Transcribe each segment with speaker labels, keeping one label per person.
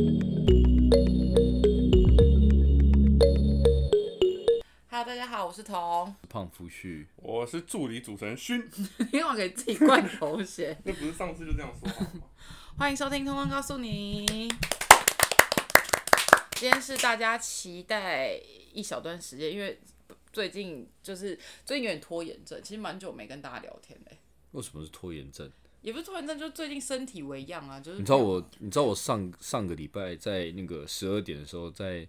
Speaker 1: 龙，
Speaker 2: 胖夫婿，
Speaker 3: 我是助理主持 人勋，
Speaker 1: 因为我给自己灌口水。
Speaker 3: 那不是上次就这样说好吗？
Speaker 1: 欢迎收听《通通告诉你》，今天是大家期待一小段时间，因为最近就是最近有点拖延症，其实蛮久没跟大家聊天嘞、
Speaker 2: 为什么是拖延症？
Speaker 1: 也不是拖延症，就是最近身体为恙啊，就是
Speaker 2: 你知道我，你知道我上上个礼拜在那个十二点的时候，在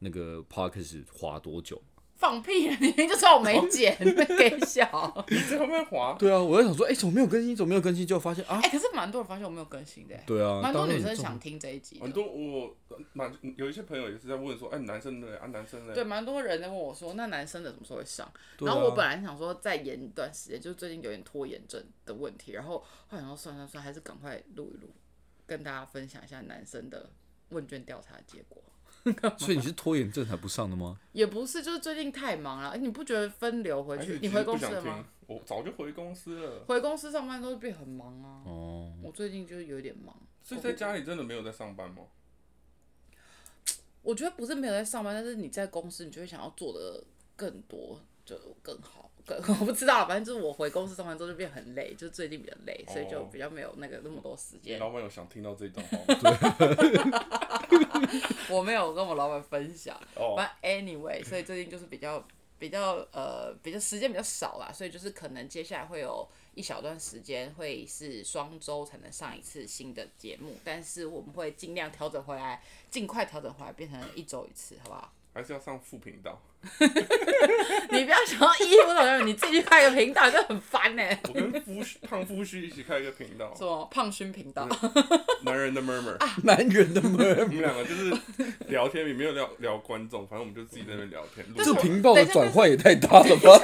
Speaker 2: 那个 Parkes 滑多久？
Speaker 1: 放屁， 你明明就知道我没剪，给
Speaker 2: 哦
Speaker 1: 小。
Speaker 3: 你在后面滑，
Speaker 2: 对啊，我在想说，哎、怎么没有更新？怎么没有更新？就发现啊
Speaker 1: 哎、，可是蛮多人发现我没有更新的、欸，
Speaker 2: 对啊，
Speaker 1: 蛮多
Speaker 2: 当然
Speaker 1: 女生
Speaker 2: 很重
Speaker 1: 想听这一集的
Speaker 2: 哦
Speaker 3: 很多我蛮有一些朋友也是在问说，哎，男生嘞啊，男生
Speaker 1: 对，
Speaker 3: 嘞，
Speaker 1: 蛮多人在问我说，那男生的什么时候会上？
Speaker 2: 对啊
Speaker 1: 然后我本来想说再延一段时间，就是最近有点拖延症的问题，然后后来想说算算算，还是赶快录一录，跟大家分享一下男生的问卷调查结果。
Speaker 2: 所以你是拖延症才不上的吗？
Speaker 1: 也不是，就是最近太忙了，哎你不觉得分流回
Speaker 3: 还
Speaker 1: 去
Speaker 3: 是，
Speaker 1: 你
Speaker 3: 其
Speaker 1: 回
Speaker 3: 实不
Speaker 1: 公司
Speaker 3: 想
Speaker 1: 了
Speaker 3: 听
Speaker 1: 吗？？哦
Speaker 3: 我早就回公司了，
Speaker 1: 回公司上班都变很忙啊。
Speaker 2: 哦，
Speaker 1: 我最近就是有点忙，
Speaker 3: 所以在家里真的没有在上班吗？
Speaker 1: 我觉得不是没有在上班，但是你在公司，你就会想要做的更多，就更好。更 我不知道，反正就是我回公司上班之后就变很累，就最近比较累，所以就
Speaker 3: 哦
Speaker 1: 比较没有那个那么多时间。
Speaker 3: 老板有想听到这种话吗？
Speaker 1: 我没有跟我老板分享，
Speaker 3: 哦，
Speaker 1: 反正 anyway，所以最近就是比较比较呃比较时间比较少啦，所以就是可能接下来会有一小段时间会是双周才能上一次新的节目，但是我们会尽量调整回来，尽快调整回来，变成一周一次，好不 好？
Speaker 3: 还是要上副频道。
Speaker 1: 你不要想要一我导游，你自己去开个频道就很烦呢、
Speaker 3: 我跟夫婿胖夫婿一起开一个频道
Speaker 1: 什，么胖勋频 道？
Speaker 3: 男人的 murmur，
Speaker 1: 啊
Speaker 2: 男人的
Speaker 3: 我
Speaker 2: 门，
Speaker 3: 们两个就是聊天，也没有聊聊观众，反正我们就自己在那边聊 天。录
Speaker 2: 这
Speaker 3: 音
Speaker 2: 频道的转换也太大了吧！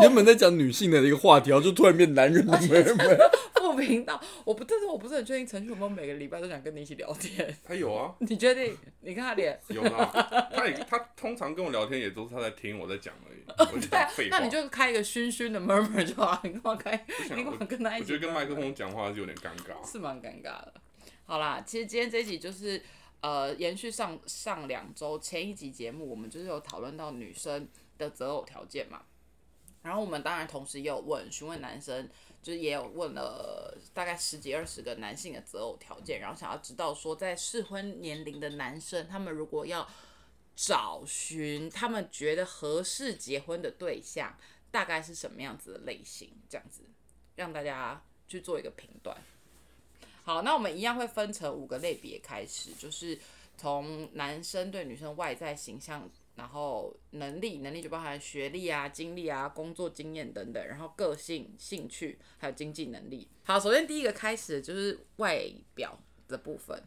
Speaker 2: 原本在讲女性的一个话题，然后就突然变男人
Speaker 1: 啊
Speaker 2: 的门门。
Speaker 1: 副频道？我不，但是我不是很确定陈旭有没有每个礼拜都想跟你一起聊天。
Speaker 3: 他有啊，
Speaker 1: 你确定？你看他脸。
Speaker 3: 有啦，他也他通常跟我聊天也都是他在听我在讲 而已，我就
Speaker 1: 对
Speaker 3: 讲
Speaker 1: 啊
Speaker 3: 废，话。
Speaker 1: 那你就开一个熏熏的 murmur 就好了，你干嘛开？
Speaker 3: 想
Speaker 1: 你干嘛跟他一起？
Speaker 3: 我
Speaker 1: 啊
Speaker 3: 觉得跟麦克风讲话是有点尴尬。
Speaker 1: 是蛮尴尬的。好啦，其实今天这一集就是呃，延续上上两周前一集节目，我们就是有讨论到女生的择偶条件嘛。然后我们当然同时也有问询问男生，就是也有问了大概十几二十个男性的择偶条件，然后想要知道说在适婚年龄的男生，他们如果要找寻他们觉得合适结婚的对象，大概是什么样子的类型，这样子让大家去做一个评断。好，那我们一样会分成五个类别开始，就是从男生对女生外在形象，然后能力，能力就包含学历啊、经历啊、工作经验等等，然后个性、兴趣，还有经济能力。好，首先第一个开始的就是外表的部分。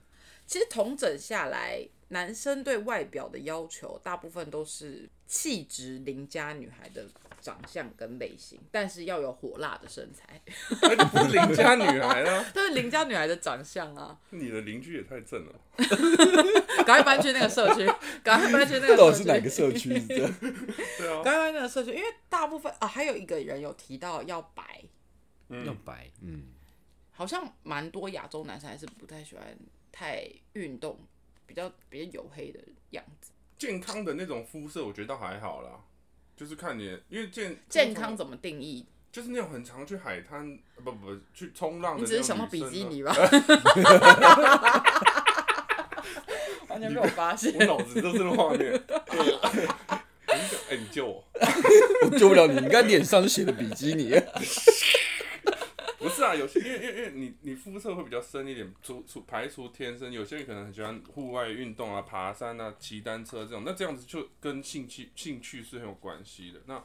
Speaker 1: 其实统整下来，男生对外表的要求大部分都是气质邻家女孩的长相跟类型，但是要有火辣的身材，
Speaker 3: 那就哎不是邻家女孩啦、
Speaker 1: 但是邻家女孩的长相啊。
Speaker 3: 你的邻居也太正了吧。
Speaker 1: 赶快搬去那个社 区，赶快搬去那个
Speaker 2: 这 到底是哪
Speaker 1: 社
Speaker 2: 个
Speaker 1: 区。
Speaker 2: 社 区？这样
Speaker 3: 对啊，
Speaker 1: 赶快搬去那个社区，因为大部分啊，还有一个人有提到要白，
Speaker 2: 要白，嗯，
Speaker 1: 好像蛮多亚洲男生还是不太喜欢太运动、比较比较黝黑的样子。
Speaker 3: 健康的那种肤色，我觉得倒还好啦，就是看你，因为健
Speaker 1: 健康怎么定义？
Speaker 3: 就是那种很常去海滩，呃不不去冲浪
Speaker 1: 你
Speaker 3: 的那种女生啊。
Speaker 1: 只是想到比
Speaker 2: 哦
Speaker 1: 基尼吧？完全被我发现
Speaker 3: 我。脑子都是那画面。对 我就想哎、你救我！
Speaker 2: 我救不了你，你看脸上就写了比基尼。
Speaker 3: 不是啊，有些因为因为因为你你肤色会比较深一点，除除排除天生，有些人可能很喜欢户外运动啊、爬山啊、骑单车这种，那这样子就跟兴趣兴趣是很有关系的。那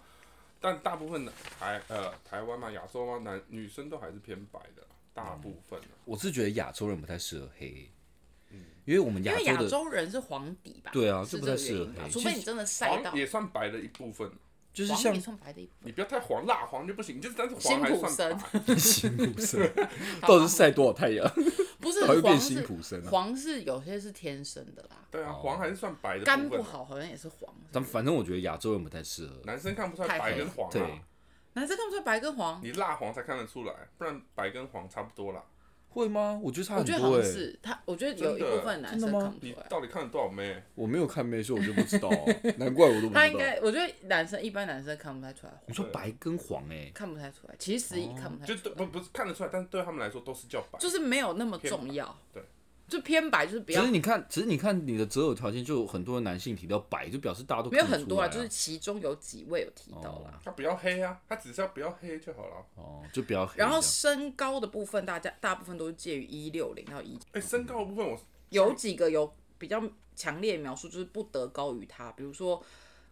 Speaker 3: 但大部分的台呃台湾嘛、亚洲嘛，男女生都还是偏白的，大部分啊、
Speaker 1: 嗯
Speaker 2: 我是觉得亚洲人不太适合黑，
Speaker 3: 嗯
Speaker 2: 因为我们
Speaker 1: 因
Speaker 2: 亚
Speaker 1: 为亚
Speaker 2: 洲的，
Speaker 1: 洲人是黄底吧？
Speaker 2: 对啊
Speaker 1: 是
Speaker 2: 这不
Speaker 1: 这个
Speaker 2: 太适合
Speaker 1: 原因吧
Speaker 2: 黑
Speaker 1: 除
Speaker 2: 其
Speaker 1: 非
Speaker 2: 实
Speaker 1: 你真的晒到
Speaker 3: 黄也算白的一部分。
Speaker 2: 就是
Speaker 1: 黄
Speaker 2: 像
Speaker 1: 也 算白的一部分
Speaker 3: 你不要太黄，蜡黄就不行，就是但是
Speaker 1: 辛
Speaker 3: 黄
Speaker 1: 普
Speaker 3: 还算白。
Speaker 2: 辛 普森，到底是晒多少太阳，
Speaker 1: 不是
Speaker 2: 才会变
Speaker 1: 黄
Speaker 2: 辛
Speaker 1: 是
Speaker 2: 普森啊？
Speaker 1: 黄是有些是天生的啦，
Speaker 3: 对啊，
Speaker 2: 哦
Speaker 3: 黄还是算白的
Speaker 1: 肝
Speaker 3: 部
Speaker 1: 不
Speaker 3: 分。
Speaker 1: 好好像也是黄。
Speaker 2: 但反正我觉得亚洲人不太适合。
Speaker 3: 男生看不出来
Speaker 1: 太
Speaker 3: 白
Speaker 1: 黑
Speaker 3: 跟黄
Speaker 2: 对
Speaker 3: 啊，
Speaker 1: 男生看不出来白跟黄，
Speaker 3: 你蜡黄才看得出来，不然白跟黄差不多啦。
Speaker 2: 会吗？我觉得差
Speaker 1: 我
Speaker 2: 很
Speaker 1: 觉得好
Speaker 2: 多
Speaker 1: 像
Speaker 2: 哎、
Speaker 1: 是他，我觉得有
Speaker 3: 真
Speaker 1: 一
Speaker 3: 的
Speaker 1: 部分男生
Speaker 2: 真的吗
Speaker 1: 看不
Speaker 3: 你
Speaker 1: 出来。
Speaker 3: 到底看了多少妹？
Speaker 2: 我没有看妹，所以我就不知道 啊、难怪我都不知道。
Speaker 1: 他应该，我觉得男生一般男生看不太出来，
Speaker 2: 你说白跟黄哎、
Speaker 1: 看不太出来，其实看不太
Speaker 3: 哦就
Speaker 1: 出
Speaker 3: 对
Speaker 1: 来，
Speaker 3: 不不是看得出来，但是对他们来说都是叫白。
Speaker 1: 就是没有那么
Speaker 3: 偏
Speaker 1: 重要。
Speaker 3: 对，
Speaker 1: 就偏白就是不
Speaker 2: 只
Speaker 1: 要
Speaker 2: 是你看，只是你看你的择偶条件，就有很多男性提到白，就表示大家都
Speaker 1: 没有
Speaker 2: 看得
Speaker 1: 很
Speaker 2: 出
Speaker 1: 多
Speaker 2: 来
Speaker 1: 啦，
Speaker 2: 啊，
Speaker 1: 就是其中有几位有提到啦。
Speaker 3: 他不要黑啊，他只是要不要黑就好了。
Speaker 2: 哦，就比较黑这
Speaker 1: 然
Speaker 2: 样。
Speaker 1: 后身高的部分，大家大部分都是介于一六零到一，
Speaker 3: 哎、身高的部分我
Speaker 1: 有几个有比较强烈描述，就是不得高于他。比如说，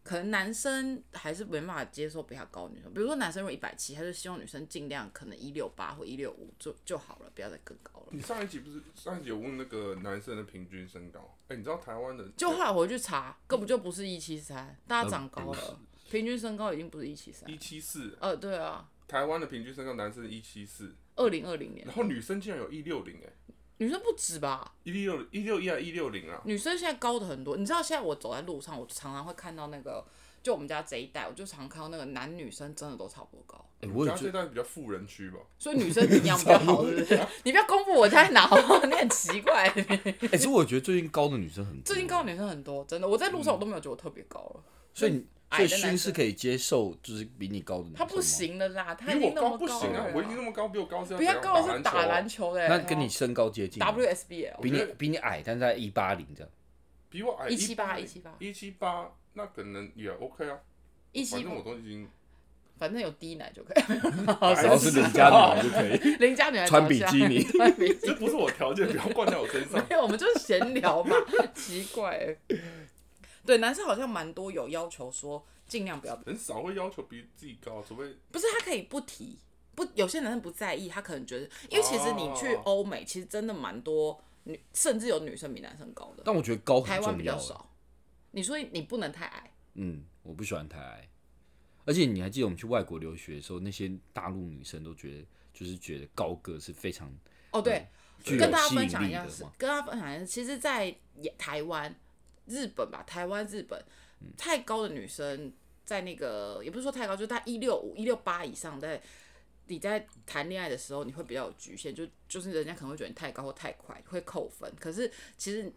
Speaker 1: 可能男生还是没办法接受比他高的女生。比如说，男生如果一百七，他就希望女生尽量可能一六八或一六五就就好了，不要再更高了。
Speaker 3: 你上一集不是上一集有问那个男生的平均身高？哎、你知道台湾的
Speaker 1: 就后来回去查，根本就不是一七三，大家长高
Speaker 2: 呃
Speaker 1: 了，平均身高已经不是一七三
Speaker 3: 一。七四，
Speaker 1: 呃，对啊，
Speaker 3: 台湾的平均身高男生一七四，
Speaker 1: 二零二零年
Speaker 3: 然后女生竟然有一六零，哎，
Speaker 1: 女生不止吧？
Speaker 3: 一六一六一啊，一六零啊，
Speaker 1: 女生现在高的很多，你知道现在我走在路上，我常常会看到那个，就我们家这一代，我就常看到那个男女生真的都差不多高，
Speaker 2: 哎、我也
Speaker 3: 然后
Speaker 2: 觉得，
Speaker 3: 这段比较富人区吧。
Speaker 1: 所以女生营养比较 好，是不是？你不要公布我在哪好不好？ 你很奇怪。
Speaker 2: 哎、其实我觉得最近高的女生很多，啊
Speaker 1: 最近高的女生很多，真的，我在路上我都没有觉得我特别高了，
Speaker 2: 所以你
Speaker 1: 矮的
Speaker 2: 所以
Speaker 1: 男
Speaker 2: 勋是
Speaker 1: 生
Speaker 2: 可以接受，就是比你高的女生
Speaker 1: 她
Speaker 2: 吗
Speaker 1: 不。行了啦，她
Speaker 3: 比
Speaker 1: 已
Speaker 3: 我
Speaker 1: 经那
Speaker 3: 高
Speaker 1: 么
Speaker 3: 不行
Speaker 1: 了
Speaker 3: 啊
Speaker 1: 啦，
Speaker 3: 我已经那么高，比我高是要
Speaker 1: 比她
Speaker 3: 怎样
Speaker 1: 高的是打
Speaker 3: 打
Speaker 1: 篮
Speaker 3: 球啊，
Speaker 1: 球的欸，
Speaker 2: 那跟你身高接近吗，
Speaker 3: 啊
Speaker 2: 比
Speaker 1: WSBL
Speaker 2: 你比你矮，但在一八零这样。
Speaker 3: 比我矮
Speaker 1: 178
Speaker 3: 一七八，那可能也 OK 啊，
Speaker 1: 一
Speaker 3: 反
Speaker 1: 七
Speaker 3: 正我都已经
Speaker 1: 反正有低奶就可以，
Speaker 2: 只要是邻家女孩就可以。
Speaker 1: 邻家女孩
Speaker 2: 穿
Speaker 1: 找
Speaker 2: 比
Speaker 1: 下
Speaker 2: 基尼
Speaker 1: 穿比基
Speaker 3: 这不是我条件，不要灌在我身上。
Speaker 1: 没有，我们就是闲聊嘛，奇怪、欸。对，男生好像蛮多有要求说尽量不要，
Speaker 3: 很少会要求比自己高，除非
Speaker 1: 不是他可以不提，不有些男生不在意，他可能觉得，因为其实你去
Speaker 3: 哦
Speaker 1: 欧美，其实真的蛮多女，甚至有女生比男生高的，
Speaker 2: 但我觉得高
Speaker 1: 台
Speaker 2: 很
Speaker 1: 湾
Speaker 2: 重
Speaker 1: 比较
Speaker 2: 要。啊
Speaker 1: 少。你说你不能太矮，
Speaker 2: 嗯，我不喜欢太矮。而且你还记得我们去外国留学的时候，那些大陆女生都觉得，就是觉得高个是非常
Speaker 1: 哦对，
Speaker 2: 具有
Speaker 1: 跟大家
Speaker 2: 吸引
Speaker 1: 分享一
Speaker 2: 力
Speaker 1: 下
Speaker 2: 的
Speaker 1: 是
Speaker 2: 嘛。，
Speaker 1: 跟大家分享一下，其实，在也台湾、日本吧，台湾、日本，
Speaker 2: 嗯
Speaker 1: 太高的女生在那个也不是说太高，就是她一六五、一六八以上，在你在谈恋爱的时候，你会比较有局限，就就是人家可能会觉得你太高或太快会扣分。可是其实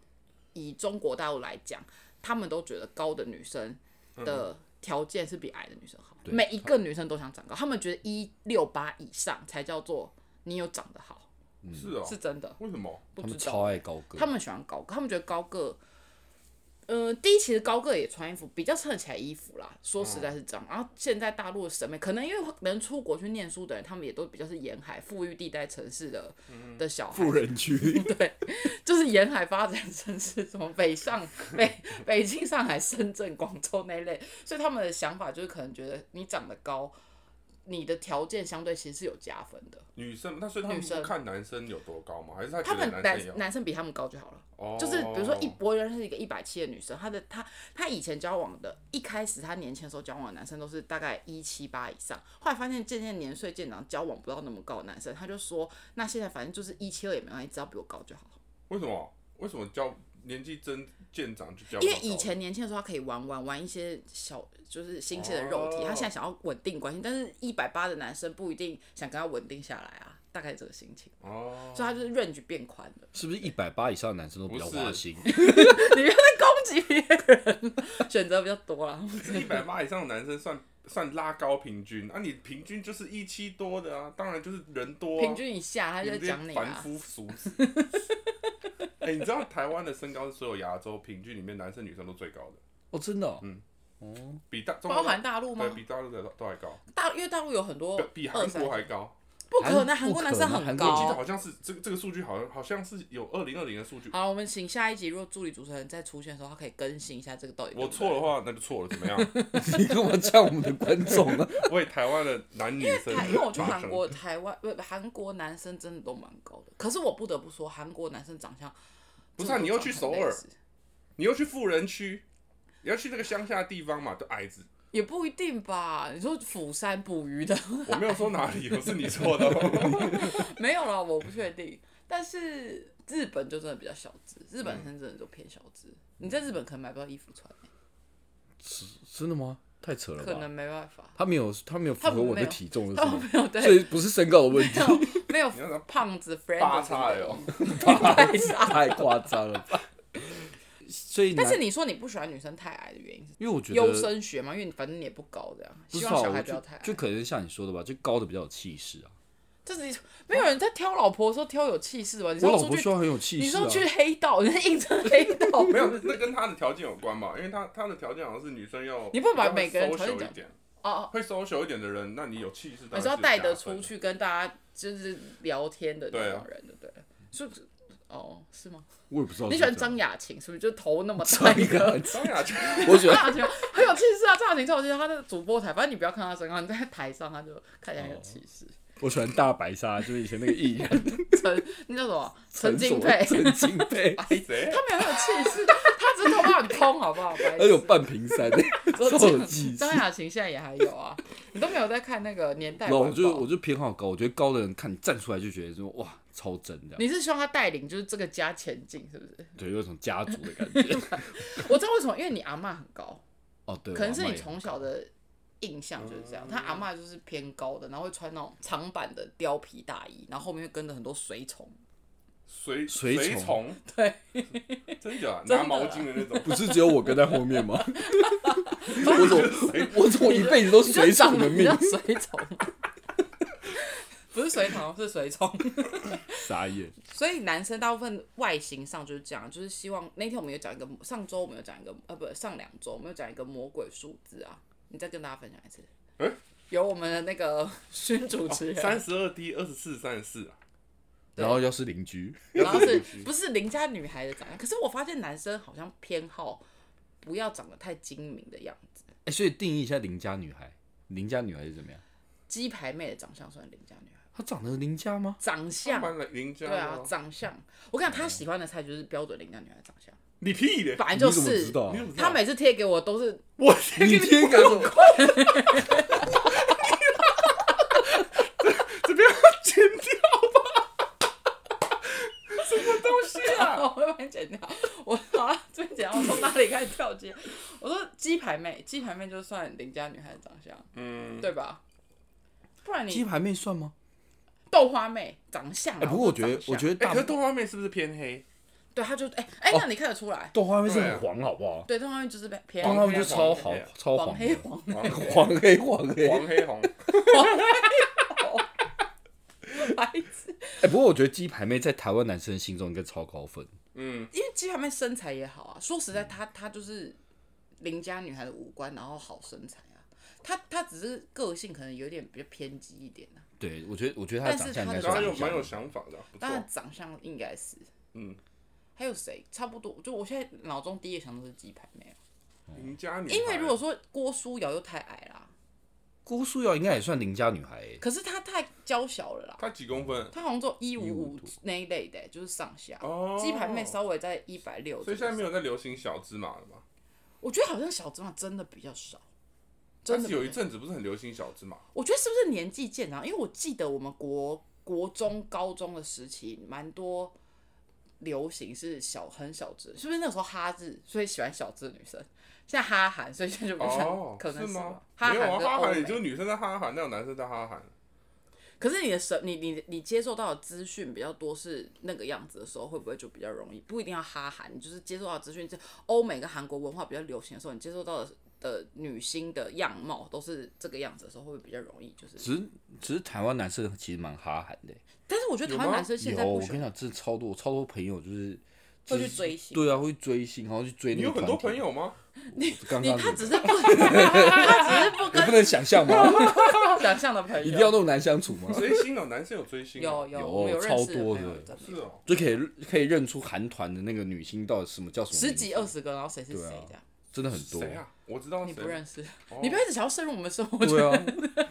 Speaker 1: 以中国大陆来讲，他们都觉得高的女生的条件是比矮的女生好，
Speaker 2: 嗯对
Speaker 1: 每一个女生都想长高，他们觉得一六八以上才叫做你有长得好，
Speaker 3: 是哦，
Speaker 1: 是真的。
Speaker 3: 为什么？
Speaker 1: 不
Speaker 2: 他
Speaker 1: 知
Speaker 2: 们
Speaker 1: 道
Speaker 2: 超爱高个
Speaker 1: 他，们喜欢高个，他们觉得高个，呃，第一其实高个也穿衣服比较衬得起来衣服啦，说实在是这样。然后现在大陆的审美，可能因为能出国去念书的人，他们也都比较是沿海富裕地带城市的、的小孩
Speaker 2: 富，人区。
Speaker 1: 就是沿海发展城市，什么北上、北北京、上海、深圳、广州那一类，所以他们的想法就是可能觉得你长得高，你的条件相对其实是有加分的。
Speaker 3: 女生，那所以他们
Speaker 1: 女生
Speaker 3: 不看男生有多高吗？还是他
Speaker 1: 他
Speaker 3: 觉
Speaker 1: 们
Speaker 3: 得男生也
Speaker 1: 男
Speaker 3: 要？
Speaker 1: 男生比他们高就好了。
Speaker 3: 哦，
Speaker 1: 就是比如说一，我认识一个一百七的女生，她的她她以前交往的，一开始她年轻的时候交往的男生都是大概一七八以上，后来发现渐渐年岁渐长，交往不到那么高的男生，她就说那现在反正就是一七二也没关系，只要比我高就好。
Speaker 3: 为什么？为什么教年纪增渐长就教？
Speaker 1: 因为以前年轻的时候，她可以玩玩玩一些小就是新鲜的肉体，
Speaker 3: 哦
Speaker 1: 她现在想要稳定关系，但是一百八的男生不一定想跟她稳定下来啊，大概这个心情，
Speaker 3: 哦，
Speaker 1: 所以她就是 range 变宽了。
Speaker 2: 是不是一百八以上的男生都比较
Speaker 3: 不是
Speaker 2: 花心？
Speaker 1: 你不要再攻击别人，选择比较多啦。
Speaker 3: 一百八以上的男生算算拉高平均，啊，你平均就是一七多的啊，当然就是人多、啊，
Speaker 1: 平均以下，他
Speaker 3: 你
Speaker 1: 就在
Speaker 3: 们这
Speaker 1: 讲
Speaker 3: 些
Speaker 1: 你
Speaker 3: 凡
Speaker 1: 啊。
Speaker 3: 夫俗子。 哎、你知道台湾的身高是所有亚洲平均里面男生女生都最高的，
Speaker 2: 哦，真的、哦。
Speaker 3: 比大中国
Speaker 1: 包含大陆
Speaker 3: 对
Speaker 1: 吗
Speaker 3: 比？大陆的都还高，
Speaker 1: 大因为大陆有很多
Speaker 3: 比比
Speaker 1: 二
Speaker 3: 韩
Speaker 1: 三
Speaker 3: 国，还高。
Speaker 1: 不可能，
Speaker 2: 韩
Speaker 1: 韩国
Speaker 2: 不
Speaker 1: 男
Speaker 2: 可
Speaker 1: 生
Speaker 2: 能
Speaker 1: 很
Speaker 2: 韩国
Speaker 3: 我记得
Speaker 1: 高。
Speaker 3: 好像是这个这个数据好像好像是有二零二零的数据，
Speaker 1: 好，我们请下一集，如果助理主持人再出现的时候，他可以更新一下这个到底。
Speaker 3: 我错的。话那就错了，怎么样？
Speaker 2: 你干嘛呛我们的观众啊？
Speaker 3: 为台湾的男女生发
Speaker 1: 台，
Speaker 3: 声，
Speaker 1: 因为我去韩国、台湾不韩国男生真的都蛮高的，可是我不得不说，韩国男生长相
Speaker 3: 不是啊你又去首尔
Speaker 1: 真的都长得很类似
Speaker 3: 你又去富人区，你要去那个乡下地方嘛，都矮子。
Speaker 1: 也不一定吧？你说釜山捕鱼的
Speaker 3: 我没有说哪里，我是你错的哦。
Speaker 1: 没有了，我不确定。但是日本就真的比较小资，日
Speaker 3: 嗯
Speaker 1: 本男生真的就偏小资。你在日本可能买不到衣服穿欸、
Speaker 2: 真的吗？太扯了
Speaker 1: 可能
Speaker 2: 吧？
Speaker 1: 没办法，
Speaker 2: 他没有，他没有符
Speaker 1: 他
Speaker 2: 合我
Speaker 1: 没
Speaker 2: 的
Speaker 1: 有
Speaker 2: 体重，是
Speaker 1: 他们
Speaker 2: 吗？
Speaker 1: 没有
Speaker 2: 所
Speaker 1: 对，
Speaker 2: 以不是身高的问题，
Speaker 1: 没有
Speaker 3: 你要让他
Speaker 1: 胖子 friend
Speaker 3: 八叉哦 L，
Speaker 2: 太夸张了吧？所以男，
Speaker 1: 但是你说你不喜欢女生太矮的原因是
Speaker 2: 因为我觉
Speaker 1: 优
Speaker 2: 得
Speaker 1: 生学嘛，因为你反正你也不高，这样
Speaker 2: 不
Speaker 1: 希
Speaker 2: 是
Speaker 1: 望
Speaker 2: 啊，
Speaker 1: 小
Speaker 2: 我
Speaker 1: 孩不要
Speaker 2: 就
Speaker 1: 太矮。
Speaker 2: 就可能像你说的吧，就高的比较有气势啊。
Speaker 1: 就是你没有人在挑老婆的时候挑有气势吧？你
Speaker 2: 我
Speaker 1: 说
Speaker 2: 老
Speaker 1: 出
Speaker 2: 婆
Speaker 1: 去，
Speaker 2: 说很有气
Speaker 1: 你
Speaker 2: 势啊
Speaker 1: 说，去黑道，你是应征黑 道，
Speaker 3: 没有，那跟他的条件有关吧？因为他他的条件好像是女生要，
Speaker 1: 你不把
Speaker 3: 要会
Speaker 1: 每个人条件
Speaker 3: social
Speaker 1: 讲
Speaker 3: 一点，
Speaker 1: 哦，
Speaker 3: 会 social 一点的人，那你有气势，
Speaker 1: 你
Speaker 3: 当然
Speaker 1: 是要
Speaker 3: 是
Speaker 1: 带
Speaker 3: 加
Speaker 1: 得
Speaker 3: 分
Speaker 1: 出
Speaker 3: 的。
Speaker 1: 去跟大家就是聊天的那种人，对不对？是不是？哦，是吗？
Speaker 2: 我也不知道
Speaker 1: 你
Speaker 2: 哦是
Speaker 1: 喜
Speaker 2: 这样。
Speaker 1: 欢张雅琴是不是？就头那么大一个，
Speaker 3: 张雅琴，
Speaker 2: 我喜
Speaker 1: 张
Speaker 2: 欢
Speaker 1: 雅琴很有气势啊！张雅琴超有气势，她在主播台，反正你不要看她身高，你在台上她就看起来很有气势。
Speaker 2: 我喜欢大白鲨，就是以前那个艺人
Speaker 1: 陈那叫什 么？ 陈
Speaker 2: 什
Speaker 1: 金
Speaker 2: 么
Speaker 1: 佩，
Speaker 2: 陈金佩，
Speaker 1: 哎
Speaker 3: 谁？
Speaker 1: 她没有很有气势，她只是头发很空，好不好？白痴
Speaker 2: 还有半 屏山，超有气势
Speaker 1: 张。雅琴现在也还有啊，你都没有在看那个年代
Speaker 2: 然后我
Speaker 1: 晚
Speaker 2: 就
Speaker 1: 报。
Speaker 2: 我就偏好高，我觉得高的人看站出来就觉得说哇超真这样，
Speaker 1: 你是希望他带领就是这个家前进，是不是？
Speaker 2: 对，有一种家族的感 觉。
Speaker 1: 我知道为什么，因为你阿嬷很高，
Speaker 2: 哦，对，
Speaker 1: 可能是
Speaker 2: 我阿嬷
Speaker 1: 你
Speaker 2: 也嗯
Speaker 1: 从小的印象就是这样。他阿嬷就是偏高的，然后会穿那种长版的貂皮大衣，然后后面会跟着很多随从。
Speaker 3: 随
Speaker 2: 随
Speaker 3: 随
Speaker 2: 从
Speaker 3: 从？
Speaker 1: 对，
Speaker 3: 真假？
Speaker 1: 真的
Speaker 3: 拿毛巾的那 种。
Speaker 2: 不是只有我跟在后面吗？ 我怎我怎么一辈子都
Speaker 1: 你
Speaker 2: 随从的
Speaker 1: 你
Speaker 2: 命
Speaker 1: 叫？随从， 不是随从是随从。
Speaker 2: 傻眼，
Speaker 1: 所以男生大部分外形上就是这样，就是希望那天我们有讲一个，上周我们有讲一个，呃，不，上两周我们有讲一个魔鬼数字啊，你再跟大家分享一次。
Speaker 3: 诶
Speaker 1: 有我们的那个勋主持人，
Speaker 3: 三十二 D 二十四三十四啊，
Speaker 1: 对
Speaker 2: 然后要是邻居，
Speaker 1: 然后
Speaker 3: 要是
Speaker 1: 是
Speaker 3: 邻居
Speaker 1: 不是邻家女孩的长相？可是我发现男生好像偏好不要长得太精明的样子。
Speaker 2: 哎，所以定义一下邻家女孩，邻家女孩是怎么样？
Speaker 1: 鸡排妹的长相算邻家女孩，
Speaker 2: 她长得邻家吗？
Speaker 1: 长
Speaker 3: 他
Speaker 1: 相
Speaker 3: 哦蛮邻邻家
Speaker 1: 对
Speaker 3: 的哦
Speaker 1: 啊，长相。我跟你讲，他喜欢的菜就是标准邻家女孩的长相，
Speaker 3: 你屁的！
Speaker 1: 本来
Speaker 2: 你
Speaker 1: 啊就
Speaker 2: 怎么知
Speaker 1: 是。
Speaker 2: 道啊
Speaker 3: 嗯你？怎么知道
Speaker 1: 他每次贴给我都是
Speaker 3: 我先
Speaker 2: 你
Speaker 3: 给
Speaker 2: 贴给
Speaker 3: 我，这边要剪 掉 吧？
Speaker 1: 啊我会把你剪掉。我好了，最剪掉，我从哪里开始跳接？我说鸡排妹，鸡排妹就算邻家女孩的长相，
Speaker 3: 嗯，
Speaker 1: 对吧？不然
Speaker 2: 嗯鸡
Speaker 1: 你
Speaker 2: 排妹算吗？
Speaker 1: 豆花妹长相啊、
Speaker 2: 哎，不过我觉得，
Speaker 1: 长相
Speaker 2: 我觉得
Speaker 3: 哎，
Speaker 2: 大
Speaker 3: 可是豆花妹是不是偏黑？
Speaker 1: 对，她就哎哎、
Speaker 2: 哦
Speaker 1: 那你看得出来？
Speaker 2: 豆花妹是
Speaker 3: 对啊
Speaker 2: 很黄，好不好？
Speaker 1: 对，豆花妹就是被偏
Speaker 2: 豆
Speaker 3: 黄
Speaker 2: 哦花妹就
Speaker 3: 黑
Speaker 2: 超
Speaker 3: 黄
Speaker 2: 好
Speaker 3: 黑啊，
Speaker 2: 超
Speaker 1: 黄
Speaker 2: 黄
Speaker 1: 黑
Speaker 2: 的，
Speaker 1: 黄，
Speaker 3: 黄
Speaker 2: 黄黑黄黑。
Speaker 3: 黄黑红，
Speaker 1: 白痴。
Speaker 2: 哎，不过我觉得鸡排妹在台湾男生的心中应该超高分。
Speaker 3: 嗯，
Speaker 1: 因为鸡排妹身材也好啊，说实在，她她就是邻家女孩的五官，然后好身材啊。她她只是个性可能有点比较偏激一点啊，
Speaker 2: 对，我觉得，我觉得她的
Speaker 1: 但
Speaker 2: 长
Speaker 1: 是
Speaker 2: 相
Speaker 1: 她
Speaker 2: 应该
Speaker 1: 的
Speaker 2: 算
Speaker 3: 然后又
Speaker 2: 很
Speaker 3: 蛮有
Speaker 2: 像
Speaker 3: 想法的，不
Speaker 1: 当然
Speaker 3: 错。
Speaker 1: 长相应该是。
Speaker 3: 嗯，
Speaker 1: 还有谁？差不多，就我现在脑中第一个想到是鸡排妹啊。
Speaker 3: 邻家女孩，
Speaker 1: 因为如果说郭书瑶又太矮啦，
Speaker 2: 郭书瑶应该也算邻家女孩欸，
Speaker 1: 可是她太娇小了啦，
Speaker 3: 她几公分？
Speaker 1: 她好像做一五
Speaker 2: 155
Speaker 1: 五那一类的、就是上下。
Speaker 3: 哦，
Speaker 1: 鸡排妹稍微在一百六，
Speaker 3: 所以现在没有在流行小芝麻了嘛？
Speaker 1: 我觉得好像小芝麻真的比较少，真的
Speaker 3: 但是
Speaker 1: 比较
Speaker 3: 有一，阵子不是很流行小芝麻？
Speaker 1: 我觉得是不是年纪渐长？因为我记得我们国国中、高中的时期，蛮多流行是小很小只，是不是那时候哈日，所以喜欢小只的女生？现在哈韩，所以现在就不喜欢，
Speaker 3: 哦，
Speaker 1: 可能
Speaker 3: 是吗
Speaker 1: 吧？哈
Speaker 3: 没有啊，
Speaker 1: 韩跟
Speaker 3: 哈
Speaker 1: 欧
Speaker 3: 韩
Speaker 1: 美
Speaker 3: 也就是女生在哈韩，那有男生在哈韩。
Speaker 1: 可是你的审，你你你接受到的资讯比较多是那个样子的时候，会不会就比较容易？不一定要哈韩，你就是接受到的资讯，就欧美跟韩国文化比较流行的时候，你接受到的的女星的样貌都是这个样子的时候，会不会比较容易？就是，
Speaker 2: 只是只是台湾男生其实蛮哈韩的欸。
Speaker 1: 但是我觉得台湾
Speaker 3: 有吗
Speaker 1: 男生现在
Speaker 2: 有，
Speaker 1: 不
Speaker 2: 我
Speaker 1: 喜
Speaker 2: 跟你
Speaker 1: 欢
Speaker 2: 讲，真的超多，我超多朋友就是
Speaker 1: 会
Speaker 2: 就
Speaker 1: 去
Speaker 2: 是
Speaker 1: 追星。
Speaker 2: 对啊，会追星，然后去追那
Speaker 3: 你
Speaker 2: 个
Speaker 3: 有很多
Speaker 2: 团
Speaker 3: 朋
Speaker 2: 体，
Speaker 3: 友吗？
Speaker 2: 刚
Speaker 1: 你
Speaker 2: 刚
Speaker 1: 他
Speaker 2: 的
Speaker 1: 只是不，他只是不
Speaker 2: 我不能想 象吗？
Speaker 1: 跟想象的朋友，
Speaker 2: 一定要那么难相处吗？
Speaker 3: 追星哦，男生有追星哦，
Speaker 1: 有有
Speaker 2: 有啊
Speaker 1: 我们有认识
Speaker 2: 超多
Speaker 1: 朋友
Speaker 2: 的
Speaker 1: 在美
Speaker 3: 是
Speaker 1: 国
Speaker 3: 哦，
Speaker 2: 就可以可以认出韩团的那个女星到底什么叫什么名字，
Speaker 1: 十几啊二十个，然后谁是谁
Speaker 2: 对啊
Speaker 1: 这样，
Speaker 2: 真的很多。
Speaker 3: 谁啊？我知道
Speaker 1: 你不
Speaker 3: 谁，
Speaker 1: 认识，
Speaker 3: 哦
Speaker 1: 你不要一直想要深入我们生活圈。
Speaker 2: 对啊，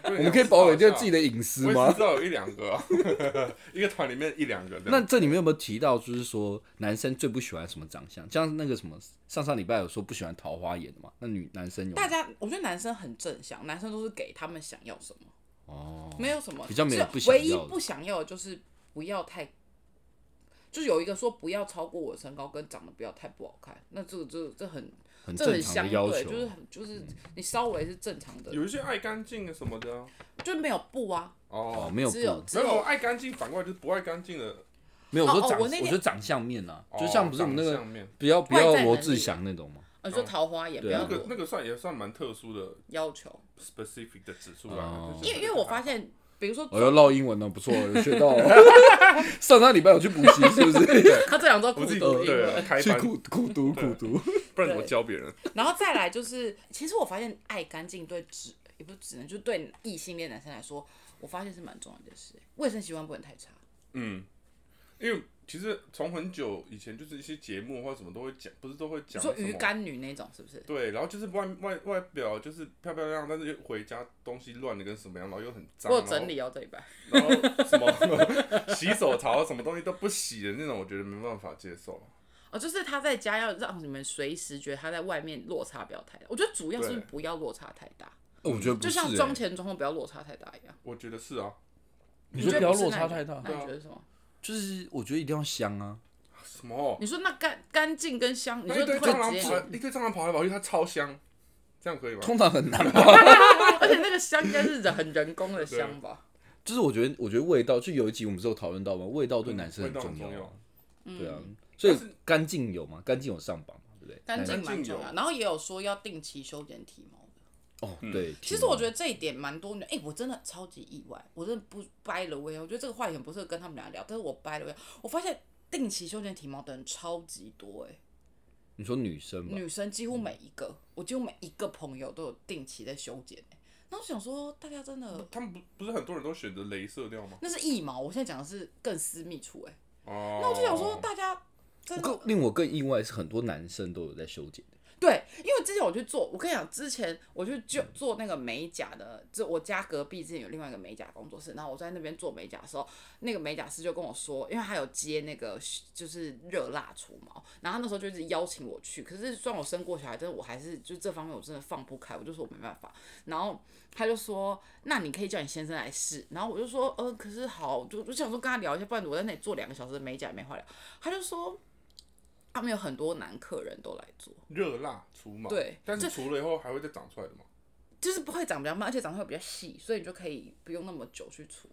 Speaker 3: 对
Speaker 2: 我们可以保卫
Speaker 3: 知
Speaker 2: 掉
Speaker 3: 道
Speaker 2: 自己的隐私
Speaker 3: 我也
Speaker 2: 吗
Speaker 3: 是知？道有一两个啊， 一个团里面一两个这
Speaker 2: 那
Speaker 3: 样。
Speaker 2: 这里面有没有提到，就是说男生最不喜欢什么长相？像那个什么上上礼拜有说不喜欢桃花眼的嘛？那女男生有吗
Speaker 1: 大家，我觉得男生很正向，男生都是给他们想要什么，
Speaker 2: 哦，
Speaker 1: 没有什么
Speaker 2: 比较没有
Speaker 1: 只
Speaker 2: 不想
Speaker 1: 唯一
Speaker 2: 要的
Speaker 1: 不想要的就是不要太，就是有一个说不要超过我的身高，跟长得不要太不好看，那这个这这很
Speaker 2: 很
Speaker 1: 这很
Speaker 2: 正常
Speaker 1: 相
Speaker 2: 的要
Speaker 1: 对，
Speaker 2: 求，嗯
Speaker 1: 就是很就是你稍微是正常的，
Speaker 3: 有一些爱干净的什么的啊。
Speaker 1: 就没有不啊，
Speaker 2: 哦，
Speaker 3: 哦，
Speaker 2: 没有
Speaker 1: 只有
Speaker 2: 不
Speaker 1: 只
Speaker 3: 没有
Speaker 1: 有
Speaker 3: 爱干净，反过来就是不爱干净的。
Speaker 2: 没有我
Speaker 1: 哦
Speaker 2: 说
Speaker 1: 哦
Speaker 2: 长，
Speaker 1: 我
Speaker 2: 我
Speaker 1: 那天
Speaker 2: 说长相面啊，
Speaker 3: 哦
Speaker 2: 就像不是我们那
Speaker 3: 长
Speaker 2: 个
Speaker 3: 相面
Speaker 2: 不要不要
Speaker 1: 外在
Speaker 2: 罗
Speaker 1: 能
Speaker 2: 志
Speaker 1: 力
Speaker 2: 祥那种嘛，
Speaker 1: 呃，就桃花也不
Speaker 2: 对啊
Speaker 1: 要
Speaker 3: 哦那个
Speaker 1: 我
Speaker 3: 那个算也算蛮特殊的
Speaker 1: 要求，
Speaker 3: specific 的指数啦
Speaker 2: 哦。
Speaker 3: 就是啊
Speaker 1: 因为因为我发现，比如说
Speaker 2: 我要唠英文 了，不错，有学到哦。上上礼拜有去补习，是不是？
Speaker 1: 他这两周苦
Speaker 3: 我自己
Speaker 1: 读英
Speaker 3: 对啊
Speaker 1: 文，
Speaker 3: 开
Speaker 2: 去
Speaker 3: 班，
Speaker 2: 苦苦读苦 读，
Speaker 3: 不然怎么教别人？
Speaker 1: 然后再来就是，其实我发现爱干净对直也不是只能，就对异性恋男生来说，我发现是蛮重要的事，欸卫生习惯不能太差。
Speaker 3: 嗯，因为其实从很久以前就是一些节目或者什么都会讲，不是都会
Speaker 1: 你
Speaker 3: 讲
Speaker 1: 说
Speaker 3: 什
Speaker 1: 鱼
Speaker 3: 么
Speaker 1: 干女那种是不是？
Speaker 3: 对，然后就是外外外表就是漂漂亮亮，但是又回家东西乱的跟什么样，然后又很脏，
Speaker 1: 我有整理哦这一半，
Speaker 3: 然后，然后什么洗手槽什么东西都不洗的那种，我觉得没办法接受。
Speaker 1: 哦，就是他在家要让你们随时觉得他在外面落差不要太大。我觉得主要是
Speaker 3: 对
Speaker 1: 不要落差太大，
Speaker 3: 哦
Speaker 2: 我觉
Speaker 1: 就
Speaker 2: 得不是
Speaker 1: 像
Speaker 2: 欸。
Speaker 1: 妆前妆后不要落差太大一样。
Speaker 3: 我觉得是啊，
Speaker 2: 你
Speaker 1: 你觉
Speaker 2: 说不
Speaker 1: 得
Speaker 2: 要
Speaker 1: 是
Speaker 2: 落差
Speaker 1: 那
Speaker 2: 太
Speaker 1: 你
Speaker 2: 大，
Speaker 1: 那
Speaker 3: 对
Speaker 1: 你
Speaker 3: 啊
Speaker 1: 觉得什么？
Speaker 2: 就是我觉得一定要香啊。
Speaker 3: 什么？
Speaker 1: 你说那干干净跟香，你
Speaker 3: 那一
Speaker 1: 说
Speaker 3: 堆
Speaker 1: 会
Speaker 3: 蟑螂
Speaker 1: 直接
Speaker 3: 跑来，哎一堆蟑螂跑来跑去，它超香，这样可以吗？
Speaker 2: 通常很难 吧？
Speaker 1: 而且那个香应该是人很人工的香吧？
Speaker 2: 就是我觉得，我觉得味道，就有一集我们不是有讨论到吗？味道对男生
Speaker 3: 嗯味道
Speaker 2: 重
Speaker 3: 很重
Speaker 2: 啊
Speaker 3: 要。
Speaker 1: 嗯
Speaker 2: 对啊，所以干净有吗？干净有上榜嘛，对不对？
Speaker 1: 干
Speaker 2: 男
Speaker 1: 净蛮
Speaker 3: 干净
Speaker 1: 重要，
Speaker 3: 有嗯
Speaker 1: 然后也有说要定期修剪体毛的。
Speaker 2: 哦，对。
Speaker 1: 其实我觉得这一点蛮多女，哎、我真的超级意外，我真的不掰了我也，我觉得这个话题很不适合跟他们俩聊，但是我掰了我也，我发现定期修剪体毛的人超级多、哎，
Speaker 2: 你说女生
Speaker 3: 嗯
Speaker 2: 吧，
Speaker 1: 女生几乎每一个，我几乎每一个朋友都有定期在修剪、哎，那我想说，大家真的
Speaker 3: 他们不不是很多人都选择镭射掉吗？
Speaker 1: 那是腋毛，我现在讲的是更私密处、哎，
Speaker 3: 哦，
Speaker 1: 那我就想说，大家
Speaker 2: 我
Speaker 1: 真的
Speaker 2: 更令我更意外是很多男生都有在修剪的。
Speaker 1: 对，因为之前我去做，我跟你讲，之前我去就做那个美甲的，就我家隔壁之前有另外一个美甲工作室，然后我在那边做美甲的时候，那个美甲师就跟我说，因为他有接那个就是热蜡除毛，然后他那时候就是邀请我去，可是虽然我生过小孩，但是我还是就这方面我真的放不开，我就说我没办法，然后他就说，那你可以叫你先生来试，然后我就说，呃，可是好，就就想说跟他聊一下，不然我在那里做两个小时的美甲也没话聊，他就说。他们有很多男客人都来做，
Speaker 3: 热辣除毛，
Speaker 1: 对
Speaker 3: 但是
Speaker 1: 这
Speaker 3: 除了以后还会再长出来的嘛？
Speaker 1: 就是不会长比较慢，而且长得会比较细，所以你就可以不用那么久去除。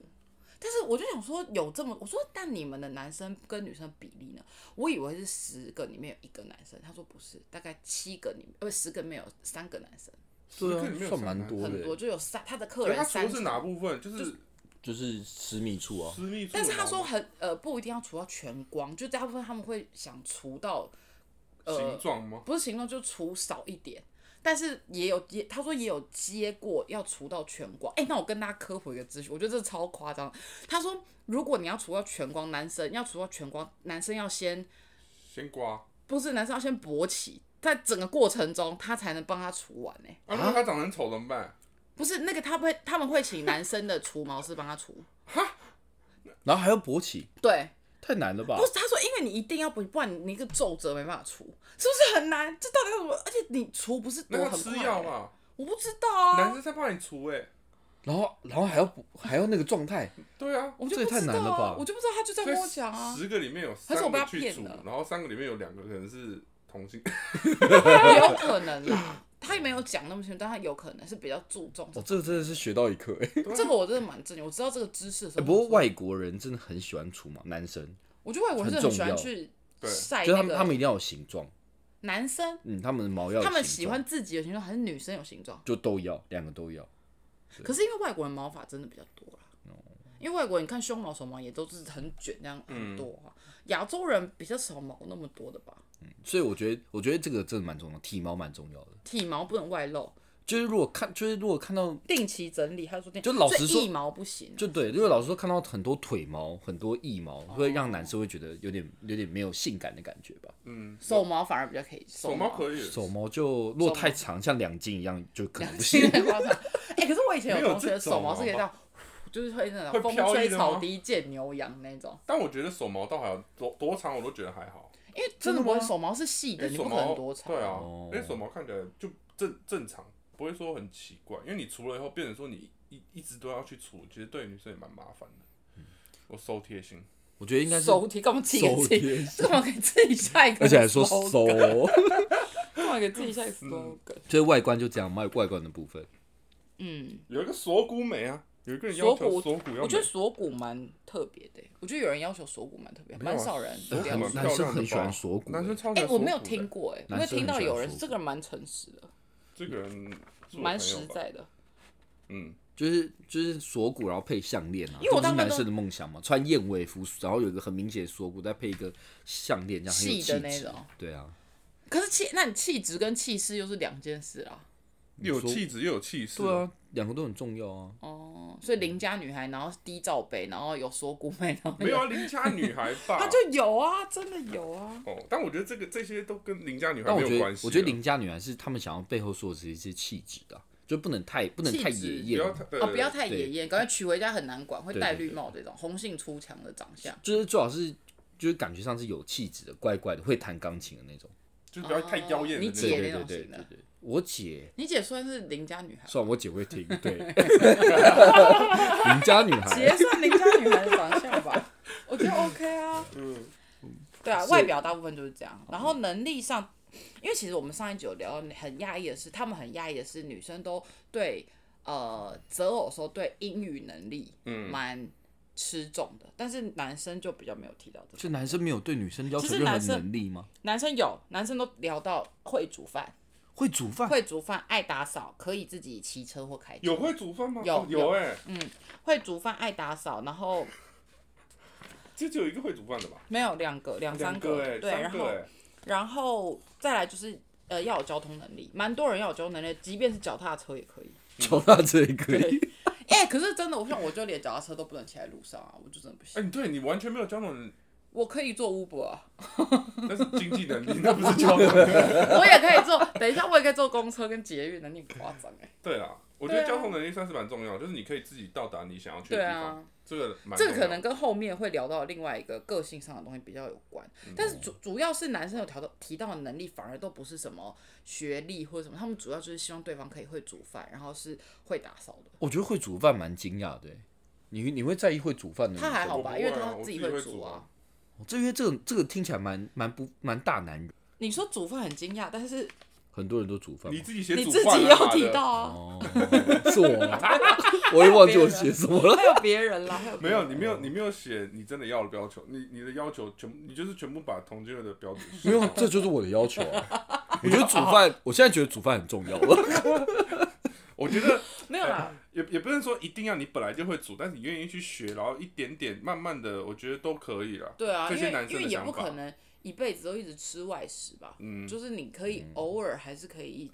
Speaker 1: 但是我就想说，有这么我说，但你们的男生跟女生比例呢？我以为是十个里面有一个男生，他说不是，大概七个里面，呃，十个里面有三个男生，
Speaker 3: 这里面有
Speaker 2: 啊算
Speaker 3: 啥
Speaker 2: 蛮
Speaker 3: 男
Speaker 2: 多
Speaker 1: 很
Speaker 2: 的
Speaker 1: 多
Speaker 2: 欸，
Speaker 1: 就有三他的客人
Speaker 3: 对，它除
Speaker 1: 三
Speaker 3: 的
Speaker 1: 成
Speaker 3: 是哪啊部分？就是
Speaker 2: 就是私密处啊。
Speaker 3: 私密处的
Speaker 1: 但
Speaker 3: 毛吗。
Speaker 1: 是他说很呃不一定要除到全光，就大部分他们会想除到呃
Speaker 3: 形状吗？
Speaker 1: 不是行动，就除少一点。但是也有也，他说也有接过要除到全光。哎、那我跟大家科普一个资讯，我觉得这超夸张。他说，如果你要除到全光，男生要除到全光，男生要先
Speaker 3: 先刮啊！
Speaker 1: 不是男生要先勃起，在整个过程中他才能帮他除完呢、哎
Speaker 3: 啊如
Speaker 2: 啊
Speaker 3: 果它长得很丑怎么办？
Speaker 1: 不是那个他会他们会请男生的除毛师帮他除。
Speaker 2: 然后还要勃起，
Speaker 1: 对，
Speaker 2: 太难
Speaker 3: 啊
Speaker 2: 了吧
Speaker 1: 不？是，他说，因为你一定要不，不然你那个皱褶没办法除，是不是很难？这到底要怎么？而且你除不是
Speaker 3: 那
Speaker 1: 多
Speaker 3: 要
Speaker 1: 很
Speaker 3: 吃
Speaker 1: 快欸
Speaker 3: 药吧？
Speaker 1: 我不知道啊，
Speaker 3: 男生在帮你除哎。
Speaker 2: 然后然后还要勃还要那个状态，
Speaker 3: 对啊，
Speaker 1: 我就
Speaker 2: 这
Speaker 1: 不
Speaker 2: 也太
Speaker 1: 知道
Speaker 2: 难了
Speaker 1: 啊
Speaker 2: 吧，
Speaker 1: 我就不知道，他就在
Speaker 3: 所以
Speaker 1: 跟我讲啊，
Speaker 3: 十个里面有
Speaker 1: 还是我
Speaker 3: 三
Speaker 1: 被他
Speaker 3: 个去
Speaker 1: 骗
Speaker 3: 除，
Speaker 1: 了
Speaker 3: 然后三个里面有两个可能是同性。
Speaker 1: 也 有可能啦。
Speaker 3: 嗯
Speaker 1: 他也没有讲那么清楚，但他有可能是比较注重这
Speaker 2: 哦，这个真的是学到一 课哎。
Speaker 1: 这个，我真的蛮震惊。我知道这个知识的时
Speaker 2: 欸
Speaker 1: 候，
Speaker 2: 不过外国人真的很喜欢除毛，男生
Speaker 1: 我觉得外国人是很喜欢去
Speaker 3: 对
Speaker 1: 晒
Speaker 2: 就是
Speaker 1: 哎那
Speaker 2: 他们他们
Speaker 1: 个
Speaker 2: 一定要有形状，
Speaker 1: 男生，
Speaker 2: 嗯，他们的毛要有
Speaker 1: 他们
Speaker 2: 形
Speaker 1: 喜
Speaker 2: 状
Speaker 1: 欢自己的形状还是女生有形状？
Speaker 2: 就都要，两个都要。
Speaker 1: 可是因为外国人毛发真的比较多啦，
Speaker 2: 哦
Speaker 1: 因为外国人你看胸毛、手毛也都是很卷这样
Speaker 3: 嗯
Speaker 1: 很多啊，亚洲人比较少毛那么多的吧，
Speaker 2: 所以我觉得我觉得这个真的蛮重要，体毛蛮重要的。
Speaker 1: 体毛不能外露，
Speaker 2: 就是如果看就是如果看到
Speaker 1: 定期整理。他说定
Speaker 2: 就老实
Speaker 1: 所以
Speaker 2: 说
Speaker 1: 腋毛不行啊，
Speaker 2: 就对，因为老师说看到很多腿毛、很多腋毛，
Speaker 1: 哦
Speaker 2: 会让男生会觉得有点有点没有性感的感觉吧。
Speaker 3: 嗯，
Speaker 1: 手毛反而比较可以，手
Speaker 3: 手毛可以，
Speaker 2: 手毛就如果太长，像两斤一样，就可能不
Speaker 1: 是
Speaker 2: 行。
Speaker 1: 夸张。哎、可是我以前
Speaker 3: 没
Speaker 1: 有
Speaker 3: 有
Speaker 1: 同学
Speaker 3: 这
Speaker 1: 手
Speaker 3: 种
Speaker 1: 毛是可以这
Speaker 3: 好吧
Speaker 1: 样，就是会那种
Speaker 3: 会
Speaker 1: 风
Speaker 3: 飘
Speaker 1: 吹
Speaker 3: 逸的
Speaker 1: 草
Speaker 3: 吗
Speaker 1: 低见牛羊那种。
Speaker 3: 但我觉得手毛倒还好，多多长我都觉得还好，
Speaker 1: 因为真的
Speaker 2: 的
Speaker 1: 不会，
Speaker 2: 吗
Speaker 1: 手毛是细
Speaker 3: 因
Speaker 1: 的，
Speaker 3: 为
Speaker 1: 你
Speaker 3: 手
Speaker 1: 不可能
Speaker 3: 毛
Speaker 1: 多长。
Speaker 3: 对啊，
Speaker 2: 哦
Speaker 3: 因为手毛看起来就正正常，不会说很奇怪。因为你除了以后，变成说你一一一直都要去除，其实对女生也蛮麻烦的。
Speaker 2: 嗯
Speaker 3: 我收贴心，
Speaker 2: 我觉得应该是
Speaker 1: 手贴干嘛自己给
Speaker 2: 手
Speaker 1: 自己，
Speaker 2: 贴
Speaker 1: 干嘛给自己下一个？
Speaker 2: 哦而且还说手，
Speaker 1: 对
Speaker 4: 要给自己下一个
Speaker 3: 嗯
Speaker 4: slogan。
Speaker 2: 所以外观就这样，卖外观的部分。
Speaker 1: 嗯，
Speaker 3: 有一个锁骨美啊，有一个人要求
Speaker 4: 锁
Speaker 3: 锁骨要
Speaker 1: 我觉得
Speaker 3: 美，
Speaker 1: 锁骨蛮特别的、欸我觉得有人要求锁骨蛮特别，
Speaker 3: 没有
Speaker 1: 蛮
Speaker 3: 啊
Speaker 1: 少人
Speaker 3: 锁
Speaker 1: 有
Speaker 3: 骨
Speaker 1: 要
Speaker 3: 蛮
Speaker 1: 求。
Speaker 2: 男
Speaker 3: 漂
Speaker 2: 生
Speaker 3: 亮的
Speaker 2: 很喜欢
Speaker 3: 吧
Speaker 2: 锁骨
Speaker 3: 男
Speaker 2: 欸
Speaker 3: 生超喜
Speaker 1: 哎、
Speaker 3: 欢
Speaker 1: 我没
Speaker 3: 锁
Speaker 1: 有
Speaker 3: 骨
Speaker 1: 听
Speaker 3: 的
Speaker 1: 过哎、我
Speaker 2: 男
Speaker 1: 有
Speaker 2: 生
Speaker 1: 听
Speaker 2: 很
Speaker 1: 到
Speaker 2: 喜欢
Speaker 1: 有人
Speaker 2: 锁骨
Speaker 1: 这个人蛮诚实的，
Speaker 3: 这个人是我
Speaker 1: 蛮
Speaker 3: 朋友
Speaker 1: 实
Speaker 3: 吧，
Speaker 1: 在的。
Speaker 3: 嗯，
Speaker 2: 就是就是锁骨，然后配项链啊，
Speaker 1: 因为我
Speaker 2: 这
Speaker 1: 大
Speaker 2: 不
Speaker 1: 部分
Speaker 2: 是男
Speaker 1: 都
Speaker 2: 生的梦想嘛，穿燕尾服，然后有一个很明显的锁骨，再配一个项链，这样很有
Speaker 1: 细的
Speaker 2: 气质
Speaker 1: 那种。
Speaker 2: 对啊，
Speaker 1: 可是气，那你气质跟气势又是两件事啊。
Speaker 3: 又有
Speaker 2: 说
Speaker 3: 气质又有气势，
Speaker 2: 对啊，两个都很重要啊。
Speaker 1: 哦，所以邻家女孩，然后低罩杯，然后有锁骨妹，然后
Speaker 3: 没有啊，邻家女孩 吧，
Speaker 1: 她就有啊，真的有啊。
Speaker 3: 哦，但我觉得这个这些都跟邻家女孩
Speaker 2: 但
Speaker 3: 没
Speaker 2: 我觉
Speaker 3: 有
Speaker 2: 得
Speaker 3: 关系啊，
Speaker 2: 我觉得邻家女孩是他们想要背后说的是一些气质啊，就不能太不能太
Speaker 1: 气质
Speaker 2: 野
Speaker 1: 不
Speaker 2: 艳
Speaker 3: 不要
Speaker 2: 啊，
Speaker 3: 太呃
Speaker 1: 哦，不要
Speaker 3: 太
Speaker 1: 太
Speaker 2: 对
Speaker 1: 野艳，感觉娶回家很难管，会
Speaker 2: 对
Speaker 1: 戴
Speaker 2: 对
Speaker 1: 绿帽这种红杏出墙的长相。
Speaker 2: 就是最好是就是感觉上是有气质的，怪怪的，会弹钢琴的那种。
Speaker 3: 就是不要太妖艳的
Speaker 1: 你
Speaker 3: 那种，
Speaker 1: 姐
Speaker 2: 对
Speaker 1: 那
Speaker 2: 对
Speaker 1: 种
Speaker 2: 对
Speaker 1: 型的
Speaker 2: 对对，我姐
Speaker 1: 你姐算是邻家女孩，
Speaker 2: 算我姐会 听，对，邻家女孩
Speaker 1: 姐算邻家女孩的长相吧，我觉得 OK 啊。
Speaker 3: 嗯，
Speaker 1: 对啊，外表大部分就是这样，然后能力上，因为其实我们上一集有聊到，很讶异的是，他们很讶异的是，女生都对呃择偶的时候对英语能力
Speaker 3: 嗯
Speaker 1: 蛮吃重的，但是男生就比较没有提到这
Speaker 2: 就
Speaker 1: 个。
Speaker 2: 男生没有对女生要
Speaker 1: 其
Speaker 2: 求
Speaker 1: 实
Speaker 2: 任何
Speaker 1: 男生
Speaker 2: 能力吗？
Speaker 1: 男生有，男生都聊到会煮饭、
Speaker 2: 会煮饭，
Speaker 1: 会煮饭、爱打扫，可以自己骑车或开车，
Speaker 3: 有会煮饭吗？
Speaker 1: 有
Speaker 3: 哦有
Speaker 1: 有
Speaker 3: 哎，
Speaker 1: 会煮饭、爱打扫，然后
Speaker 3: 这只有一个会煮饭的吧，
Speaker 1: 没有两个、两嗯三
Speaker 3: 两个哎，
Speaker 1: 对，
Speaker 3: 三
Speaker 1: 然
Speaker 3: 个
Speaker 1: 后
Speaker 3: 哎
Speaker 1: 然后再来就是呃要有交通能力，蛮多人要有交通能力，即便是脚踏车也可以。
Speaker 2: 求到这里可以。
Speaker 1: 哎、可是真的，我像我就连脚踏车都不能骑在路上啊，我就真的不行。
Speaker 3: 哎，你对你完全没有交 通，
Speaker 1: 我可以做 Uber，、啊、
Speaker 3: 那是经济能力，那不是交通。
Speaker 1: 我也可以坐，等一下我也可以坐公车跟捷运的，你很夸张哎。
Speaker 3: 对啦，我觉
Speaker 1: 对
Speaker 3: 得
Speaker 1: 啊
Speaker 3: 交通能力算是蛮重要，就是你可以自己到达你想要去的
Speaker 1: 对
Speaker 3: 地方，
Speaker 1: 啊，
Speaker 3: 这个蛮
Speaker 1: 这
Speaker 3: 重
Speaker 1: 个
Speaker 3: 要
Speaker 1: 可能跟后面会聊到另外一个个性上的东西比较有关，
Speaker 3: 嗯
Speaker 1: 但是主主要是男生有调到提到的能力，反而都不是什么学历或者什么，他们主要就是希望对方可以会煮饭，然后是会打扫的。
Speaker 2: 我觉得会煮饭蛮惊讶的欸，你你会在意会煮饭的女
Speaker 1: 他
Speaker 2: 生
Speaker 1: 还好
Speaker 3: 我不
Speaker 1: 吧，
Speaker 3: 会
Speaker 1: 因为
Speaker 3: 啊
Speaker 1: 他
Speaker 3: 我
Speaker 1: 自
Speaker 3: 自
Speaker 1: 己
Speaker 3: 己
Speaker 1: 会
Speaker 3: 会
Speaker 1: 煮
Speaker 3: 煮
Speaker 1: 啊
Speaker 3: 啊。
Speaker 2: 哦这因为这个这个听起来蛮蛮不蛮大男人，
Speaker 1: 你说煮饭很惊讶，但是
Speaker 2: 很多人都煮饭
Speaker 3: 你
Speaker 2: 嘛。
Speaker 3: 自己写
Speaker 1: 你
Speaker 3: 煮
Speaker 1: 自
Speaker 3: 饭
Speaker 1: 己
Speaker 3: 啊
Speaker 1: 又提，到
Speaker 3: 妈的
Speaker 1: 啊，
Speaker 2: 哦，是我吗， 我也忘记我写什 么 了。
Speaker 1: 还有别人啦，还有别
Speaker 3: 没
Speaker 1: 人
Speaker 3: 有，你没有，你没有写你真的要的要求，你你的要求全部，你就是全部把同居人的标准写
Speaker 2: 没有，
Speaker 3: 好
Speaker 2: 这就是我的要求 啊。我觉得煮饭，我现在觉得煮饭很重要了。
Speaker 3: 我觉得
Speaker 1: 没有啦，
Speaker 3: 也也不能说一定要你本来就会煮，但是你愿意去学，然后一点点慢慢的，我觉得都可以啦。
Speaker 1: 对啊，
Speaker 3: 这
Speaker 1: 因
Speaker 3: 些
Speaker 1: 为
Speaker 3: 男
Speaker 1: 因
Speaker 3: 生
Speaker 1: 为
Speaker 3: 的
Speaker 1: 也
Speaker 3: 想
Speaker 1: 不
Speaker 3: 法
Speaker 1: 可，能一辈子都一直吃外食吧，
Speaker 3: 嗯，
Speaker 1: 就是你可以偶尔还是可以，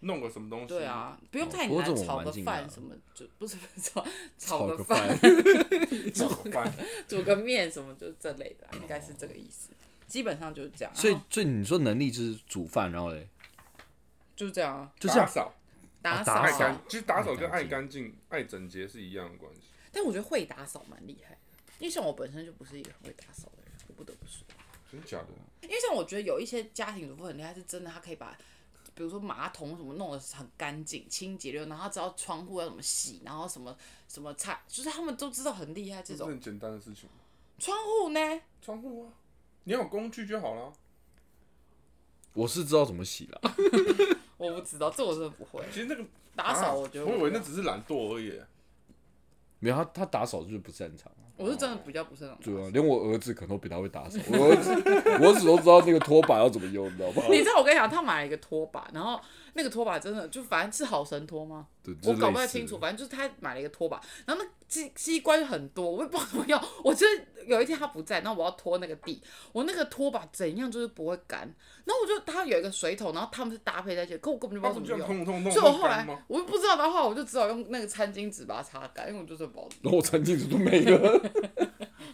Speaker 3: 弄个什么东西，
Speaker 1: 对，啊，不用
Speaker 2: 哦
Speaker 1: 太
Speaker 2: 不过
Speaker 1: 难
Speaker 2: 这种
Speaker 1: 炒
Speaker 2: 蛮
Speaker 1: 个
Speaker 2: 惊讶
Speaker 1: 饭
Speaker 2: 的
Speaker 1: 什么，就不是不是炒
Speaker 2: 炒
Speaker 1: 炒个
Speaker 2: 个
Speaker 1: 饭
Speaker 2: 饭，
Speaker 3: 煮饭，
Speaker 1: 煮个面什么，就这类的啊，应该是这个意思，基本上就是这样，
Speaker 2: 所以
Speaker 1: 然后，
Speaker 2: 所以你说能力就是煮饭，然后嘞，
Speaker 1: 就这样啊，
Speaker 2: 就这样
Speaker 3: 打扫，
Speaker 1: 打
Speaker 2: 打
Speaker 1: 扫
Speaker 3: 爱
Speaker 1: 啊
Speaker 3: 干，，其实打扫跟
Speaker 2: 爱
Speaker 3: 爱干净、爱整洁是一样的关系。
Speaker 1: 但我觉得会打扫蛮厉害的，因为像我本身就不是一个很会打扫的人，我不得不说。
Speaker 3: 真假的？
Speaker 1: 因为像我觉得有一些家庭主妇很厉害，是真的，她可以把，比如说马桶什么弄得很干净、清洁溜，然后她知道窗户要怎么洗，然后什么什么菜，就是他们都知道很厉害这
Speaker 3: 这是
Speaker 1: 种。
Speaker 3: 很简单的事情。
Speaker 1: 窗户呢？
Speaker 3: 窗户啊，你要有工具就好了。啊
Speaker 2: 我是知道怎么洗了。
Speaker 1: 我不知道，这我真的不会
Speaker 3: 其实那个
Speaker 1: 打
Speaker 3: 啊
Speaker 1: 扫，我觉得
Speaker 3: 我以
Speaker 1: 不
Speaker 3: 为
Speaker 1: 会
Speaker 3: 那只是懒惰而已。
Speaker 2: 没有他，他打扫就是不擅长啊。
Speaker 1: 我是真的比较不擅长打
Speaker 2: 对啊
Speaker 1: 扫。，
Speaker 2: 连我儿子可能都比他会打扫。我儿子，我儿子都知道那个拖把要怎么用，你知道吗？
Speaker 1: 你知道我跟你讲，他买了一个拖把，然后那个拖把真的就反正是好神拖吗？
Speaker 2: 对
Speaker 1: 我搞不太清楚，。反正就是他买了一个拖把，然后那机机关很多，我也不知道怎么用。我就是有一天他不在，那我要拖那个地，我那个拖把怎样就是不会干。然后我就他有一个水桶，然后他们是搭配在一起，可我根本就
Speaker 3: 那
Speaker 1: 不
Speaker 3: 不
Speaker 1: 知
Speaker 3: 就
Speaker 1: 道怎么用。
Speaker 3: 通通弄
Speaker 1: 所以我后来
Speaker 3: 干吗？
Speaker 1: 我就不知道的话，我就只好用那个餐巾纸把它擦干，因为我就是不知道怎么
Speaker 2: 然后我餐巾纸都没 了。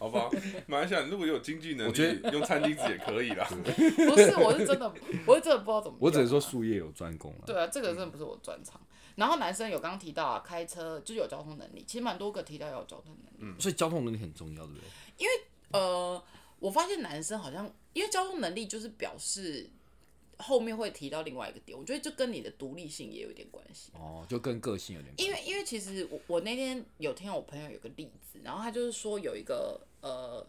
Speaker 3: 好吧，马来西亚如果有经济能
Speaker 2: 我觉
Speaker 3: 力，用餐巾纸也可以啦。
Speaker 1: 用。不是，我是真的，我是真的不知道怎么用啊。
Speaker 2: 我只能说术业有专攻了。
Speaker 1: 对啊，这个真的不是我专长。然后男生有刚刚提到啊，开车就是有交通能力，其实蛮多个提到有交通能力。
Speaker 2: 所以交通能力很重要，对不对？
Speaker 1: 呃，我发现男生好像因为交通能力就是表示后面会提到另外一个点，我觉得这跟你的独立性也有一点关系。
Speaker 2: 哦，就跟个性有点关系。
Speaker 1: 因为因为其实我我那天有听到我朋友有个例子，然后他就是说有一个呃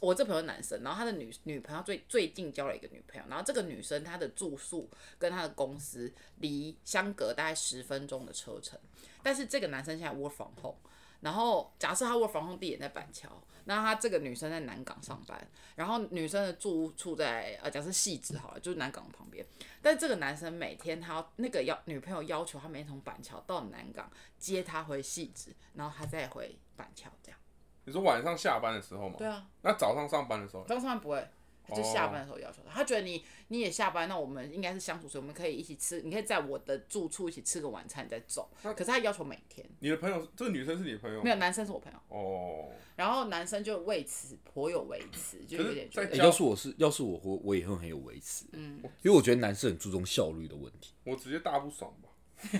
Speaker 1: 我这朋友是男生，然后他的女女朋友最最近交了一个女朋友，然后这个女生她的住宿跟她的公司离相隔大概十分钟的车程，但是这个男生现在 work from home，然后假设他 work from home 地点在板桥，那他这个女生在南港上班，然后女生的住处在呃假设汐止好了，就是南港旁边，但这个男生每天他要那个要女朋友要求他每天从板桥到南港接她回汐止，然后他再回板桥这样。
Speaker 3: 你说晚上下班的时候嘛，
Speaker 1: 对啊，
Speaker 3: 那早上上班的时候，
Speaker 1: 哦张上班不会，他就
Speaker 3: 哦
Speaker 1: 下班的时候要求他，他觉得你你也下班，那我们应该是相处，所以我们可以一起吃，你可以在我的住处一起吃个晚餐你再走。可是他要求每天，
Speaker 3: 你的朋友这个女生是你的朋友吗
Speaker 1: 没有男生是我朋友，
Speaker 3: 哦，
Speaker 1: 然后男生就为此颇有微词，就有点觉
Speaker 3: 可
Speaker 2: 欸
Speaker 1: 得
Speaker 3: 在。
Speaker 2: 要是我是，要是我我我也会很有维持，
Speaker 1: 嗯
Speaker 2: 因为我觉得男生很注重效率的问题，
Speaker 3: 我直接大不爽吧。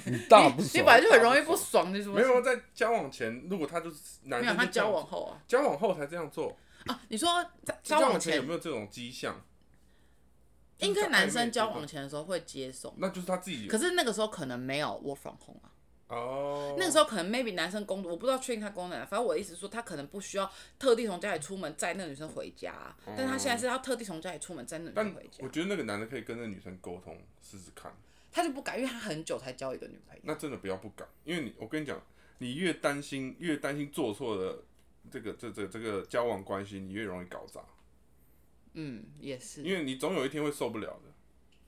Speaker 2: 你大不
Speaker 1: 你
Speaker 2: 爽
Speaker 1: 本，来就很容易不爽，就是
Speaker 3: 没有在交往前，如果他就是男
Speaker 1: 没有
Speaker 3: 生就这样，
Speaker 1: 他交往后啊
Speaker 3: 交往后才这样做，
Speaker 1: 啊，你说他
Speaker 3: 交
Speaker 1: 交往
Speaker 3: 前有
Speaker 1: 前
Speaker 3: 没有这种迹象？
Speaker 1: 应该男生交
Speaker 3: 就
Speaker 1: 往
Speaker 3: 是在
Speaker 1: 前
Speaker 3: 暧昧的地
Speaker 1: 的时候会接送
Speaker 3: 方，，那就是他自己
Speaker 1: 可是那个时候可能没有 work from home 啊。
Speaker 3: 哦。
Speaker 1: 那个时候可能 maybe 男生工作，我不知道确定他工作哪，反正我的意思是说，他可能不需要特地从家里出门载那个女生回家啊、但他现在是要特地从家里出门载那个女
Speaker 3: 哦但
Speaker 1: 生回家
Speaker 3: 我，觉得那个男的可以跟那女生沟通试试看，
Speaker 1: 他就不敢，因为他很久才交一个女朋友。
Speaker 3: 那真的不要不敢，因为你我跟你讲，你越担心越担心做错的这个这这这个交往关系，你越容易搞砸，
Speaker 1: 嗯，啊也是，
Speaker 3: 因为你总有一天会受不了的，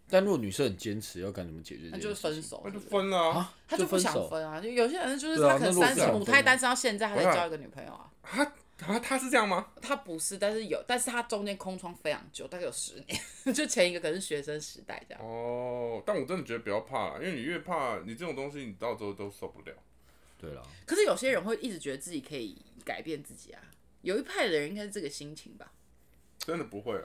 Speaker 2: 但如果女生很坚持，要该怎么解决这
Speaker 1: 那
Speaker 2: 件
Speaker 1: 就是
Speaker 2: 事
Speaker 1: 分
Speaker 2: 情？
Speaker 1: 手
Speaker 3: 那，就是
Speaker 1: 不是
Speaker 3: 分了啊。
Speaker 1: 他就不想
Speaker 2: 就分手
Speaker 1: 分啊。就有些人就是
Speaker 2: 对啊
Speaker 1: 他可能
Speaker 2: 那如果
Speaker 1: 三十
Speaker 2: 不想分
Speaker 1: 母胎单身到现在，他
Speaker 3: 我
Speaker 1: 才
Speaker 3: 看
Speaker 1: 交一个女朋友啊。
Speaker 3: 啊啊，他是这样吗？
Speaker 1: 他不是，但是有，但是他中间空窗非常久，大概有十年， 就前一个可能是学生时代这样。
Speaker 3: 哦，但我真的觉得不要怕啦，因为你越怕，你这种东西你到时候都受不了。
Speaker 2: 对了，
Speaker 1: 可是有些人会一直觉得自己可以改变自己啊，有一派的人应该是这个心情吧。
Speaker 3: 真的不会 啦，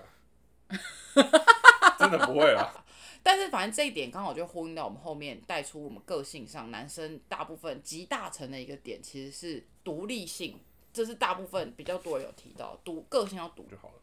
Speaker 3: 真的不会啊啦。
Speaker 1: 但是反正这一点刚好就呼应到我们后面带出我们个性上，男生大部分集大成的一个点其实是独立性，这是大部分比较多人有提到，独个性要独立
Speaker 3: 就好了。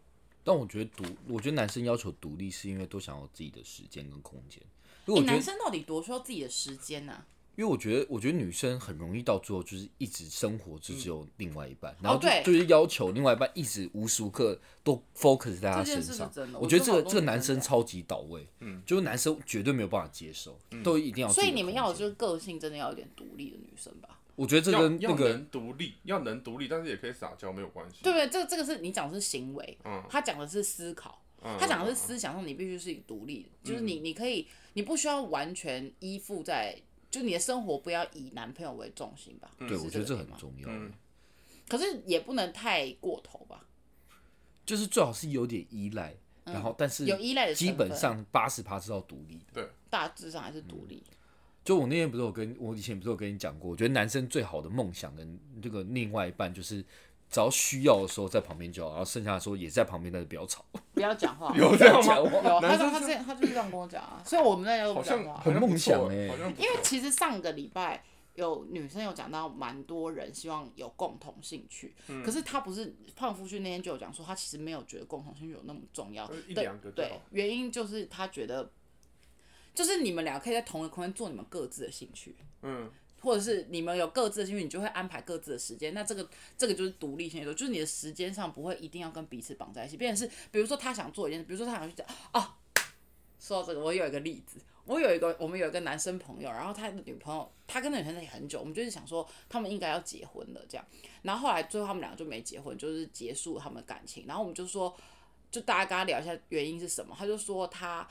Speaker 2: 但我觉得独，我觉得男生要求独立是因为都想要自己的时间跟空间。因为
Speaker 1: 欸
Speaker 2: 我觉得
Speaker 1: 男，生到底多需要自己的时间呢、啊？
Speaker 2: 因为我觉得，我觉得女生很容易到最后就是一直生活就只有另外一半，然后
Speaker 1: 嗯
Speaker 2: 就、
Speaker 1: 哦对
Speaker 2: 就是要求另外一半一直无时无刻都 focus 在他身
Speaker 1: 这件事
Speaker 2: 上
Speaker 1: 是真的。
Speaker 2: 我觉得
Speaker 1: 我觉得好
Speaker 2: 这个
Speaker 1: 多
Speaker 2: 这个
Speaker 1: 女
Speaker 2: 男
Speaker 1: 生
Speaker 2: 生
Speaker 1: 这
Speaker 2: 超级倒位，嗯，就是男生绝对没有办法接受，都一定哦要自
Speaker 1: 所
Speaker 2: 己
Speaker 1: 以
Speaker 2: 的空间。
Speaker 1: 你们要的就是个性真的要有点独立的女生吧？
Speaker 2: 我觉得这
Speaker 3: 要
Speaker 2: 跟那
Speaker 3: 要
Speaker 2: 个
Speaker 3: 能独立，要能独立，但是也可以撒娇，没有关系。
Speaker 1: 对不对？这个这个是你讲的是行为，
Speaker 3: 嗯
Speaker 1: 他讲的是思考，
Speaker 3: 嗯，
Speaker 1: 他讲的是
Speaker 3: 嗯
Speaker 1: 思想上你必须是一个独立的，就是你你可以你不需要完全依附在，就你的生活不要以男朋友为重心吧？
Speaker 2: 嗯对，
Speaker 1: 是
Speaker 2: 我觉得
Speaker 1: 这
Speaker 2: 这
Speaker 1: 个
Speaker 2: 很
Speaker 1: 点吗
Speaker 2: 重要。
Speaker 3: 嗯
Speaker 1: 可是也不能太过头吧？
Speaker 2: 就是最好是有点依赖，然后但
Speaker 1: 嗯
Speaker 2: 是
Speaker 1: 有依赖的成
Speaker 2: 基
Speaker 1: 分
Speaker 2: 本上八十趴是要独立的。
Speaker 1: 大致上还是独立。
Speaker 2: 就我那天不是有跟我以前不是有跟你讲过，我觉得男生最好的梦想跟这个另外一半就是。只要需要的时候在旁边就好，然后剩下的时候也在旁边，但是不要吵。
Speaker 1: 不要讲话，
Speaker 3: 有这样吗？
Speaker 2: 讲话
Speaker 1: 有他
Speaker 3: 男
Speaker 1: 说
Speaker 3: 生
Speaker 1: 他
Speaker 3: 是
Speaker 1: 之前他就是这样跟我讲啊，所以我们那家都不
Speaker 3: 好
Speaker 1: 讲
Speaker 3: 像
Speaker 1: 话。
Speaker 3: 好像
Speaker 2: 很梦
Speaker 3: 不错
Speaker 2: 想欸
Speaker 3: 好像不错
Speaker 1: 因为其实上个礼拜有女生有讲到，蛮多人希望有共同兴趣，
Speaker 3: 嗯
Speaker 1: 可是他不是胖夫君那天就有讲说，他其实没有觉得共同兴趣有那么重要
Speaker 3: 呃就是，一
Speaker 1: 对
Speaker 3: 两个就
Speaker 1: 对
Speaker 3: 好，
Speaker 1: 原因就是他觉得，就是你们俩可以在同一个空间做你们各自的兴趣，
Speaker 3: 嗯，
Speaker 1: 或者是你们有各自的兴趣，你就会安排各自的时间。那这个这个就是独立性的，就是你的时间上不会一定要跟彼此绑在一起。变成是，比如说他想做一件事，比如说他想去讲啊，说到这个，我有一个例子，我有一个我们有一个男生朋友，然后他的女朋友，他跟那女生在一起很久，我们就是想说他们应该要结婚了这样。然后后来最后他们两个就没结婚，就是结束他们的感情。然后我们就说，就大家跟他聊一下原因是什么，他就说他。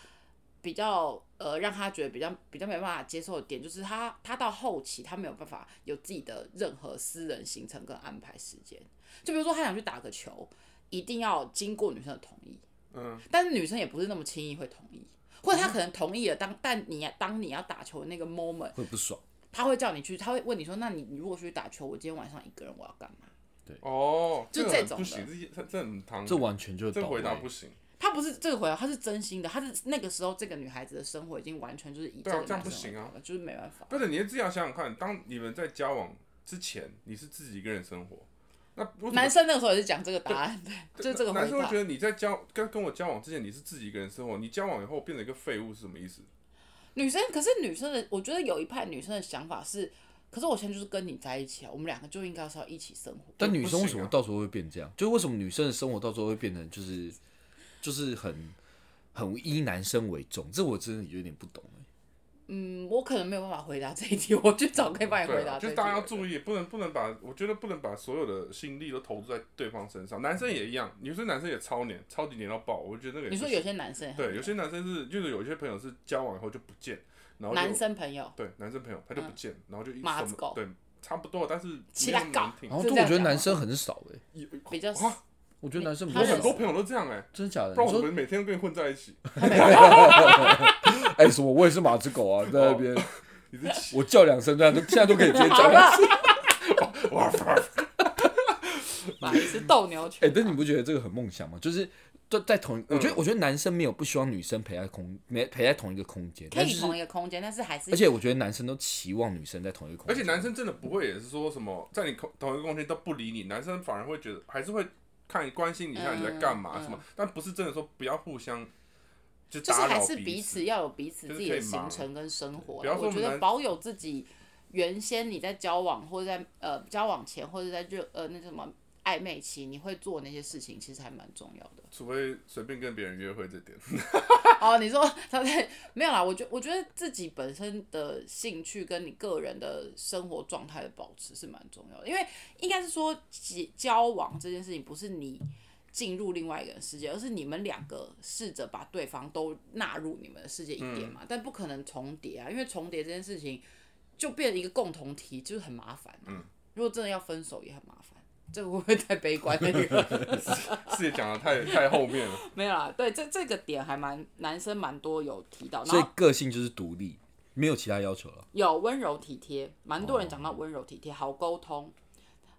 Speaker 1: 比较呃让他觉得比较比较没办法接受的点，就是他他到后期他没有办法有自己的任何私人行程跟安排时间。就比如说他想去打个球，一定要经过女生的同意，
Speaker 3: 嗯，
Speaker 1: 但是女生也不是那么轻易会同意，或者他可能同意了，当但你当你要打球的那个 moment，
Speaker 2: 会不爽。
Speaker 1: 他会叫你去，他会问你说，那你你如果去打球，我今天晚上一个人我要干嘛？
Speaker 3: 哦，
Speaker 1: 就
Speaker 3: 这
Speaker 1: 这
Speaker 3: 个很
Speaker 1: 种
Speaker 3: 不
Speaker 1: 的
Speaker 3: 行，这这这很唐，
Speaker 2: 这完全就是
Speaker 3: 嗯这
Speaker 2: 倒
Speaker 3: 回
Speaker 2: 位。
Speaker 3: 答不行。
Speaker 1: 他不是这个回答，他是真心的，他是那个时候这个女孩子的生活已经完全就是以这
Speaker 3: 对啊
Speaker 1: 个
Speaker 3: 这样
Speaker 1: 男
Speaker 3: 不
Speaker 1: 生为
Speaker 3: 行啊
Speaker 1: 考虑，就是没办法。
Speaker 3: 不是，你自己要想想看，当你们在交往之前，你是自己一个人生活，那为什么
Speaker 1: 男生那个时候也是讲这个答案，对，就是这个
Speaker 3: 男
Speaker 1: 回
Speaker 3: 生会
Speaker 1: 答
Speaker 3: 觉。得你在交跟跟我交往之前，你是自己一个人生活，你交往以后变成一个废物是什么意思？
Speaker 1: 女生可是女生的，我觉得有一派女生的想法是，可是我现在就是跟你在一起啊，我们两个就应该是要一起生活。
Speaker 2: 但
Speaker 3: 不
Speaker 2: 女生为什
Speaker 3: 行
Speaker 2: 么
Speaker 3: 啊
Speaker 2: 到时候会变这样？就是为什么女生的生活到时候会变成就是就是很很以男生为重？这我真的有点不懂欸、
Speaker 1: 嗯，我可能没有办法回答这一题，我去找可以帮你
Speaker 3: 对
Speaker 1: 回
Speaker 3: 啊
Speaker 1: 答这
Speaker 3: 就
Speaker 1: 一题的人。
Speaker 3: 大家要注意，不能不能把，我觉得不能把所有的心力都投注在对方身上。男生也一样，有些男生也超黏，超级黏到爆。我觉得那个也
Speaker 1: 你
Speaker 3: 不
Speaker 1: 说
Speaker 3: 行
Speaker 1: 有些男生也很
Speaker 3: 对，有些男生是就是有一些朋友是交往以后就不见，然后就
Speaker 1: 男生朋友，
Speaker 3: 对男生朋友他就不见，然后就一
Speaker 1: 马
Speaker 3: 什
Speaker 1: 子
Speaker 3: 么
Speaker 1: 狗
Speaker 3: 对差不多，但是
Speaker 1: 起
Speaker 3: 没
Speaker 1: 来
Speaker 3: 有
Speaker 1: 搞
Speaker 3: 难听
Speaker 2: 然。后
Speaker 1: 是
Speaker 2: 对
Speaker 1: 这
Speaker 2: 我
Speaker 1: 样
Speaker 2: 觉得
Speaker 1: 讲
Speaker 2: 男
Speaker 1: 吗
Speaker 2: 生很少哎、
Speaker 1: 比较
Speaker 3: 啊
Speaker 2: 我觉得
Speaker 1: 没
Speaker 2: 男生比
Speaker 1: 他
Speaker 2: 较
Speaker 3: 我
Speaker 1: 们
Speaker 2: 少
Speaker 3: 很
Speaker 1: 很，
Speaker 3: 多朋友都这样哎、
Speaker 2: 真假的？
Speaker 3: 不然
Speaker 2: 你
Speaker 3: 我
Speaker 2: 说
Speaker 3: 们每天都跟你混在一起，
Speaker 1: 他没有
Speaker 2: 哎、什么？我也是马子狗啊，在那边、
Speaker 3: 哦你是 奇
Speaker 2: 我叫两声，这样都现在都可以直接
Speaker 1: 好
Speaker 2: 叫。
Speaker 1: 了，
Speaker 3: 哇哇，
Speaker 1: 买一只斗牛
Speaker 2: 哎、
Speaker 1: 犬。啊
Speaker 2: 但你不觉得这个很梦想吗？就是在在同一，我
Speaker 1: 嗯
Speaker 2: 觉得我觉得男生没有不希望女生陪在空没陪在同一个空间，
Speaker 1: 可
Speaker 2: 但
Speaker 1: 以
Speaker 2: 就是
Speaker 1: 同一个空间，但是还是
Speaker 2: 而且我觉得男生都期望女生在同一个空
Speaker 3: 而
Speaker 2: 间，
Speaker 3: 且男生真的不会也是说什么在你同同一个空间都不理你，男生反而会觉得还是会看你关心你一下你在干嘛
Speaker 1: 嗯
Speaker 3: 什么，但不是真的说不要互相就
Speaker 1: 就是
Speaker 3: 打
Speaker 1: 还
Speaker 3: 扰
Speaker 1: 是彼
Speaker 3: 此
Speaker 1: 此。要有彼此
Speaker 3: 就是
Speaker 1: 自己
Speaker 3: 可
Speaker 1: 的
Speaker 3: 以
Speaker 1: 行
Speaker 3: 忙
Speaker 1: 程跟生活
Speaker 3: 比
Speaker 1: 啦。
Speaker 3: 方
Speaker 1: 我
Speaker 3: 说我
Speaker 1: 觉
Speaker 3: 们
Speaker 1: 得
Speaker 3: 男
Speaker 1: 保有自己原先你在交往或者在呃交往前或者在热呃那什么暧昧期，你会做那些事情，其实还蛮重要的。
Speaker 3: 除非随便跟别人约会这 点，
Speaker 1: 哦，你说他在没有啦？我觉我觉得自己本身的兴趣跟你个人的生活状态的保持是蛮重要的，因为应该是说结交往这件事情不是你进入另外一个人世界，而是你们两个试着把对方都纳入你们的世界一点
Speaker 2: 嗯
Speaker 1: 嘛，但不可能重叠啊，因为重叠这件事情就变成一个共同体，就是很麻烦、嗯，如果真的要分手也很麻烦，这个会不会太悲 观了一点？
Speaker 3: 是也讲的太太后面了。
Speaker 1: 没有啦，对这这个点还蛮男生蛮多有提到，然
Speaker 2: 所
Speaker 1: 后
Speaker 2: 以个性就是独立，没有其他要求了。
Speaker 1: 有温柔体贴，蛮
Speaker 3: 哦
Speaker 1: 多人讲到温柔体贴，好沟通，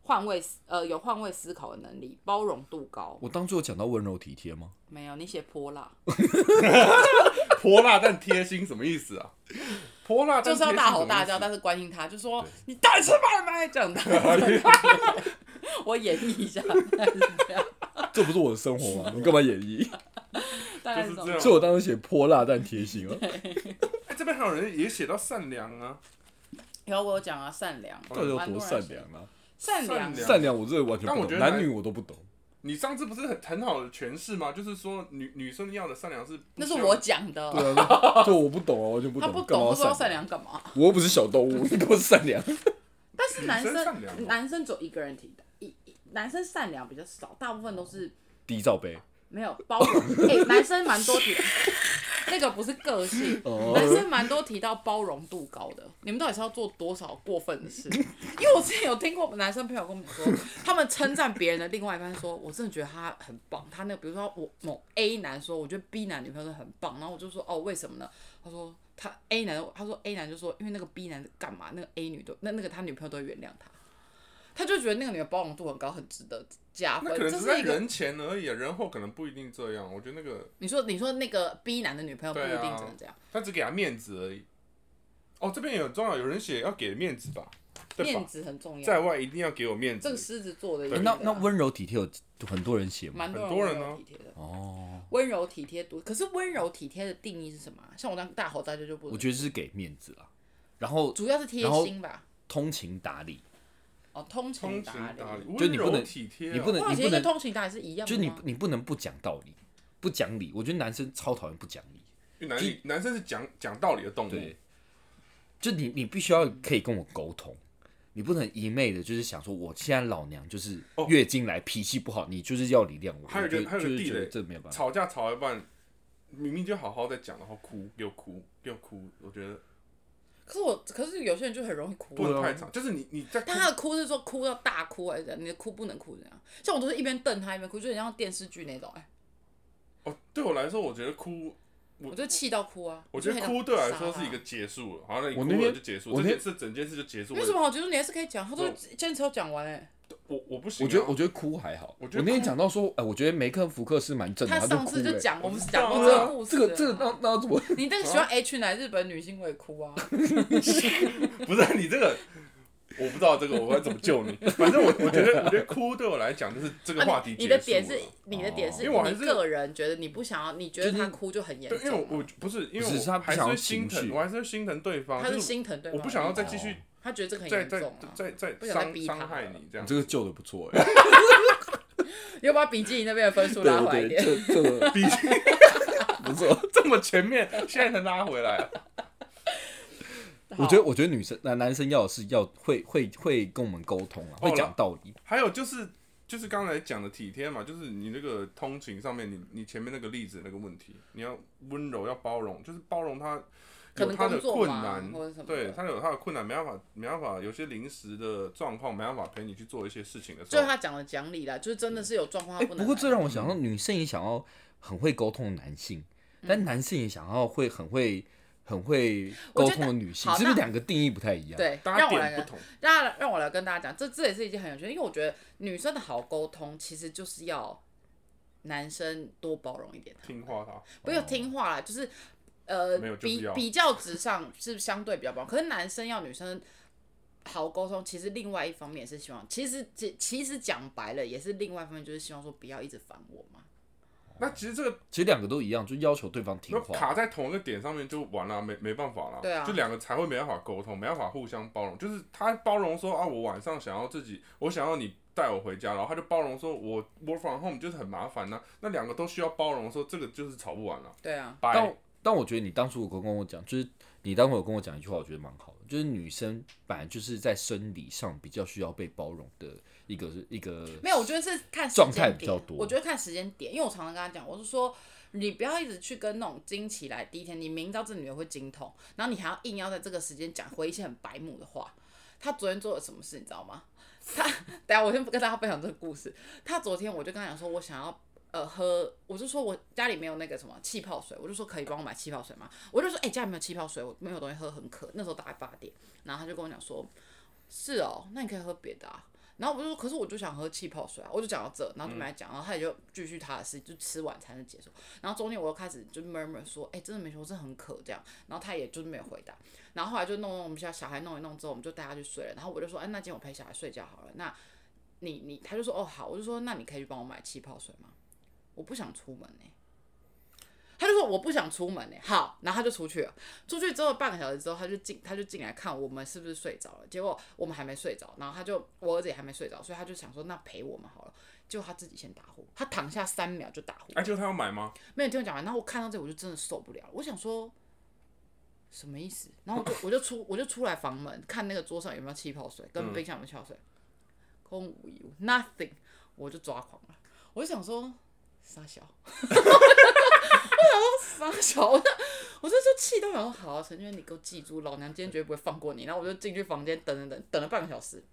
Speaker 1: 换位思呃有换位思考的能力，包容度高。
Speaker 2: 我当初有讲到温柔体贴吗？
Speaker 1: 没有，你写泼辣，
Speaker 3: 泼辣但贴心什么意思啊？泼辣
Speaker 1: 就
Speaker 3: 但
Speaker 1: 是要
Speaker 3: 贴心
Speaker 1: 大吼
Speaker 3: 什么意
Speaker 1: 大
Speaker 3: 思
Speaker 1: 叫，但是关心他，就说你到底吃饭了没？这样的。 我演绎一下，但是这样，
Speaker 2: 这不是我的生活吗？你干嘛演绎？
Speaker 1: 大概是这
Speaker 3: 就是
Speaker 1: 种
Speaker 3: 这样
Speaker 2: 所以我当时写泼辣但贴心啊。
Speaker 3: 哎、这边还有人也写到善良啊，
Speaker 1: 然后我有讲啊，善良，
Speaker 2: 到底有
Speaker 1: 蛮
Speaker 2: 多
Speaker 1: 多人
Speaker 2: 善
Speaker 1: 写
Speaker 2: 良啊？
Speaker 1: 善良
Speaker 3: 善良
Speaker 2: 善良我真的完全
Speaker 3: 但
Speaker 2: 不
Speaker 3: 我觉
Speaker 2: 懂，
Speaker 3: 得
Speaker 2: 男
Speaker 3: 男
Speaker 2: 女我都不懂。
Speaker 3: 你上次不是很很好的诠释吗？就是说女女生要的善良是不
Speaker 1: 那
Speaker 3: 需
Speaker 1: 是
Speaker 3: 要
Speaker 1: 我讲的，
Speaker 2: 对啊，就我不懂啊，完全不
Speaker 1: 他
Speaker 2: 懂。
Speaker 1: 不
Speaker 2: 干嘛
Speaker 1: 懂，不知道善
Speaker 2: 善？
Speaker 1: 良干嘛。
Speaker 2: 我又不是小动物，你给我善良。
Speaker 1: 但是男
Speaker 3: 女生善良哦吗
Speaker 1: 生男生只有一个人提到，一一男生善良比较少，大部分都是
Speaker 2: 低罩杯，
Speaker 1: 没有包容。哎、男生蛮多提， 那个不是个性，
Speaker 2: 哦
Speaker 1: 男生蛮多提到包容度高的。你们到底是要做多少过分的事？因为我之前有听过男生朋友跟我们说，他们称赞别人的另外一半说，我真的觉得他很棒。他那个比如说我某 A 男说，我觉得 B 男女朋友是很棒，然后我就说哦，为什么呢？他说。他 A 男，他说 A 男就说，因为那个 B 男干嘛，那个 A 女都那那个他女朋友都会原谅他，他就觉得那个女的包容度很高，很值得加分
Speaker 3: 那可。能
Speaker 1: 这
Speaker 3: 只
Speaker 1: 是
Speaker 3: 在
Speaker 1: 一个
Speaker 3: 人前而已啊，人后可能不一定这样。我觉得那个
Speaker 1: 你说你说那个 B 男的女朋友不一
Speaker 3: 对啊
Speaker 1: 定真的这样，
Speaker 3: 他只给他面子而已。哦，这边也很重要，有人写要给面子吧，对
Speaker 1: 面
Speaker 3: 吧？
Speaker 1: 子很重要。
Speaker 3: 在外一定要给我面
Speaker 1: 这个
Speaker 3: 子。
Speaker 1: 狮子座的一
Speaker 3: 对
Speaker 1: 个
Speaker 2: 那那温柔体贴有很多人写吗？
Speaker 1: 蛮
Speaker 3: 很多
Speaker 1: 人
Speaker 3: 人
Speaker 1: 温
Speaker 3: 呢
Speaker 1: 柔体贴的，
Speaker 2: 哦，
Speaker 1: 温柔体贴多。可是温柔体贴的定义是什么啊？像我当大吼大叫就不能，
Speaker 2: 我觉得是给面子啊，然后
Speaker 1: 主要是贴
Speaker 2: 然后
Speaker 1: 心吧。
Speaker 2: 通情达理，
Speaker 1: 哦，通情
Speaker 3: 通情
Speaker 1: 达
Speaker 3: 达理，
Speaker 1: 理，
Speaker 2: 就你不能
Speaker 3: 温柔体贴啊、
Speaker 2: 你不能
Speaker 1: 哇，
Speaker 2: 你
Speaker 1: 其
Speaker 2: 不
Speaker 1: 实跟
Speaker 2: 能，
Speaker 1: 通情达理是一样的
Speaker 2: 就你
Speaker 1: 吗
Speaker 2: 你不能不讲道理，不讲理。我觉得男生超讨厌不讲理。
Speaker 3: 因为男生男生是讲讲道理的动物
Speaker 2: 对，，就你你必须要可以跟我沟通，你不能一昧的就是想说，我现在老娘就是月经来，脾气不好，你就是要体谅我。
Speaker 3: 哦还有一个
Speaker 2: 我就
Speaker 3: 还有
Speaker 2: 就
Speaker 3: 一个
Speaker 2: 是
Speaker 3: 地
Speaker 2: 觉得
Speaker 3: 雷
Speaker 2: 这没有办法。
Speaker 3: 吵架吵一半，明明就好好在讲，然后哭又哭又哭，我觉得
Speaker 1: 可是我，可是有些人就很容易哭啊。
Speaker 3: 不能太长，就是你你在哭
Speaker 1: 但他的哭是说哭到大哭还是怎样？你的哭不能哭这样。像我都是一边瞪他一边哭，就很像电视剧那种。哎，
Speaker 3: 哦，对我来说，我觉得哭，
Speaker 1: 我就气到哭啊！
Speaker 3: 我觉
Speaker 1: 就
Speaker 3: 得
Speaker 1: 很啊想
Speaker 3: 哭对我来说
Speaker 1: 杀
Speaker 3: 是一
Speaker 1: 他
Speaker 3: 个结束了，好，那你
Speaker 2: 我
Speaker 3: 哭
Speaker 2: 那
Speaker 3: 了
Speaker 2: 天
Speaker 3: 就结束，
Speaker 2: 我
Speaker 3: 这
Speaker 2: 那
Speaker 3: 件事整件事就结束
Speaker 1: 没什
Speaker 3: 了。
Speaker 1: 么好结束，你还是可以讲。他都
Speaker 3: 我
Speaker 1: 坚持要讲完哎、
Speaker 3: 我我不行啊，
Speaker 2: 我觉得我觉得哭还好。我
Speaker 3: 我觉得
Speaker 2: 那天
Speaker 3: 哭
Speaker 2: 讲到说，哎、我觉得梅克福克是蛮正的，
Speaker 1: 他
Speaker 2: 啊就
Speaker 1: 上
Speaker 2: 哭
Speaker 1: 次
Speaker 2: 了、
Speaker 1: 就讲，我们
Speaker 3: 知
Speaker 1: 讲
Speaker 3: 道
Speaker 1: 过
Speaker 3: 啊
Speaker 1: 这个故事
Speaker 2: 这
Speaker 1: 啊、
Speaker 2: 个这个 那那要怎么？
Speaker 1: 你那个喜欢 H 男日本女星，我也哭啊。
Speaker 3: 不是啊你这个，我不知道这个我该怎么救你。反正我我觉得，我觉得哭对我来讲就是这个话题
Speaker 1: 啊你
Speaker 3: 结束
Speaker 1: 的
Speaker 3: 了。
Speaker 1: 点是，你
Speaker 2: 哦
Speaker 1: 的点是，
Speaker 3: 因为我还
Speaker 1: 你
Speaker 3: 是
Speaker 1: 个人觉得你不想要，你觉得他哭就很严
Speaker 3: 对，因为
Speaker 1: 重
Speaker 3: 我
Speaker 1: 啊，
Speaker 3: 我不是因
Speaker 2: 不是
Speaker 3: 为
Speaker 2: 是他
Speaker 3: 我
Speaker 2: 不
Speaker 3: 还是
Speaker 2: 想要
Speaker 3: 会心
Speaker 2: 情绪
Speaker 3: 疼，我还是会心疼对方，
Speaker 1: 他
Speaker 3: 就是
Speaker 1: 心疼对
Speaker 3: 我
Speaker 1: 方，
Speaker 3: 不想要再继
Speaker 2: 哦
Speaker 3: 续
Speaker 1: 他觉得这个很
Speaker 3: 在
Speaker 1: 严
Speaker 3: 在
Speaker 1: 重啊，
Speaker 3: 在在
Speaker 1: 不想再
Speaker 3: 伤
Speaker 1: 逼他
Speaker 3: 伤害
Speaker 1: 了
Speaker 3: 你这样
Speaker 2: 你这，个救的不错哎、
Speaker 1: 要不要笔记你那边的分数
Speaker 2: 对
Speaker 1: 拉回来一
Speaker 2: 对
Speaker 1: 点？
Speaker 2: 对，这这个
Speaker 3: 毕竟
Speaker 2: 不错。
Speaker 3: 这么前面，现在才拉回来啊。
Speaker 1: 好
Speaker 2: 我觉得我觉得女生男男生要的是要会会会跟我们沟通啊，
Speaker 3: 哦
Speaker 2: 会讲道理。
Speaker 3: 还有就是就是刚才讲的体贴嘛，就是你那个通勤上面，你你前面那个例子那个问题，你要温柔，要包容，就是包容他
Speaker 1: 可
Speaker 3: 有
Speaker 1: 能
Speaker 3: 他的
Speaker 1: 工作
Speaker 3: 困
Speaker 1: 嘛
Speaker 3: 难
Speaker 1: 或者什，么
Speaker 3: 对
Speaker 1: 的
Speaker 3: 他有他的困难，没办法没办法，有些临时的状况没办法陪你去做一些事情的时
Speaker 1: 就是
Speaker 3: 候，
Speaker 1: 他讲的讲理啦，就是真的是有状况
Speaker 2: 哎、
Speaker 1: 他能来。嗯
Speaker 2: 不过这让我想到，女生也想要很会沟通的男性，但男性也想要会很会很会
Speaker 1: 我
Speaker 2: 沟
Speaker 1: 觉得
Speaker 2: 通的女性，
Speaker 1: 好
Speaker 2: 是不是
Speaker 1: 那
Speaker 2: 两个定义不太一样？，
Speaker 1: 对，
Speaker 3: 大家
Speaker 1: 让我来
Speaker 3: 点
Speaker 1: 跟
Speaker 3: 不同，
Speaker 1: 让让我来跟大家讲，这这也是一件很有趣的，因为我觉得女生的好沟通其实就是要男生多包容一点，
Speaker 3: 听话他，
Speaker 1: 不要听话啦，就是呃
Speaker 3: 没有就是
Speaker 1: 比
Speaker 3: 要
Speaker 1: 比较值上是相对比较包容，可是男生要女生。好沟通，其实另外一方面也是希望，其实其其实讲白了，也是另外一方面就是希望说不要一直烦我嘛。
Speaker 3: 那其实这个
Speaker 2: 其实两个都一样，就要求对方听
Speaker 3: 那
Speaker 2: 话。
Speaker 3: 卡在同一个点上面就完了，没没办法了。
Speaker 1: 对啊
Speaker 3: 就两个才会没办法沟通，没办法互相包容。就是他包容说啊，我晚上想要自己，我想要你带我回家，然后他就包容说我 work from home 就是很麻烦呐、那两个都需要包容说这个就是吵不完了、
Speaker 1: 对啊，
Speaker 3: 掰
Speaker 2: 但但我觉得你当初有跟我讲，就是你当初有跟我讲一句话，我觉得蛮好的，就是女生本来就是在生理上比较需要被包容的一个一个
Speaker 1: 没有，我觉得是看时
Speaker 2: 状
Speaker 1: 间
Speaker 2: 态比
Speaker 1: 点
Speaker 2: 较多
Speaker 1: 我觉得看时间点，因为我常常跟他讲，我是说你不要一直去跟那种惊起来第一天，你明知道这女的会精通，然后你还要硬要在这个时间讲回一些很白目的话。他昨天做了什么事，你知道吗？他等一下我先不跟大家分享这个故事。他昨天我就跟他讲说，我想要呃喝，我就说我家里没有那个什么气泡水，我就说可以帮我买气泡水吗？我就说哎、欸家里没有气泡水，我没有东西喝，很渴。那时候大概八点，然后他就跟我讲说，是哦，那你可以喝别的啊。然后我就说，可是我就想喝气泡水啊，我就讲到这，然后就没来讲，然后他也就继续他的事，就吃晚餐就结束。然后中间我又开始就 murmur 说，哎、真的没事，我真的很渴这样。然后他也就是没有回答。然后后来就弄弄我们家小孩弄一弄之后，我们就带他去睡了。然后我就说，哎、那今天我陪小孩睡觉好了。那你你他就说，哦好，我就说那你可以去帮我买气泡水吗？我不想出门呢、他就说我不想出门呢、欸好，然后他就出去了。出去之后半个小时之后，他就进，他就进来看我们是不是睡着了。结果我们还没睡着，然后他就我儿子也还没睡着，所以他就想说那陪我们好了。结果他自己先打呼，他躺下三秒就打呼。
Speaker 3: 哎、就他要买吗？
Speaker 1: 没有听我讲完，然后我看到这我就真的受不了了，我想说什么意思？然后我就我就出我就出来房门看那个桌上有没有气泡水，跟冰箱有没有气泡水，空无一物，nothing，我就抓狂了。我就想说傻小， 我想说傻小，我就我这就气到想说好、啊陈娟你给我记住，老娘今天绝对不会放过你。然后我就进去房间等等等等了半个小时，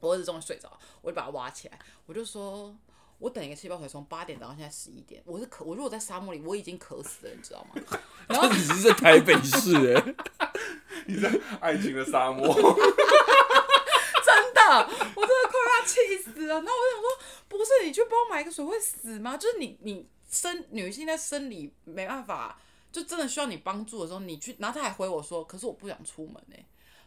Speaker 1: 我儿子终于睡着了，我就把他挖起来，我就说。我等一个气泡水从八点等到现在十一点，我是渴，我如果在沙漠里，我已经渴死了，你知道吗？ 然 后
Speaker 2: 这只是在台北市哎、
Speaker 3: 你在爱情的 沙漠，
Speaker 1: 真的，我真的快要气死了。然后我就想说，不是你去帮我买一个水会死吗？就是你你生女性在生理没办法，就真的需要你帮助的时候，你去，然后他还回我说，可是我不想出门呢、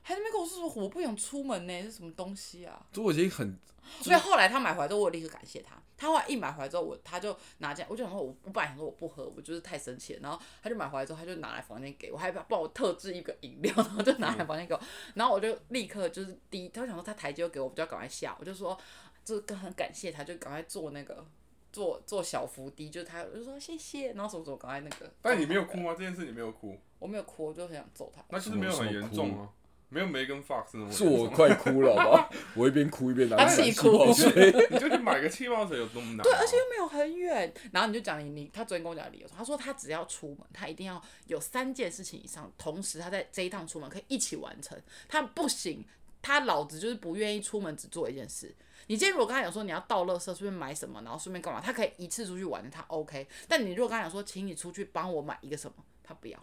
Speaker 1: 还在那边跟我说什么我不想出门呢、是什么东西啊？
Speaker 2: 所以我觉得很
Speaker 1: 所以
Speaker 3: 嗯
Speaker 1: 后来他买回来之后，我有立刻感谢他。他后来一买回来之后，我他就拿进来，我就想说我，我本来想说我不喝，我就是太生气了。然后他就买回来之后，他就拿来房间给我，还帮我特制一个饮料，然后就
Speaker 3: 嗯
Speaker 1: 拿来房间给我。然后我就立刻就是第一，他就想说他台阶又给我，我就要赶快下，我就说就是跟很感谢他，就赶快做那个做做小伏低，就是他我就说谢谢，然后什么什么赶快那个。
Speaker 3: 但你没有哭吗？这件事你没有哭，
Speaker 1: 我没有哭，我就很想揍他。
Speaker 3: 那就是没有很严
Speaker 2: 什么
Speaker 3: 重
Speaker 2: 哭
Speaker 3: 啊，没有 Megan Fox 那么
Speaker 2: 是
Speaker 3: 严
Speaker 2: 我
Speaker 3: 重
Speaker 2: 快哭了，好不好？我一边哭一边拿
Speaker 1: 他
Speaker 2: 起
Speaker 1: 气
Speaker 2: 气
Speaker 1: 哭
Speaker 2: 泡水。
Speaker 3: 你就去买个气泡水有多么难、
Speaker 1: 对，而且又没有很远。然后你就讲你你，他昨天跟我讲的理由，他说他只要出门，他一定要有三件事情以上，同时他在这一趟出门可以一起完成。他不行，他老子就是不愿意出门只做一件事。你今天如果跟他讲说你要倒垃圾，顺便买什么，然后顺便干嘛，他可以一次出去玩，他 OK。但你如果跟他讲说，请你出去帮我买一个什么，他不要。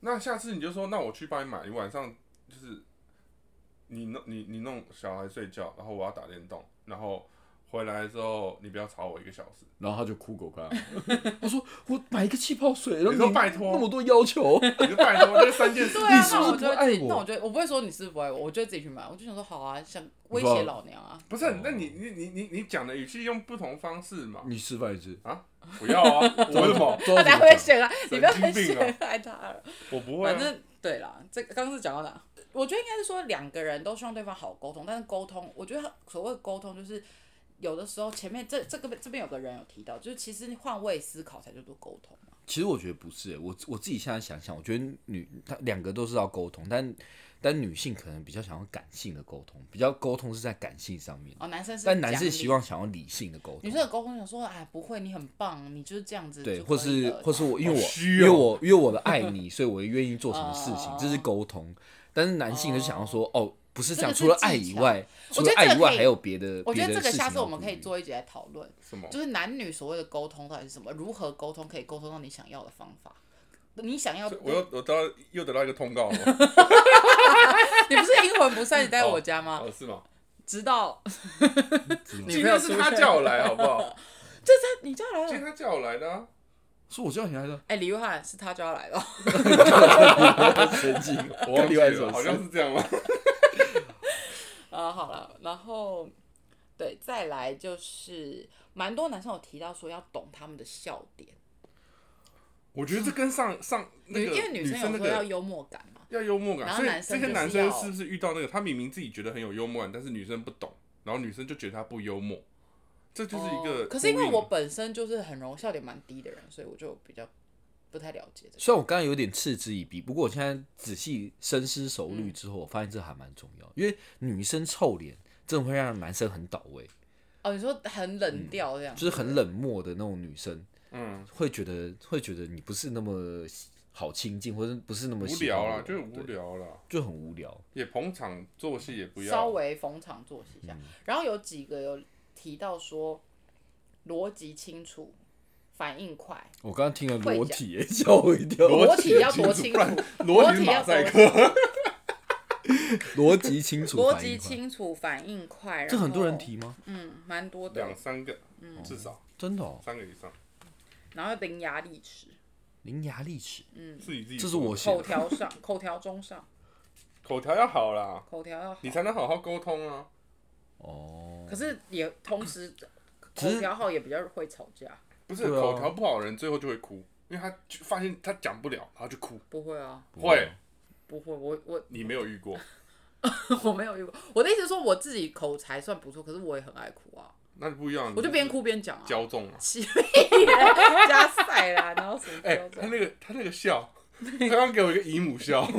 Speaker 3: 那下次你就说，那我去帮你买，你晚上就是你弄你你弄小孩睡觉，然后我要打电动，然后回来之后你不要吵我一个小时。
Speaker 2: 然后他就哭狗干，我说我买一个气泡水，然后
Speaker 3: 你说拜托
Speaker 2: 那么多要求，
Speaker 3: 你就拜托这三件 事
Speaker 1: 对
Speaker 2: 你
Speaker 1: 啊，
Speaker 2: 是
Speaker 1: 那
Speaker 2: 不是
Speaker 1: 我就
Speaker 2: 不
Speaker 1: 会
Speaker 2: 爱
Speaker 1: 自己，
Speaker 2: 我
Speaker 1: 那我就会我不会说你是不是不爱我，我就会自己去买。我就想说好啊，想威
Speaker 2: 不知
Speaker 1: 胁
Speaker 2: 道
Speaker 1: 老娘啊。
Speaker 3: 不是？那你你你你你讲的语气用不同方式嘛？
Speaker 2: 你示范一次。
Speaker 3: 啊，不要啊！我为什么？
Speaker 2: 知
Speaker 1: 大
Speaker 2: 道怎
Speaker 1: 家
Speaker 2: 么
Speaker 1: 会啊
Speaker 2: 讲
Speaker 1: 陷害，你不要 再
Speaker 3: 神经病啊
Speaker 1: 陷害他了。
Speaker 3: 我不会、
Speaker 1: 反
Speaker 3: 啊。
Speaker 1: 正对啦，这个刚刚是讲到哪？我觉得应该是说两个人都希望对方好沟通，但是沟通，我觉得所谓沟通就是有的时候前面这这个这边有个人有提到，就是其实换位思考才叫做沟通嘛。
Speaker 2: 其实我觉得不是欸、我我自己现在想想，我觉得女她两个都是要沟通，但但女性可能比较想要感性的沟通，比较沟通是在感性上面，
Speaker 1: 哦，男生是
Speaker 2: 但男士
Speaker 1: 是
Speaker 2: 希望想要理性的沟
Speaker 1: 女
Speaker 2: 通
Speaker 1: 生。的沟通想说，哎，不会，你很棒，你就是这样子就可以
Speaker 2: 对，
Speaker 1: 了，
Speaker 2: 或是或是我因为我、
Speaker 3: 好虚
Speaker 2: 因
Speaker 3: 哦
Speaker 2: 为我因为我的爱你，所以我愿意做什么事情
Speaker 1: 哦，
Speaker 2: 这是沟通。但是男性就想要说，哦，不是这样，
Speaker 1: 这个是
Speaker 2: 除了爱以外，除了爱以外还有别的，
Speaker 1: 我觉得这
Speaker 2: 别的
Speaker 1: 个
Speaker 2: 事情
Speaker 1: 下次
Speaker 2: 要
Speaker 1: 我们
Speaker 2: 顾
Speaker 1: 可以
Speaker 2: 虑。
Speaker 1: 做一集来讨论，
Speaker 3: 什么？
Speaker 1: 就是男女所谓的沟通到底是什么，如何沟通可以沟通到你想要的方法。你想要，
Speaker 3: 我又我得到又得到一个 通告了，
Speaker 1: 你不是阴魂不散，你待在我家吗？
Speaker 3: 哦是吗？
Speaker 1: 直到你
Speaker 3: 今
Speaker 1: 没有
Speaker 3: 天
Speaker 1: 出
Speaker 3: 是
Speaker 1: 现
Speaker 3: 他叫我来，好不好？
Speaker 1: 这这你叫来
Speaker 3: 今
Speaker 1: 了
Speaker 3: 天，他叫我来的啊，
Speaker 2: 是我叫你来 的，
Speaker 1: 哎，李约翰是他叫他来的哦，
Speaker 2: 神 经，
Speaker 3: 我忘记
Speaker 2: 另外一首
Speaker 3: 了，好像是这样吗？
Speaker 1: 啊，好了，然后对，再来就是蛮多男生有提到说要懂他们的笑点，
Speaker 3: 我觉得这跟上上那
Speaker 1: 女
Speaker 3: 个
Speaker 1: 因为女生有
Speaker 3: 那
Speaker 1: 时候要
Speaker 3: 个
Speaker 1: 幽默感嘛，
Speaker 3: 要幽默
Speaker 1: 然
Speaker 3: 感，
Speaker 1: 后
Speaker 3: 所
Speaker 1: 男
Speaker 3: 以这
Speaker 1: 生
Speaker 3: 些
Speaker 1: 就是
Speaker 3: 男生
Speaker 1: 要
Speaker 3: 是不是遇到那个他明明自己觉得很有幽默感，但是女生不懂，然后女生就觉得他不幽默，这就是一个呼
Speaker 1: 哦
Speaker 3: 应。
Speaker 1: 可是因为我本身就是很容易笑点蛮低的人，所以我就比较不太了解这个。
Speaker 2: 虽然我刚刚有点嗤之以鼻，不过我现在仔细深思熟
Speaker 1: 嗯
Speaker 2: 虑之后，我发现这还蛮重要，因为女生臭脸真的会让男生很倒胃，
Speaker 1: 哦，你说很冷调这样，
Speaker 2: 就是很冷漠的那种女生，
Speaker 3: 嗯
Speaker 2: 会觉得会觉得你不是那么好亲近，或者不是那么
Speaker 3: 无
Speaker 2: 喜欢
Speaker 3: 聊
Speaker 2: 我
Speaker 3: 啦，就是无
Speaker 2: 对
Speaker 3: 聊啦，
Speaker 2: 就很无聊。
Speaker 3: 也捧场做戏也不要，嗯
Speaker 1: 稍微逢场作戏一下。然后有几个有提到说逻辑清楚，反应快，
Speaker 2: 我刚刚听了
Speaker 1: 会
Speaker 2: 裸
Speaker 1: 讲
Speaker 2: 体耶，吓我一跳。
Speaker 1: 逻辑要多清
Speaker 3: 不然
Speaker 1: 楚，
Speaker 3: 逻
Speaker 1: 辑
Speaker 3: 辑
Speaker 1: 要
Speaker 3: 马赛
Speaker 1: 多
Speaker 3: 克，
Speaker 2: 逻辑清楚，
Speaker 1: 逻
Speaker 2: 反应
Speaker 1: 辑
Speaker 2: 快，
Speaker 1: 清楚，反应快。
Speaker 2: 这
Speaker 1: 然
Speaker 2: 很多人
Speaker 1: 后，
Speaker 2: 提吗？
Speaker 1: 嗯，蛮多的
Speaker 3: 两。三个，
Speaker 1: 嗯
Speaker 3: 至少
Speaker 2: 真的哦，
Speaker 3: 三个以上，
Speaker 1: 然后伶牙俐齿，
Speaker 2: 伶牙俐齿，
Speaker 3: 自己自己
Speaker 2: 这是我写
Speaker 1: 口
Speaker 2: 的。
Speaker 1: 条上，口条中上，
Speaker 3: 口条要好啦，
Speaker 1: 口条要好
Speaker 3: 你。才能好好沟通啊。
Speaker 2: 哦，
Speaker 1: 可是也同 时，
Speaker 2: 只是
Speaker 1: 口条好也比较会吵架。
Speaker 3: 不是
Speaker 2: 对啊
Speaker 3: 口条不好的人最后就会哭，因为他就发现他讲不了，然后就哭。
Speaker 1: 不会啊，
Speaker 3: 会，
Speaker 1: 不会，我我
Speaker 3: 你没有遇过，
Speaker 1: 我没有遇过。我的意思是说，我自己口才算不错，可是我也很爱哭啊，
Speaker 3: 那就不一样。
Speaker 1: 我就
Speaker 3: 你
Speaker 1: 边哭边讲啊。
Speaker 3: 骄纵啊。
Speaker 1: 气屁啦 加赛啦，然后什么
Speaker 3: 哎、
Speaker 1: 标
Speaker 3: 他
Speaker 1: 准？
Speaker 3: 那个他那个笑，他刚给我一个姨 母笑，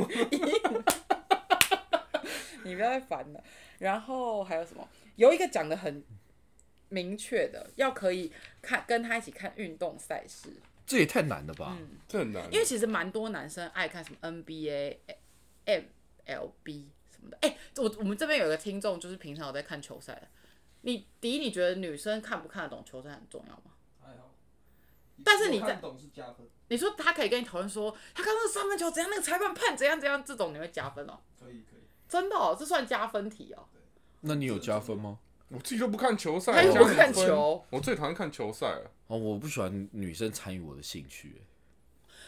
Speaker 1: 你不要再烦了。然后还有什么？有一个讲的很明确的，要可以看跟他一起看运动赛事，
Speaker 2: 这也太难了吧？
Speaker 1: 嗯
Speaker 3: 这很难。啊
Speaker 1: 因为其实蛮多男生爱看什么 NBA、MLB 什么的。哎、我我们这边有个听众就是平常有在看球赛的，你第一你觉得女生看不看得懂球赛很重要吗？
Speaker 4: 还好。
Speaker 1: 但是你
Speaker 4: 我
Speaker 1: 在
Speaker 4: 看懂是加分，
Speaker 1: 你说他可以跟你讨论说他刚刚那个三分球怎样，那个裁判判怎样怎样，这种你会加分哦、
Speaker 4: 可以可以。
Speaker 1: 真的哦，这算加分题哦。
Speaker 2: 那你有加分吗？
Speaker 3: 我自己都不看球赛，
Speaker 1: 他又
Speaker 3: 我
Speaker 1: 不
Speaker 3: 加什么
Speaker 1: 看
Speaker 3: 分
Speaker 1: 球，
Speaker 3: 我最讨厌看球赛了。
Speaker 2: 哦，我不喜欢女生参与我的兴趣，哎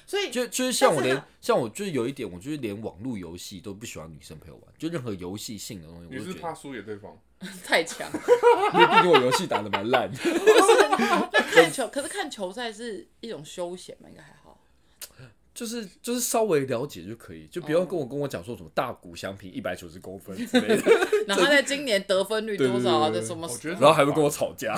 Speaker 1: 所以
Speaker 2: 就就是像我
Speaker 1: 但是
Speaker 2: 连像我就是有一点，我就是连网络游戏都不喜欢女生陪我玩，就任何游戏性的东西，我
Speaker 3: 你
Speaker 2: 就是觉
Speaker 3: 怕
Speaker 2: 得
Speaker 3: 输给对 方？
Speaker 1: 太强。
Speaker 2: 你毕竟我游戏打的 蛮烂，
Speaker 1: 那看球，可是看球赛是一种休闲嘛，应该还好。
Speaker 2: 就是就是稍微了解就可以，就不要
Speaker 1: 哦
Speaker 2: 跟我跟我讲说什么大谷翔平一百九十公分之类 的，
Speaker 1: 然后在今年得分率多少啊？
Speaker 2: 对对对对
Speaker 1: 这什么？
Speaker 3: 我觉得
Speaker 2: 然后还会跟我吵架。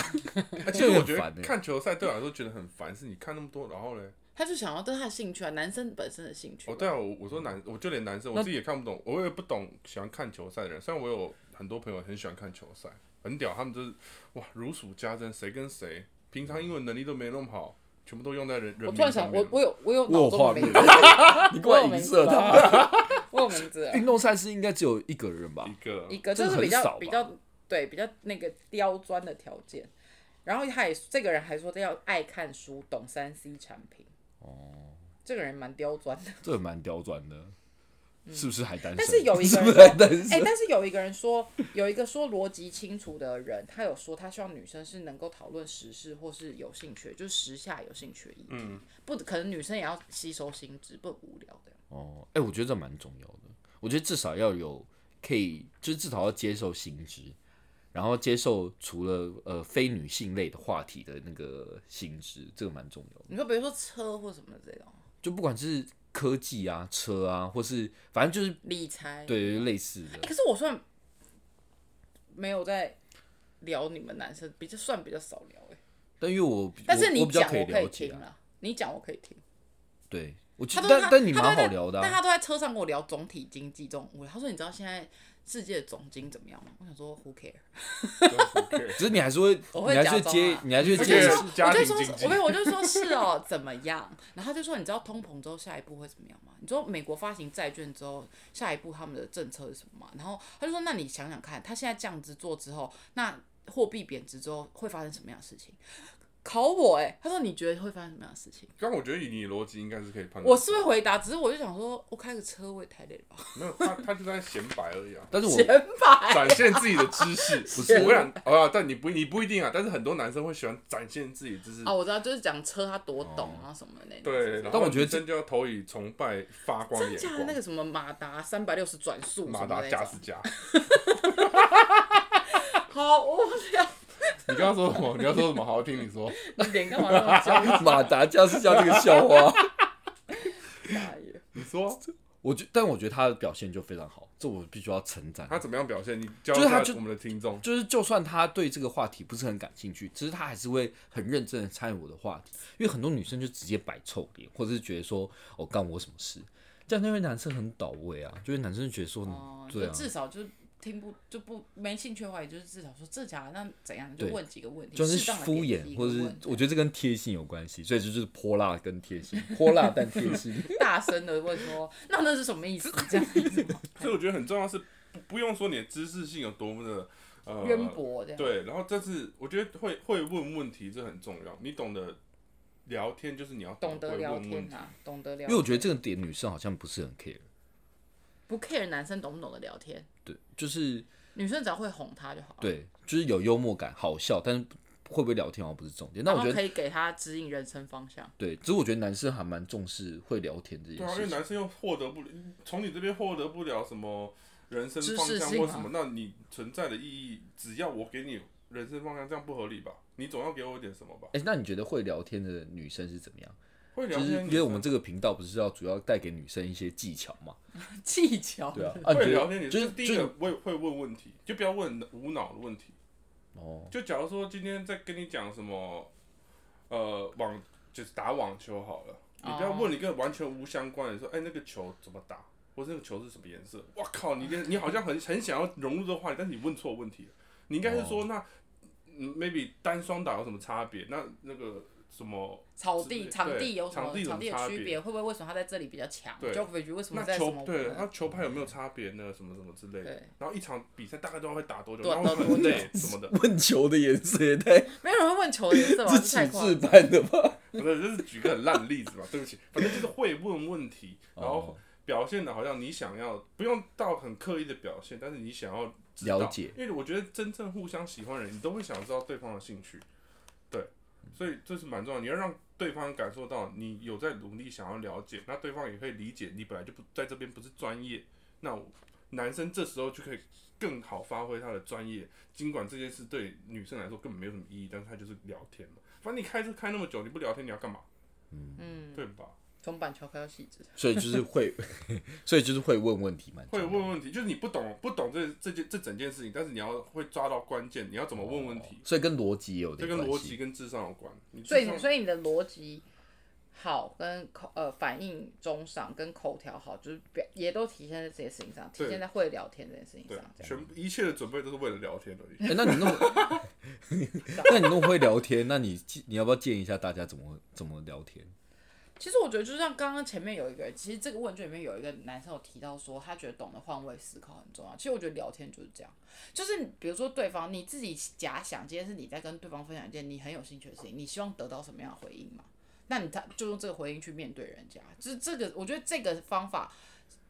Speaker 3: 而且我觉
Speaker 2: 很烦欸
Speaker 3: 得看球赛对我来说觉得很烦，是你看那么多，然后嘞，
Speaker 1: 他就想要这是他的兴趣啊，男生本身的兴趣
Speaker 3: 哦，。对啊，我我说男，我就连男生我自己也看不懂，我也不懂喜欢看球赛的人。虽然我有很多朋友很喜欢看球赛，很屌，他们就是哇如数家珍，谁跟谁，平常英文能力都没那么好，全部都用在人
Speaker 1: 我
Speaker 3: 人民
Speaker 1: 突然
Speaker 3: 上
Speaker 1: 想，
Speaker 3: 面
Speaker 1: 我我有我有
Speaker 2: 我有
Speaker 1: 脑中
Speaker 2: 画
Speaker 1: 的
Speaker 2: 面
Speaker 1: 名字，，
Speaker 2: 你过
Speaker 1: 我
Speaker 2: 来
Speaker 1: 有名
Speaker 2: 影
Speaker 1: 字
Speaker 2: 射他。
Speaker 1: 了，我有名字了
Speaker 2: 运动赛事应该只有一个人吧
Speaker 3: 一？个
Speaker 1: 一个，
Speaker 2: 这
Speaker 1: 就
Speaker 2: 个
Speaker 1: 是比较
Speaker 2: 很少
Speaker 1: 比
Speaker 2: 吧
Speaker 1: 较对比较那个刁钻的条件。然后他也这个人还说他要爱看书，懂三 C 产品。哦，这个人蛮刁钻的。
Speaker 2: 这个蛮刁钻的，是不是还单身？
Speaker 1: 但是有一
Speaker 2: 是
Speaker 1: 个
Speaker 2: 不
Speaker 1: 人
Speaker 2: 是还单身？
Speaker 1: 哎、但是有一个人说，有一个说逻辑清楚的人，他有说他希望女生是能够讨论时事或是有兴趣，就是时下有兴趣的议题，
Speaker 3: 嗯
Speaker 1: 不可能女生也要吸收新知，不能无聊的。
Speaker 2: 哦，哎、我觉得这蛮重要的。我觉得至少要有可以，就是至少要接受新知，然后接受除了呃非女性类的话题的那个新知，这个蛮重要的。
Speaker 1: 哦你说比如说车或什么这种，
Speaker 2: 就不管是科技啊、车啊，或是反正就是
Speaker 1: 理财。
Speaker 2: 对就是类似
Speaker 1: 欸
Speaker 2: 的。
Speaker 1: 可是我算没有在聊你们男生，比较算比较少聊哎、
Speaker 2: 但因为我比
Speaker 1: 但是
Speaker 2: 我
Speaker 1: 你
Speaker 2: 我比较
Speaker 1: 讲
Speaker 2: 可以
Speaker 1: 可
Speaker 2: 了
Speaker 1: 以
Speaker 2: 解
Speaker 1: 听
Speaker 2: 啊，
Speaker 1: 啦，你讲我可以听。
Speaker 2: 对我其
Speaker 1: 他
Speaker 2: 实
Speaker 1: 都
Speaker 2: 但
Speaker 1: 他
Speaker 2: 但你
Speaker 1: 他
Speaker 2: 蛮
Speaker 1: 都在
Speaker 2: 好聊的、
Speaker 1: 但
Speaker 2: 啊，
Speaker 1: 他都在车上跟我聊总体经济这种，我他说你知道现在世界的总经怎么样吗？我想说 who care，
Speaker 3: 对
Speaker 2: 只是你还是会，
Speaker 1: 我会
Speaker 2: 你还是
Speaker 1: 假
Speaker 2: 会
Speaker 1: 装啊
Speaker 2: 接，你还
Speaker 1: 我
Speaker 2: 是会
Speaker 3: 而
Speaker 1: 就
Speaker 2: 接，
Speaker 3: 且
Speaker 1: 说，
Speaker 3: 家
Speaker 1: 我就
Speaker 3: 庭
Speaker 1: 说
Speaker 3: 经济
Speaker 1: 我没有，我就说是哦，怎么样？然后他就说你知道通膨之后下一步会怎么样吗？你知道美国发行债券之后下一步他们的政策是什么吗？然后他就说那你想想看，他现在这样子做之后，那货币贬值之后会发生什么样的事情？考我哎、他说你觉得会发生什么样的事情？
Speaker 3: 刚刚我觉得以你的逻辑应该是可以判断。
Speaker 1: 我是会回答，只是我就想说，我开个车我也太累了吧，
Speaker 3: 没有他，他就在显摆而已啊
Speaker 2: 但是我
Speaker 1: 显摆。
Speaker 3: 展现自己的知 识。不
Speaker 2: 是
Speaker 3: 我想啊，但你不你不一定啊，但是很多男生会喜欢展现自己的知识。
Speaker 1: 哦，我知道，就是讲车他多懂啊什么的那种。
Speaker 3: 哦对，然
Speaker 2: 但
Speaker 3: 后
Speaker 2: 我觉得
Speaker 3: 女生就要投以崇拜发光的
Speaker 1: 真
Speaker 3: 眼
Speaker 1: 假的
Speaker 3: 光。
Speaker 1: 那个什么马达三百六十转速什么啊
Speaker 3: 马
Speaker 1: 的那
Speaker 3: 达
Speaker 1: 种，
Speaker 3: 加斯加，
Speaker 1: 好无聊。
Speaker 3: 你刚刚说什么？你要说什么？好好听你说。
Speaker 1: 你脸干嘛那么僵
Speaker 2: 马达加斯加这个笑话，
Speaker 1: 大爷？
Speaker 3: 你说
Speaker 2: 我觉但我觉得他的表现就非常好，这我必须要称赞。
Speaker 3: 他怎么样表现？你教
Speaker 2: 就是他
Speaker 3: 一下
Speaker 2: 就
Speaker 3: 我们的听众。
Speaker 2: 就是就算他对这个话题不是很感兴趣，只是他还是会很认真的参与我的话题，因为很多女生就直接摆臭脸，或者是觉得说哦干我什么事，这样就会男生很倒胃啊，就是男生觉得说、
Speaker 1: 哦
Speaker 2: 嗯，对
Speaker 1: 就
Speaker 2: 啊，
Speaker 1: 至少就是听不就不没兴趣的话，也就是至少说这假的那怎样，你就
Speaker 2: 对
Speaker 1: 问几个问题，
Speaker 2: 就是
Speaker 1: 适当地
Speaker 2: 敷
Speaker 1: 给
Speaker 2: 衍
Speaker 1: 提，一个
Speaker 2: 或者是
Speaker 1: 问
Speaker 2: 我觉得这跟贴心有关系，所以这就是泼辣跟贴心，泼辣但贴 心。
Speaker 1: 大声的问说，那那是什么意思？这样意思 吗？
Speaker 3: 所以我觉得很重要是不不用说你的知识性有多么的呃
Speaker 1: 渊博这样。
Speaker 3: 对，然后这是我觉得会会问问题这很重要，你懂得聊天就是你要
Speaker 1: 懂得
Speaker 3: 会
Speaker 1: 聊
Speaker 3: 问问
Speaker 1: 天
Speaker 3: 题。
Speaker 1: 啊，懂得聊天。
Speaker 2: 因为我觉得这个点女生好像不是很 care，
Speaker 1: 不 care 男生懂不懂得聊天，
Speaker 2: 对，就是
Speaker 1: 女生只要会哄他就好了。，
Speaker 2: 对，就是有幽默感，好笑，但是会不会聊天好像不是重点。那
Speaker 1: 然
Speaker 2: 我
Speaker 1: 后
Speaker 2: 觉
Speaker 1: 哦可
Speaker 2: 得
Speaker 1: 以给他指引人生方向。
Speaker 2: 对，只是我觉得男生还蛮重视会聊天这
Speaker 3: 对
Speaker 2: 件
Speaker 3: 啊，因
Speaker 2: 事
Speaker 3: 为
Speaker 2: 情。
Speaker 3: 男生又获得不从你这边获得不了什么人生
Speaker 1: 知
Speaker 3: 方
Speaker 1: 识
Speaker 3: 向
Speaker 1: 性
Speaker 3: 或
Speaker 1: 啊
Speaker 3: 什么，那你存在的意义，只要我给你人生方向，这样不合理吧？你总要给我一点什么吧？
Speaker 2: 哎、那你觉得会聊天的女生是怎么样？
Speaker 3: 会聊
Speaker 2: 就是
Speaker 3: 天，
Speaker 2: 因为我们这个频道不是要主要带给女生一些技巧嘛？
Speaker 1: 技巧。
Speaker 2: 对 啊，啊，你
Speaker 3: 会
Speaker 2: 觉
Speaker 3: 聊
Speaker 2: 得
Speaker 3: 天，你
Speaker 2: 就是是
Speaker 3: 第
Speaker 2: 就
Speaker 3: 一个
Speaker 2: 是
Speaker 3: 会会问问题，就不要问无脑的问题。
Speaker 2: 哦，
Speaker 3: 就假如说今天在跟你讲什么，呃，网就是打网球好了，你不要
Speaker 1: 哦
Speaker 3: 问一个完全无相关的，说，哎、那个球怎么打，或者那个球是什么颜色？哇靠，你跟你好像很很想要融入这个话题，但是你问错问题了。你应该是
Speaker 1: 哦
Speaker 3: 说，那嗯 maybe 单双打有什么差别？那那个什么，
Speaker 1: 草
Speaker 3: 之类
Speaker 1: 地、
Speaker 3: 的
Speaker 1: 场
Speaker 3: 对
Speaker 1: 地有什
Speaker 3: 场
Speaker 1: 么
Speaker 3: 地有什么
Speaker 1: 场地的
Speaker 3: 差
Speaker 1: 区
Speaker 3: 别
Speaker 1: 别？会不会为什么他在这里比较强
Speaker 3: 对
Speaker 1: ？Djokovic 为什么
Speaker 3: 那
Speaker 1: 在什
Speaker 3: 球
Speaker 1: 么？嗯
Speaker 3: 对，那球拍有没有差别呢？什么什么之类的
Speaker 1: 对。
Speaker 3: 然后一场比赛大概都要会打多久？
Speaker 1: 对
Speaker 3: 然后
Speaker 1: 打多
Speaker 3: 很
Speaker 1: 久
Speaker 3: 累什么的。
Speaker 2: 问球的颜色也太
Speaker 1: 没有人会问球的 颜色吧？
Speaker 2: 这
Speaker 1: 啊这太
Speaker 2: 体
Speaker 1: 夸
Speaker 2: 制
Speaker 1: 张。
Speaker 2: 般的吧？
Speaker 3: 不是，这是举个很烂的例子嘛，对不起，反正就是会问问题，然后
Speaker 2: 哦
Speaker 3: 表现的好像你想要，不用到很刻意的表现，但是你想要知道
Speaker 2: 了解
Speaker 3: 因为我觉得真正互相喜欢的人，你都会想知道对方的兴趣，对，所以这是蛮重要，你要让对方感受到你有在努力想要了解，那对方也可以理解你本来就不在这边不是专业，那我男生这时候就可以更好发挥他的专业，尽管这件事对女生来说根本没有什么意义，但是他就是聊天嘛，反正你开车开那么久，你不聊天你要干嘛？
Speaker 1: 嗯，
Speaker 3: 对吧？
Speaker 1: 从板桥开到细致，
Speaker 2: 所以就是会， 所以就是会问问题蛮重
Speaker 3: 会
Speaker 2: 要的。
Speaker 3: 问问题，就是你不懂不懂这这件这整件事情，但是你要会抓到关键，你要怎么问问题，
Speaker 2: 哦所以跟逻辑也
Speaker 1: 哦
Speaker 2: 有
Speaker 3: 这
Speaker 2: 点
Speaker 3: 跟
Speaker 2: 关
Speaker 3: 逻辑
Speaker 2: 系。
Speaker 3: 跟智商有关。你
Speaker 1: 所
Speaker 3: 智
Speaker 1: 以
Speaker 3: 商
Speaker 1: 所以你的逻辑好跟口呃反应中上跟口条好，就是表也都体现在这些事情上，体
Speaker 3: 对
Speaker 1: 现在会聊天这件事情
Speaker 3: 对
Speaker 1: 上。，这样
Speaker 3: 全部一切的准备都是为了聊天而已。
Speaker 2: 哎、那你那么， 那你那么会聊天，那你你要不要建议一下大家怎么怎么聊天？
Speaker 1: 其实我觉得，就像刚刚前面有一个，其实这个问卷里面有一个男生有提到说，他觉得懂得换位思考很重要。其实我觉得聊天就是这样，就是比如说对方你自己假想今天是你在跟对方分享一件你很有兴趣的事情，你希望得到什么样的回应嘛？那你他就用这个回应去面对人家，就是这个，我觉得这个方法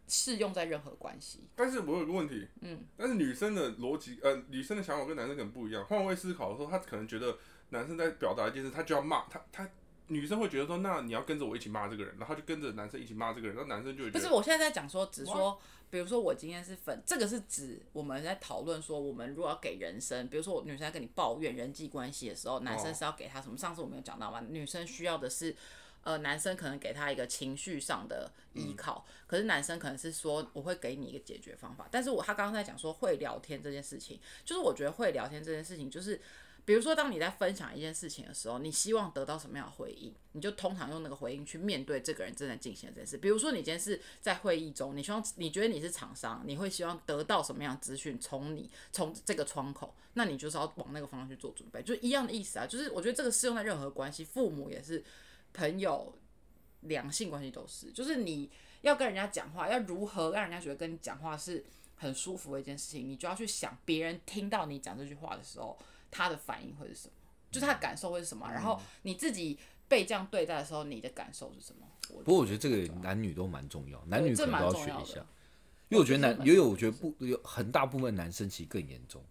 Speaker 1: 适用在任何关系。
Speaker 3: 但是我有个问题，嗯，但是女生的逻辑，呃，女生的想法跟男生可能不一样。换位思考的时候，她可能觉得男生在表达一件事，她就要骂他，她女生会觉得说，那你要跟着我一起骂这个人，然后就跟着男生一起骂这个人，那男生就会
Speaker 1: 不
Speaker 3: 觉
Speaker 1: 是，
Speaker 3: 得
Speaker 1: 我现在在讲说，只说，比如说我今天是粉，这个是指我们在讨论说，我们如果要给人生，比如说我女生在
Speaker 3: 哦
Speaker 1: 跟你抱怨人际关系的时候，男生是要给她什么？上次我们有讲到嘛，女生需要的是。呃，男生可能给他一个情绪上的依
Speaker 3: 嗯
Speaker 1: 靠，可是男生可能是说我会给你一个解决方法。但是我他刚刚在讲说会聊天这件事情，就是我觉得会聊天这件事情，就是比如说当你在分享一件事情的时候，你希望得到什么样的回应，你就通常用那个回应去面对这个人正在进行的这件事。比如说你今天是在会议中，你希望你觉得你是厂商，你会希望得到什么样的资讯从你从这个窗口，那你就是要往那个方向去做准备，就一样的意思啊。就是我觉得这个适用在任何关系，父母也是。朋友、两性关系都是，就是你要跟人家讲话，要如何让人家觉得跟你讲话是很舒服的一件事情，你就要去想别人听到你讲这句话的时候，他的反应会是什么，就是他的感受会是什么，啊然
Speaker 2: 嗯
Speaker 1: 后你自己被这样对待的时候，你的感受是什么？我啊
Speaker 2: 不过我觉得这个男女都蛮重要，男女可
Speaker 1: 这
Speaker 2: 能
Speaker 1: 蛮
Speaker 2: 都要
Speaker 1: 重
Speaker 2: 学
Speaker 1: 要
Speaker 2: 一
Speaker 1: 的
Speaker 2: 下，因为我觉得
Speaker 1: 这
Speaker 2: 男，
Speaker 1: 蛮
Speaker 2: 因为
Speaker 1: 重
Speaker 2: 我觉得不有很大部分男生其实更严重，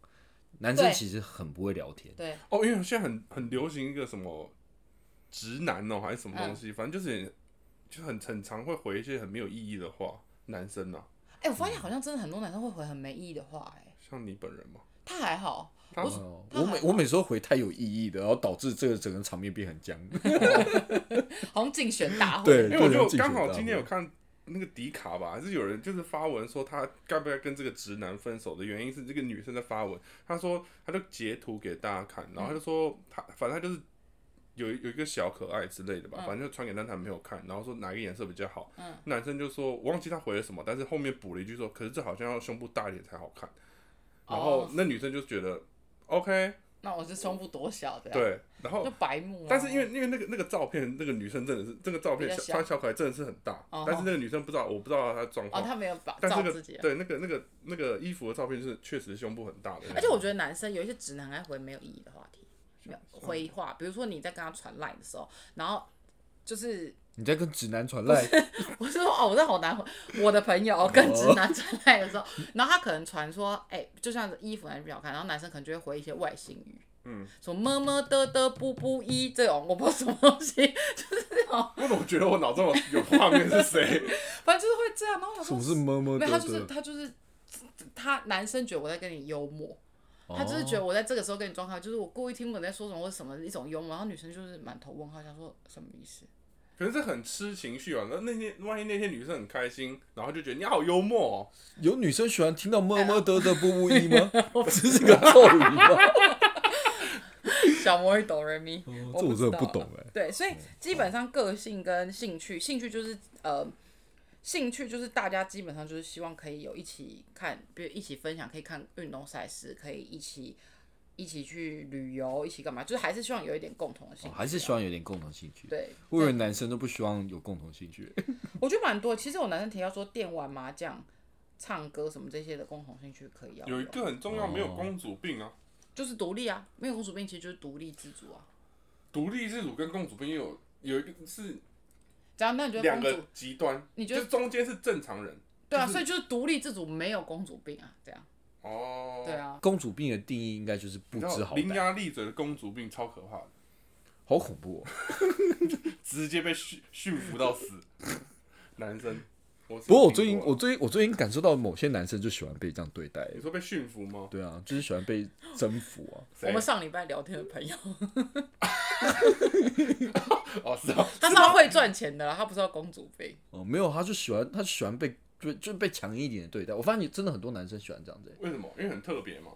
Speaker 2: 男生
Speaker 1: 对
Speaker 2: 其实很不会聊天，
Speaker 1: 对
Speaker 3: 哦，因为现在很很流行一个什么直男哦，还是什么东西，反正就是就很很常会回一些很没有意义的话，男生啊呐、
Speaker 1: 哎、我发现好像真的很多男生会回很没意义的话、哎，
Speaker 3: 像你本人嘛，
Speaker 1: 他还好，
Speaker 3: 他
Speaker 1: 我
Speaker 2: 哦
Speaker 1: 他
Speaker 2: 我
Speaker 1: 还
Speaker 2: 每我每次都回太有意义的，然后导致这个整个场面变很僵。
Speaker 1: 好像竞选大会，
Speaker 2: 对
Speaker 3: 因为我
Speaker 2: 对
Speaker 3: 就
Speaker 2: 竞选
Speaker 3: 刚好
Speaker 2: 大
Speaker 3: 今天
Speaker 2: 会
Speaker 3: 有看那个迪卡吧，还是有人就是发文说他该不该跟这个直男分手的原因是这个女生在发文，她说她就截图给大家看，然后她就
Speaker 1: 嗯
Speaker 3: 说她反正她就是有一有一个小可爱之类的吧，
Speaker 1: 嗯
Speaker 3: 反正就传给她男朋友看，然后说哪个颜色比较好，
Speaker 1: 嗯
Speaker 3: 男生就说我忘记他回了什么，但是后面补了一句说，可是这好像要胸部大一点才好看，然后
Speaker 1: 哦
Speaker 3: 那女生就觉得 OK
Speaker 1: 那我是胸部多小的，，
Speaker 3: 对，然后
Speaker 1: 啊就白目、啊，
Speaker 3: 但是因为因为那个那个照片，那个女生真的是这个照片
Speaker 1: 比较
Speaker 3: 小
Speaker 1: 小
Speaker 3: 穿小可爱真的是很大，
Speaker 1: 哦
Speaker 3: 但是那个女生不知道，我不知道她的状
Speaker 1: 哦，
Speaker 3: 况。
Speaker 1: 他没有把
Speaker 3: 但是
Speaker 1: 照
Speaker 3: 那
Speaker 1: 自
Speaker 3: 个
Speaker 1: 己啊。
Speaker 3: 对那个那个那个衣服的照片就是确实胸部很大的，
Speaker 1: 而且我觉得男生有一些直男爱回没有意义的话题，没有回话，比如说你在跟他传赖的时候，然后就是
Speaker 2: 你在跟直男传赖，
Speaker 1: 我是说哦，我在好难回我的朋
Speaker 3: 哦
Speaker 1: 友哦跟直男传赖的时候，然后他可能传说，哎、就像衣服男生比较好看，然后男生可能就会回一些外星语。
Speaker 3: 嗯，
Speaker 1: 什么么么的的不不一这种，我不知道什么东西，
Speaker 3: 我怎么觉得我脑中有有画面是谁？
Speaker 1: 反正就是会这样。然后我
Speaker 2: 什
Speaker 1: 想
Speaker 2: 么是
Speaker 1: 说，
Speaker 2: 么么
Speaker 1: 没
Speaker 2: 的
Speaker 1: 有，他就是
Speaker 2: 的？
Speaker 1: 他就是他男生觉得我在跟你幽默，他
Speaker 2: 他
Speaker 1: 就是觉得我在这个时候跟你状态，就是我故意听不懂你在说什么，或者什么一种幽默，然后女生就是满头问号，想说什么意思？
Speaker 3: 可是这很吃情绪啊。那那天万一那天女生很开心，然后就觉得你好幽默、哦，
Speaker 2: 有女生喜欢听到么么的的 不不一吗？这是个咒语吗？
Speaker 1: 小魔女哆瑞咪，
Speaker 2: 这 我真的不
Speaker 1: 知道
Speaker 2: 懂
Speaker 1: 啊。
Speaker 2: 哎。
Speaker 1: 对，所以基本上个性跟兴趣，兴趣就是呃，兴趣就是大家基本上就是希望可以有一起看，比如一起分享，可以看运动赛事，可以一起一起去旅游，一起干嘛，就是还是希望有一点共同的兴趣
Speaker 2: 哦
Speaker 1: 啊、
Speaker 2: 还是希望有点共同兴趣。
Speaker 1: 对，
Speaker 2: 我以为男生都不希望有共同兴趣。
Speaker 1: 我觉得蛮多。其实有男生提到说电玩、麻将、唱歌什么这些的共同兴趣可以要
Speaker 3: 有一个很重要，没有公主病啊。
Speaker 1: 就是独立啊，没有公主病其实就是独立自主啊。
Speaker 3: 独立自主跟公主病又有有一个是
Speaker 1: 只要那你觉得
Speaker 3: 两
Speaker 1: 公主
Speaker 3: 个极端，
Speaker 1: 你觉得
Speaker 3: 就中间是正常人
Speaker 1: 对啊，
Speaker 3: 就是
Speaker 1: 所以就是独立自主没有公主病啊，这样
Speaker 3: 哦。
Speaker 1: 对啊，
Speaker 2: 公主病的定义应该就是不
Speaker 3: 你知
Speaker 2: 知
Speaker 3: 道
Speaker 2: 好
Speaker 3: 伶
Speaker 2: 歹，
Speaker 3: 牙俐嘴的公主病超可怕的。
Speaker 2: 好恐怖哦。
Speaker 3: 直接被驯驯服到死。 男生，我是
Speaker 2: 不过
Speaker 3: 有
Speaker 2: 我最
Speaker 3: 听
Speaker 2: 近，
Speaker 3: 过啊
Speaker 2: 我最近，我最近感受到某些男生就喜欢被这样对待。
Speaker 3: 你说被驯服吗？
Speaker 2: 对啊，就是喜欢被征服啊。
Speaker 1: 我
Speaker 3: 谁
Speaker 1: 们上礼拜聊天的朋友，
Speaker 3: 哦 是啊，
Speaker 1: 他是要会赚钱的啦，他不是要公主病。
Speaker 2: 哦，没有，他就喜欢，他就喜欢被就就被强硬一点的对待。我发现你真的很多男生喜欢这样子、欸
Speaker 3: 为什么？因为很特别嘛。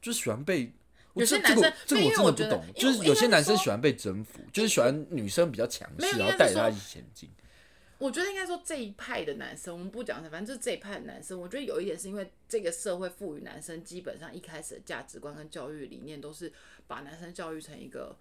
Speaker 2: 就是喜欢被。我
Speaker 1: 有些
Speaker 2: 这这个
Speaker 1: 男生
Speaker 2: 这个
Speaker 1: 没有
Speaker 2: 我真的
Speaker 1: 我
Speaker 2: 不
Speaker 1: 觉得因
Speaker 2: 懂，就
Speaker 1: 为
Speaker 2: 是有些
Speaker 1: 应该
Speaker 2: 男
Speaker 1: 是说
Speaker 2: 生喜欢被征服，就是喜欢女生比较强
Speaker 1: 没有
Speaker 2: 势，然
Speaker 1: 应
Speaker 2: 后
Speaker 1: 该
Speaker 2: 带
Speaker 1: 是
Speaker 2: 着他
Speaker 1: 说
Speaker 2: 一起前 进。
Speaker 1: 我觉得应该说这一派的男生，我们不讲他，反正就是这一派的男生，我觉得有一点是因为这个社会赋予男生基本上一开始的价值观跟教育理念都是把男生教育成一个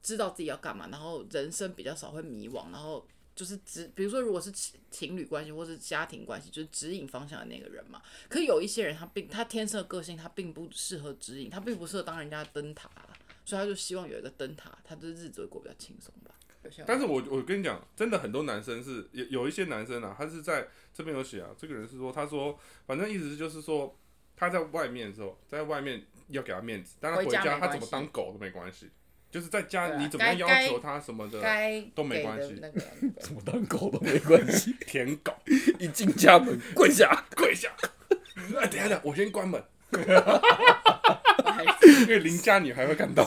Speaker 1: 知道自己要干嘛，然后人生比较少会迷惘，然后就是指，比如说如果是情情侣关系或是家庭关系，就是指引方向的那个人嘛。可是有一些人他并他天生的个性他并不适合指引，他并不适合当人家的灯塔啦，所以他就希望有一个灯塔，他的日子会过比较轻松吧。有些人
Speaker 3: 但是我我跟你讲，真的很多男生是有有一些男生啊，他是在这边有写啊，这个人是说，他说反正意思就是说他在外面的时候，在外面要给他面子，但他
Speaker 1: 回家没
Speaker 3: 他
Speaker 1: 关
Speaker 3: 怎么
Speaker 1: 系
Speaker 3: 当狗都没关系，就是在
Speaker 1: 对
Speaker 3: 家
Speaker 1: 啊
Speaker 3: 你怎么样
Speaker 1: 该
Speaker 3: 要
Speaker 1: 该
Speaker 3: 求他什么的，
Speaker 1: 该
Speaker 3: 都没
Speaker 1: 给
Speaker 3: 关
Speaker 1: 的
Speaker 3: 系
Speaker 1: 那个那个
Speaker 2: 怎么当狗都没关系，
Speaker 3: 舔狗
Speaker 2: 一进家门跪下。
Speaker 3: 跪下。 哎，等一下，等一下，我 先关门，
Speaker 1: 不好意思
Speaker 3: 因为邻家女孩会看到。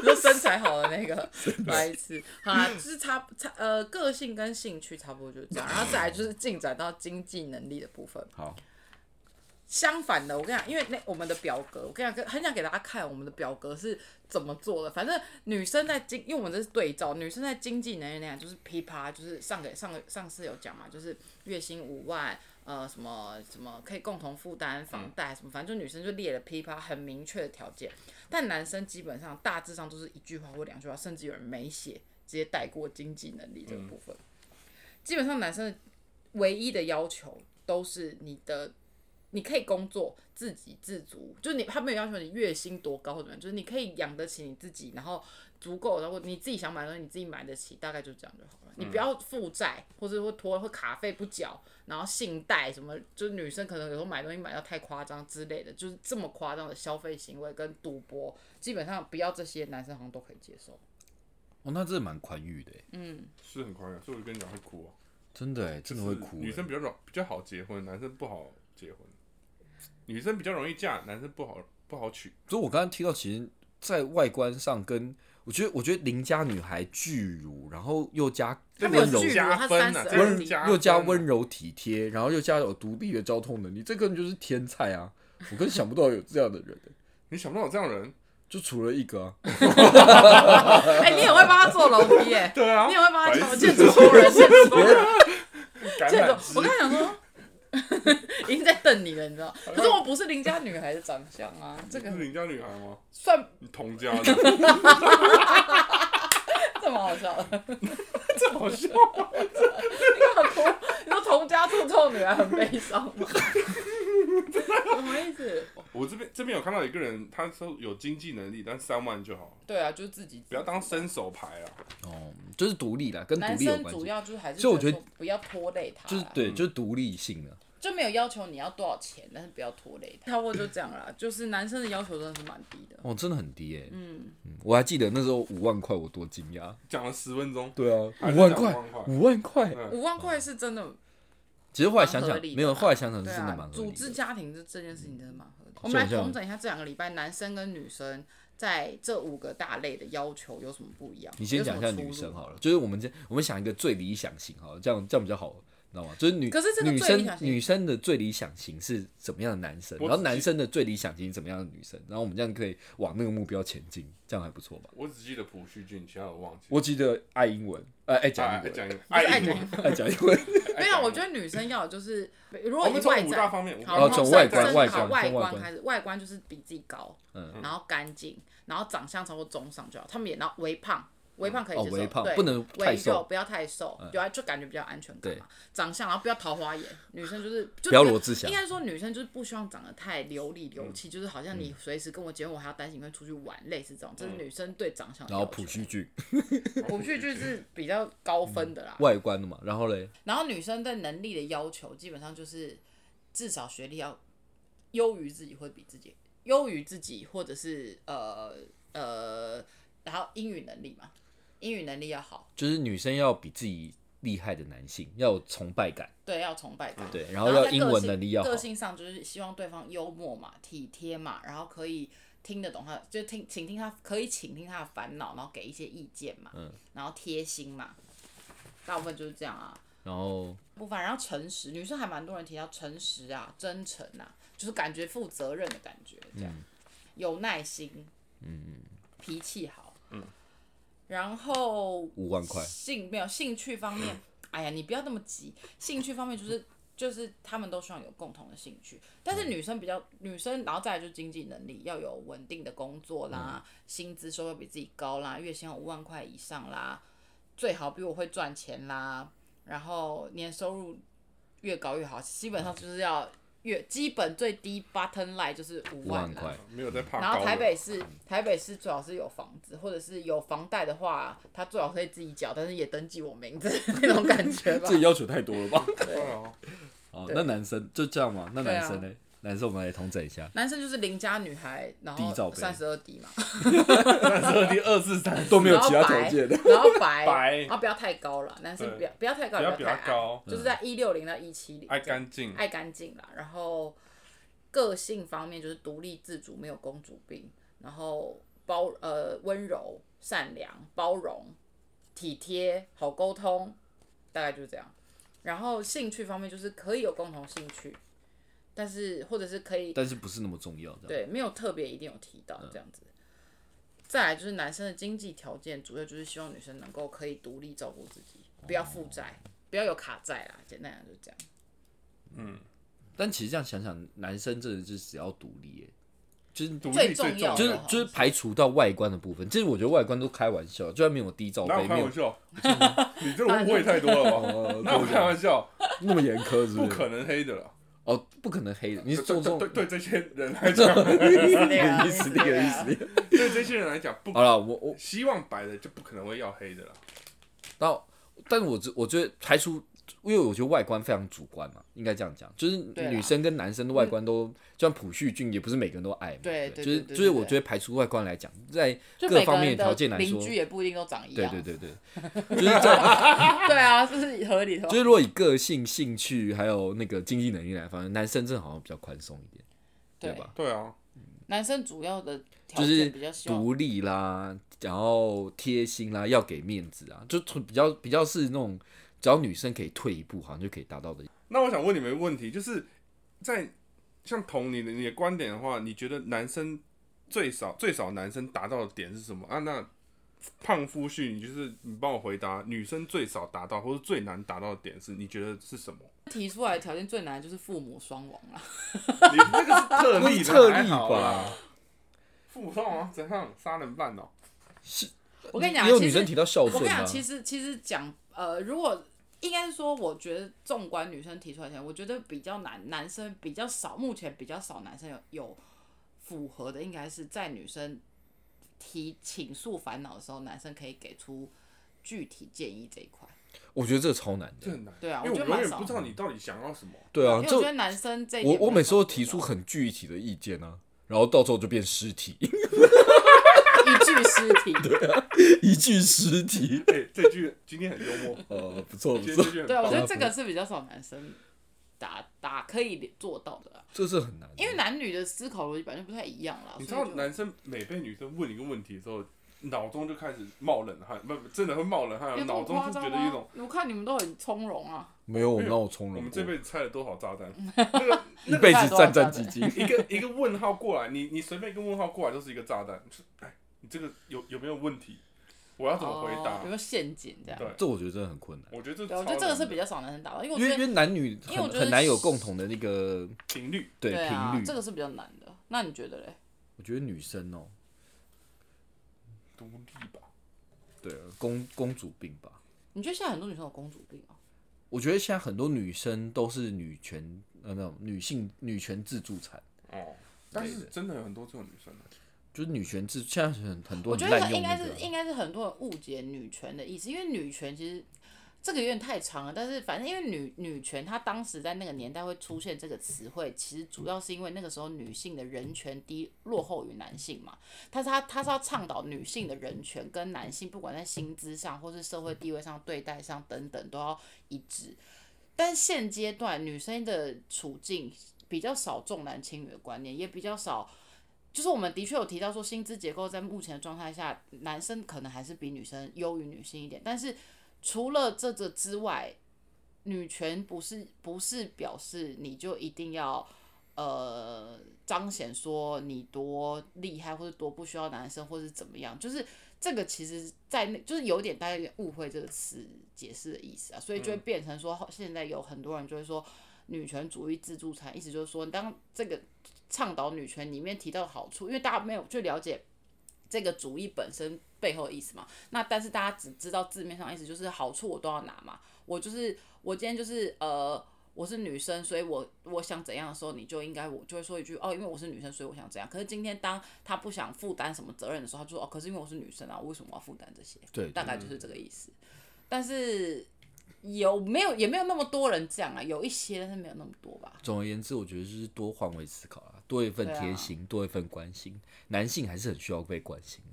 Speaker 1: 你说身材好的那个白痴，好啦，就是差差呃个性跟兴趣差不多就是这样，然后再来就是进展到经济能力的部分。
Speaker 2: 好，
Speaker 1: 相反的，我跟你讲，因为那我们的表格，我跟你讲，很想给大家看我们的表格是怎么做的。反正女生在经，因为我们这是对照，女生在经济能力那样，就是噼啪，就是上个上个上次有讲嘛，就是月薪五万，呃，什么什么可以共同负担房贷什么，反正就女生就列了噼啪很明确的条件，但男生基本上大致上都是一句话或两句话，甚至有人没写，直接带过经济能力这个部分。基本上男生的唯一的要求都是你的你可以工作，自给自足，就是你他没有要求你月薪多高或怎么样，就是你可以养得起你自己，然后足够，然后你自己想买的东西你自己买得起，大概就这样就好了。你不要负债，或者会拖，或卡费不缴，然后信贷什么，就是女生可能有时候买东西买到太夸张之类的，就是这么夸张的消费行为跟赌博，基本上不要这些，男生好像都可以接受。
Speaker 2: 哦，那真的蛮宽裕的耶，
Speaker 3: 是很宽的，所以我就跟你讲会哭哦、
Speaker 2: 真的哎，真的会
Speaker 3: 就是
Speaker 2: 哭耶。
Speaker 3: 女生比较容比较好结婚，男生不好结婚。女生比较容易嫁，男生不好不好娶。
Speaker 2: 所以我刚刚提到，其实，在外观上跟我觉得，我觉得邻家女孩巨乳，然后又加
Speaker 1: 她没有
Speaker 2: 温柔
Speaker 1: 巨乳
Speaker 3: 加
Speaker 1: 她
Speaker 3: 分
Speaker 1: 32
Speaker 3: 啊这样
Speaker 1: 题
Speaker 3: 加
Speaker 2: 又加
Speaker 3: 分啊
Speaker 2: 温柔体贴，然后又加有独立的交通能力，这根本就是天才啊！我根本想不到有这样的人欸，
Speaker 3: 你想不到有这样的人？
Speaker 2: 就除了一个、啊，
Speaker 1: 哎、你也会帮他做楼梯耶、
Speaker 3: 对啊
Speaker 1: 你也会帮他
Speaker 3: 白
Speaker 1: 做
Speaker 3: 痴
Speaker 1: 建筑工人，建筑工人。
Speaker 3: 橄
Speaker 1: 这种
Speaker 3: 榄，枝
Speaker 1: 我刚才想说，已经在瞪你了，你知道？可是我不是邻家女孩的长相啊，这 个
Speaker 3: 是邻家女孩吗？
Speaker 1: 算
Speaker 3: 你同家的，
Speaker 1: 这么好笑的。
Speaker 3: 这好笑。
Speaker 1: 你干嘛哭？ 你说童家兔臭女孩很悲伤吗？ 什么意思？
Speaker 3: 我这边这边有看到一个人，他说有经济能力，但三万就好，
Speaker 1: 对啊，就是自己
Speaker 3: 不要当伸手牌啊。
Speaker 2: 哦，就是独立啦，跟独
Speaker 1: 男
Speaker 2: 立有
Speaker 1: 生
Speaker 2: 关
Speaker 1: 主
Speaker 2: 系，
Speaker 1: 要啊就是还是，
Speaker 2: 所以我觉得
Speaker 1: 不要拖累他啦，
Speaker 2: 就是对，就是独立性啊的、
Speaker 1: 就没有要求你要多少钱，但是不要拖累他。差不多就这样啦，就是男生的要求真的是蛮低的。
Speaker 2: 哦，真的很低诶、嗯我还记得那时候五万块，我多惊讶。
Speaker 3: 讲了十分钟，
Speaker 2: 对啊，
Speaker 3: 还
Speaker 2: 五
Speaker 3: 是讲
Speaker 2: 万块
Speaker 3: 5万块，
Speaker 2: 五万块。
Speaker 3: 嗯
Speaker 1: 五万块是真的，
Speaker 2: 其实后来想
Speaker 1: 蛮
Speaker 2: 想
Speaker 1: 合理，的
Speaker 2: 没有，
Speaker 1: 吧
Speaker 2: 后来想想是
Speaker 1: 对
Speaker 2: 嗯真的蛮
Speaker 1: 啊，
Speaker 2: 合理
Speaker 1: 组
Speaker 2: 的
Speaker 1: 织家庭这这件事情真的蛮合理。我
Speaker 2: 所以
Speaker 1: 们
Speaker 2: 我
Speaker 1: 来
Speaker 2: 这样
Speaker 1: 统整一下这两个礼拜男生跟女生在这五个大类的要求有什么不一样？
Speaker 2: 你先讲一下
Speaker 1: 有什么
Speaker 2: 女
Speaker 1: 出入
Speaker 2: 生。好了，就是我们先我们想一个最理想型好了，这样这样比较好，你知道吗？就是女
Speaker 1: 可是这个
Speaker 2: 女
Speaker 1: 最理
Speaker 2: 生
Speaker 1: 想型
Speaker 2: 女生的最理想型是怎么样的男生，
Speaker 3: 我
Speaker 2: 然后
Speaker 3: 只
Speaker 2: 男生的最理想型是怎么样的女生，然后我们这样可以往那个目标前进，这样还不错吧？
Speaker 3: 我只记得朴叙俊，其他我忘记。
Speaker 2: 我记得爱英文，呃，爱讲
Speaker 3: 哎
Speaker 2: 英文，
Speaker 3: 讲一
Speaker 1: 不
Speaker 3: 个，
Speaker 1: 是爱
Speaker 3: 爱
Speaker 1: 讲
Speaker 3: 英文
Speaker 2: 爱讲英文，
Speaker 1: 没有，我觉得女生要的就是，如
Speaker 3: 我
Speaker 1: 果
Speaker 3: 们
Speaker 1: 以
Speaker 3: 从
Speaker 1: 外
Speaker 3: 五大
Speaker 1: 在，
Speaker 3: 方面，
Speaker 2: 哦
Speaker 1: 好，
Speaker 2: 从
Speaker 1: 从
Speaker 2: 外观
Speaker 1: 观
Speaker 2: 外
Speaker 1: 好
Speaker 2: 观
Speaker 1: 外
Speaker 2: 从外观
Speaker 1: 开始，外观就是比自己高，
Speaker 2: 嗯
Speaker 1: 然后干净，然后长相差不多中上就好。他们也然后微胖，微胖可以
Speaker 2: 哦
Speaker 1: 接受，
Speaker 2: 微 胖
Speaker 1: 对
Speaker 2: 不能
Speaker 1: 微
Speaker 2: 太瘦嗯
Speaker 1: 肉不要太瘦，对啊，就感觉比较安全感嘛。长相，然后不要桃花眼，女生就是就
Speaker 2: 不要
Speaker 1: 觉得
Speaker 2: 罗志祥嗯
Speaker 1: 应该说女生就是不希望长得太流里流气，就是好像你随时跟我结婚，我还要担心你会出去玩，类似这种，这是女生对长相的
Speaker 2: 哦然
Speaker 1: 要
Speaker 2: 后
Speaker 1: 求。
Speaker 2: 普须剧
Speaker 1: 朴叙就是比较高分的啦，
Speaker 2: 外观的嘛，然后嘞，
Speaker 1: 然后女生对能力的要求基本上就是至少学历要优于自己，或比自己优于自己，或者是呃呃，然后英语能力嘛，英语能力要好，
Speaker 2: 就是女生要比自己厉害的男性，要有崇拜感，
Speaker 1: 对，要崇拜感，
Speaker 2: 对，然
Speaker 1: 然在
Speaker 2: 后嗯要
Speaker 1: 个
Speaker 2: 英文
Speaker 1: 性
Speaker 2: 能力要好
Speaker 1: 个，性上就是希望对方幽默嘛、体贴嘛，然后可以听得懂他，就听倾听他，可以倾听他的烦恼，然后给一些意见嘛，
Speaker 2: 嗯
Speaker 1: 然后贴心嘛，大部分就是这样啊。
Speaker 2: 然后
Speaker 1: 部分，然后诚实，女生还蛮多人提到诚实啊、真诚啊，就是感觉负责任的感觉，这样、有耐心，嗯，脾气好，嗯，然后
Speaker 2: 五万块，
Speaker 1: 兴没有兴趣方面，哎呀，你不要那么急，兴趣方面就是就是他们都希望有共同的兴趣，但是女生比较女生，然后再来就是经济能力要有稳定的工作啦，
Speaker 2: 嗯
Speaker 1: 薪资收入比自己高啦，月薪要五万块以上啦，最好比我会赚钱啦，然后年收入越高越好，基本上就是要越基本最低 button line 就是五
Speaker 2: 五万
Speaker 1: 万啦。
Speaker 2: 块，
Speaker 3: 没有在怕
Speaker 1: 然
Speaker 3: 高
Speaker 1: 后
Speaker 3: 的。
Speaker 1: 台北市，台北市最好是有房子，或者是有房贷的话，他最好可以自己缴，但是也登记我名字 那种感觉吧
Speaker 2: 这。要求太多了吧？
Speaker 3: 对啊，
Speaker 2: 哦，
Speaker 1: 对
Speaker 2: 那男生就这样嘛？那
Speaker 1: 对啊，
Speaker 2: 男生呢？男生我们来统整一下
Speaker 1: 男生就是邻家女孩，然
Speaker 2: 低罩
Speaker 1: 后
Speaker 2: 杯
Speaker 1: 三十二 D 嘛，
Speaker 3: 这第二四三
Speaker 2: 都
Speaker 1: 没有其他条件
Speaker 2: 的。
Speaker 1: 然后白，
Speaker 3: 白
Speaker 1: 然后不要太高了，男生
Speaker 3: 对
Speaker 1: 不要不要太高，
Speaker 3: 不要
Speaker 1: 也太
Speaker 3: 比他
Speaker 1: 矮
Speaker 3: 高，
Speaker 1: 就是在一六零到一七零，
Speaker 3: 爱干净，
Speaker 1: 爱干净啦，然后个性方面就是独立自主，没有公主病，然后包呃温柔、善良、包容、体贴、好沟通，大概就是这样。然后兴趣方面就是可以有共同兴趣，但是或者是可以
Speaker 2: 但是不是那么重要的。
Speaker 1: 对，没有特别一定有提到这样子。再来就是男生的经济条件，主要就是希望女生能够可以独立照顾自己，不要负债，不要有卡债啦。简单讲就是这样。
Speaker 2: 但其实这样想想，男生真的是只要独立耶，就是
Speaker 3: 独
Speaker 1: 最
Speaker 3: 立
Speaker 1: 重
Speaker 3: 最
Speaker 1: 要的
Speaker 3: 重
Speaker 2: 就是
Speaker 1: 好
Speaker 2: 就是排除到外观的部分。其实我觉得外观都开玩笑，就算没有低罩
Speaker 3: 哪
Speaker 2: 杯，没
Speaker 3: 有开
Speaker 2: 有
Speaker 3: 玩 笑？你这误会太多
Speaker 2: 哦
Speaker 3: 了吧？哪有开玩笑？
Speaker 2: 那么严苛，是不
Speaker 3: 不
Speaker 2: 是？
Speaker 3: 可能黑的了。
Speaker 2: 哦，不可能黑的，你是
Speaker 3: 对
Speaker 2: 做
Speaker 3: 对
Speaker 2: 中
Speaker 3: 对对这些人来讲，
Speaker 1: 啊
Speaker 2: 意思，那个意思。
Speaker 3: 对这些人来讲，不
Speaker 2: 好了，我我
Speaker 3: 希望白的就不可能会要黑的了。
Speaker 2: 然后，但我觉我觉得排除，因为我觉得外观非常主观嘛，应该这样讲，就是
Speaker 1: 对啊啦
Speaker 2: 女生跟男生的外观都，就像朴叙俊也不是每个人都爱嘛，
Speaker 1: 对对
Speaker 2: 对，就是
Speaker 1: 对对
Speaker 2: 就
Speaker 1: 对
Speaker 2: 是我觉得排除外观来讲，在
Speaker 1: 就
Speaker 2: 各
Speaker 1: 每个
Speaker 2: 方面
Speaker 1: 人
Speaker 2: 的
Speaker 1: 的
Speaker 2: 条件来说
Speaker 1: 邻，居也不一定都长一
Speaker 2: 对
Speaker 1: 样。
Speaker 2: 对对对，就是在
Speaker 1: 对啊，这是合理的吧
Speaker 2: 就。是如果以个性、兴趣还有那个经济能力来方面，男生真的好像比较宽松一点，对吧？
Speaker 3: 对啊，
Speaker 1: 男生主要的条
Speaker 2: 就是
Speaker 1: 件比较希望
Speaker 2: 独立啦，然后贴心啦，要给面子啊，就比较比较是那种，只要女生可以退一步，好像就可以达到的。
Speaker 3: 那我想问你们一个问题，就是在像同你的你的观点的话，你觉得男生最少最少男生达到的点是什么啊？那胖夫婿，你就是你帮我回答，女生最少达到或者最难达到的点是，你觉得是什么？
Speaker 1: 提出来的条件最难的就是父母双亡啊啦。
Speaker 3: 你那个是特
Speaker 2: 那
Speaker 3: 例
Speaker 2: 是
Speaker 3: 的，
Speaker 2: 特
Speaker 3: 还
Speaker 2: 例
Speaker 3: 好啦
Speaker 2: 吧？
Speaker 3: 父双亡怎样杀人犯哦？
Speaker 1: 我跟你讲，啊
Speaker 2: 也有
Speaker 1: 其
Speaker 2: 女
Speaker 1: 实
Speaker 2: 生提到孝
Speaker 1: 我
Speaker 2: 顺
Speaker 1: 跟你
Speaker 2: 啊
Speaker 1: 讲，，其实其实讲呃，如果应该是说，我觉得纵观女生提出来的条件，我觉得比较难，男生比较少，目前比较少男生有有符合的，应该是在女生提倾诉烦恼的时候，男生可以给出具体建议这一块。
Speaker 2: 我觉得这个超难
Speaker 3: 这
Speaker 2: 的。
Speaker 3: 很难，
Speaker 1: 对啊
Speaker 3: 因为
Speaker 1: 我觉
Speaker 3: 我
Speaker 1: 得蛮
Speaker 3: 永远
Speaker 1: 少
Speaker 3: 不知道你到底想要什么。
Speaker 2: 对啊
Speaker 1: 因，为
Speaker 2: 这
Speaker 1: 我觉得男生这一
Speaker 2: 我
Speaker 1: 点
Speaker 2: 我
Speaker 1: 比较
Speaker 2: 每次都
Speaker 1: 少
Speaker 2: 提出
Speaker 1: 做
Speaker 2: 很具体的意见啊，然后到时候就变尸体，
Speaker 1: 到一具尸体，
Speaker 2: 一具尸体。
Speaker 3: 哎、这句今天很幽 默，
Speaker 2: 呃，不错不
Speaker 3: 今天
Speaker 2: 错
Speaker 3: 这，句很
Speaker 1: 对，我
Speaker 3: 棒
Speaker 1: 觉。得这个是比较少男生打打可以做到的啦，
Speaker 2: 这是很难的。
Speaker 1: 因为男女的思考逻辑本来就不太一样啦。
Speaker 3: 你知
Speaker 1: 啊所以
Speaker 3: 道
Speaker 1: 就
Speaker 3: 男生每被女生问一个问题的时候，脑中就开始冒冷汗，不不，真的会冒冷汗，啊
Speaker 1: 有这
Speaker 3: 脑
Speaker 1: 么
Speaker 3: 中
Speaker 1: 夸
Speaker 3: 就
Speaker 1: 张啊
Speaker 3: 觉得
Speaker 1: 吗
Speaker 3: 一种。
Speaker 1: 我看你们都很从容啊。
Speaker 2: 没有我们让我从
Speaker 3: 我
Speaker 2: 容
Speaker 3: 们
Speaker 2: 过
Speaker 3: 这，辈子拆了多少炸弹？
Speaker 1: 嗯
Speaker 2: 一辈子战战
Speaker 1: 多少
Speaker 2: 兢兢。
Speaker 3: 一个一个问号过来，你你随便一个问号过来就是一个炸弹。就是哎，你这个有有没有问题？我要怎么回
Speaker 1: 哦
Speaker 3: 答
Speaker 1: 有没？有陷阱这样？
Speaker 3: 对啊
Speaker 2: 这我觉得真的很困难，
Speaker 3: 我觉得这
Speaker 1: 对，我觉得这个是比
Speaker 3: 较
Speaker 1: 较少男生打到，因为我
Speaker 2: 因为
Speaker 1: 觉
Speaker 2: 因
Speaker 1: 得
Speaker 2: 为男女
Speaker 1: 因为我
Speaker 2: 很
Speaker 1: 觉得
Speaker 2: 很难有共同的那个
Speaker 3: 频率。
Speaker 2: 对
Speaker 1: 对啊
Speaker 2: 频，率
Speaker 1: 这。个是比较难的。那你觉得嘞？
Speaker 2: 我觉得女生哦，
Speaker 3: 独立吧，
Speaker 2: 对啊，公公主病吧。
Speaker 1: 你觉得现在很多女生有公主病啊？
Speaker 2: 我觉得现在很多女生都是女权，呃，那种女性女权自助餐，
Speaker 3: 哦，但
Speaker 2: 对
Speaker 3: 是
Speaker 2: 的
Speaker 3: 真的有很多这种女生啊
Speaker 2: 就是女权自现在很很多
Speaker 1: 我
Speaker 2: 人
Speaker 1: 觉得
Speaker 2: 滥
Speaker 1: 应
Speaker 2: 用
Speaker 1: 该
Speaker 2: 那
Speaker 1: 是
Speaker 2: 个
Speaker 1: 应该是很多人误解女权的意思，因为女权其实这个有点太长了，但是反正因为女女权，它当时在那个年代会出现这个词汇，其实主要是因为那个时候女性的人权低落后于男性嘛，它是它它是要倡导女性的人权跟男性不管在薪资上或是社会地位上、对待上等等都要一致，但现阶段女生的处境比较少重男轻女的观念，也比较少。就是我们的确有提到说，薪资结构在目前的状态下，男生可能还是比女生优于女性一点。但是除了这个之外，女权不是不是表示你就一定要呃彰显说你多厉害，或者多不需要男生，或是怎么样。就是这个其实在那就是有点大家有点误会这个词解释的意思啊，所以就会变成说现在有很多人就会说女权主义自助餐，意思就是说当这个倡导女权里面提到的好处，因为大家没有去了解这个主义本身背后的意思嘛。那但是大家只知道字面上的意思，就是好处我都要拿嘛。我就是我今天就是呃。我是女生，所以我我想怎样的时候，你就应该我就会说一句哦，因为我是女生，所以我想怎样。可是今天当他不想负担什么责任的时候，他就说哦，可是因为我是女生啊，我为什么要负担这些？
Speaker 2: 对对
Speaker 1: 大概就是这个意思。但是有没有也没有那么多人这样啊，有一些，但是没有那么多吧。
Speaker 2: 总而言之，我觉得就是多换位思考啊，多一份
Speaker 1: 对啊
Speaker 2: 贴心，多一份关心。男性还是很需要被关心的。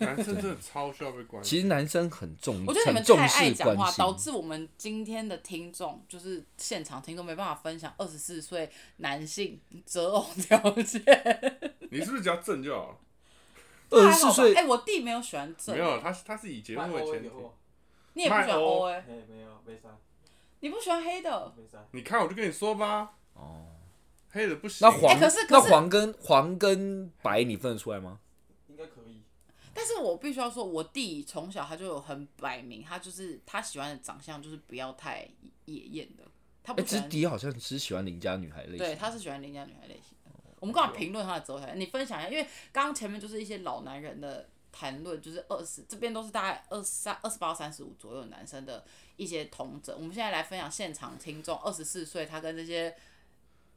Speaker 3: 男生真的超需要被关心。
Speaker 2: 其实男生很重，
Speaker 1: 嗯我觉得你
Speaker 2: 很
Speaker 1: 们
Speaker 2: 重
Speaker 1: 太爱
Speaker 2: 视
Speaker 1: 讲
Speaker 2: 关
Speaker 1: 话，导
Speaker 2: 心。
Speaker 1: 致我们今天的听众就是现场听众没办法分享二十四岁男性择偶条件。
Speaker 3: 你是不是只要正就好了？
Speaker 2: 二
Speaker 1: 那还好
Speaker 2: 十四
Speaker 1: 吧
Speaker 2: 岁
Speaker 1: 哎、我弟没有喜欢正，
Speaker 3: 没有，他是他是以结婚为前提。
Speaker 1: 你也不喜欢
Speaker 3: 卖欧
Speaker 1: O 哎、
Speaker 4: 哎，没有，没啥，
Speaker 1: 你不喜欢黑的，
Speaker 4: 没啊啥。
Speaker 3: 你看，我就跟你说吧，
Speaker 2: 哦。
Speaker 3: 黑的不行。
Speaker 2: 那黄、
Speaker 1: 哎可是可是
Speaker 2: 那黄跟黄跟白你分得出来吗？
Speaker 4: 应该可以。
Speaker 1: 但是我必须要说，我弟从小他就有很摆明，他就是他喜欢的长相就是不要太野艳的，他
Speaker 2: 哎、
Speaker 1: 不喜
Speaker 2: 直
Speaker 1: 欢，
Speaker 2: 迪好像是喜欢邻家女孩类型。
Speaker 1: 对，他是喜欢邻家女孩类型的。我们刚好评论他的择偶条件，你分享一下，因为刚刚前面就是一些老男人的谈论，就是二十这边都是大概二三、二十八、三十五左右的男生的一些同整。我们现在来分享现场听众二十四岁，他跟这些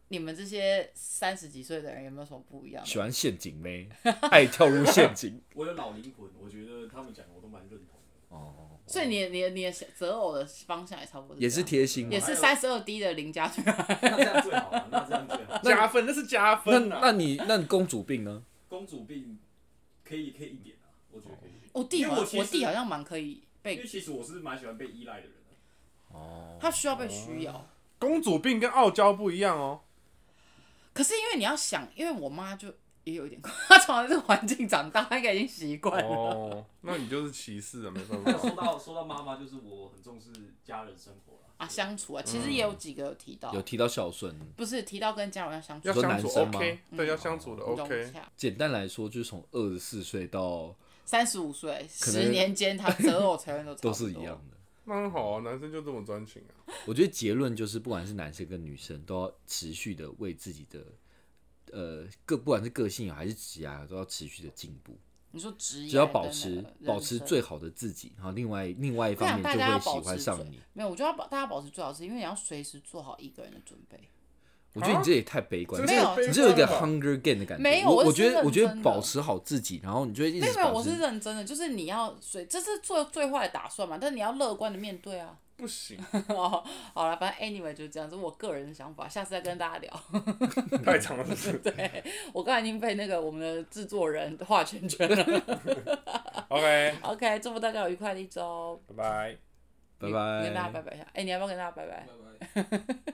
Speaker 1: 你们这些三十几岁的人有没有什么不一样的？
Speaker 2: 喜欢陷阱妹，爱跳入陷阱。
Speaker 4: 我有老灵魂，我觉得他们讲的我都蛮认同 的。
Speaker 2: 哦，
Speaker 1: 所以你的你的你的择偶的方向也差不多
Speaker 2: 也
Speaker 1: 是这
Speaker 2: 是
Speaker 1: 样
Speaker 2: 贴心嘛
Speaker 1: 也。是三十二 D 的邻家女孩，
Speaker 4: 那这样最好啊了，那这样最好。
Speaker 3: 加分，那是加
Speaker 2: 那
Speaker 3: 分啊。
Speaker 2: 那你那你公主病呢？
Speaker 4: 公主病可以可以一点啊，我觉得可以。
Speaker 1: 我哦弟好
Speaker 4: 因
Speaker 1: 像
Speaker 4: 为我其实
Speaker 1: 我弟好像蛮可以
Speaker 4: 因
Speaker 1: 被
Speaker 4: 为其实我是蛮喜欢被依赖的人的。
Speaker 2: 哦，
Speaker 1: 他需要被需要，
Speaker 3: 公主病跟傲娇不一样哦。
Speaker 1: 可是因为你要想，因为我妈就也有一点， 她从小在这个环境长大，她应该已经习惯了。
Speaker 3: 哦，那你就是歧视啊，没办
Speaker 4: 那
Speaker 3: 法。
Speaker 4: 说到说到妈妈，就是我很重视家人生活啦。
Speaker 1: 啊，相处啊，其实也有几个有提到，
Speaker 2: 嗯有提到孝顺，
Speaker 1: 不是提到跟家人要相处
Speaker 3: 要相处
Speaker 2: 你说男生吗
Speaker 3: OK，对，要相处的
Speaker 1: 融
Speaker 3: OK。
Speaker 1: 洽。
Speaker 2: 简单来说就是从二十四岁到
Speaker 1: 三十五岁，
Speaker 2: 可能
Speaker 1: 十年间他择偶条件都
Speaker 2: 都
Speaker 1: 都
Speaker 2: 是一样。的。
Speaker 3: 那很好啊，男生就这么专情啊。
Speaker 2: 我觉得结论就是，不管是男生跟女生，都要持续的为自己的呃个，不管是个性还是职涯，都要持续的进步。
Speaker 1: 你说职业
Speaker 2: 只要保
Speaker 1: 跟
Speaker 2: 持
Speaker 1: 那个人生
Speaker 2: 保持最好的自己，然后另外另外一
Speaker 1: 我
Speaker 2: 方
Speaker 1: 想
Speaker 2: 面
Speaker 1: 大
Speaker 2: 就
Speaker 1: 家要
Speaker 2: 会
Speaker 1: 保
Speaker 2: 喜
Speaker 1: 持
Speaker 2: 欢
Speaker 1: 最
Speaker 2: 上你。
Speaker 1: 没有，我就要保大家保持最好是，因为你要随时做好一个人的准备。
Speaker 2: 我觉得你这也太悲观，
Speaker 3: 这
Speaker 1: 没有
Speaker 3: 是悲
Speaker 2: 你是有一个
Speaker 3: 观吧
Speaker 2: Hunger Game 的感觉。
Speaker 1: 没有
Speaker 2: 我
Speaker 1: 我是
Speaker 2: 我觉得
Speaker 1: 认
Speaker 2: 我觉得
Speaker 1: 真的
Speaker 2: 保持好自己，然后你就会一
Speaker 1: 没
Speaker 2: 直
Speaker 1: 有没有，
Speaker 2: 保
Speaker 1: 我
Speaker 2: 持
Speaker 1: 是。认真的，就是你要随，这是做最坏的打算嘛，但你要乐观的面对啊。
Speaker 3: 不 行，
Speaker 1: 哦，好了，反正 anyway 就是这样，这是我个人的想法，下次再跟大家聊。
Speaker 3: 太长了，是不是？
Speaker 1: 对我刚才已经被那个我们的制作人画圈圈 了。
Speaker 3: OK，
Speaker 1: OK，祝福大家有愉快的一周，
Speaker 3: 拜拜。
Speaker 2: 拜
Speaker 1: 你
Speaker 2: 拜，
Speaker 1: 跟大家拜拜一下。哎、你要不要跟大家拜拜？
Speaker 4: 拜拜。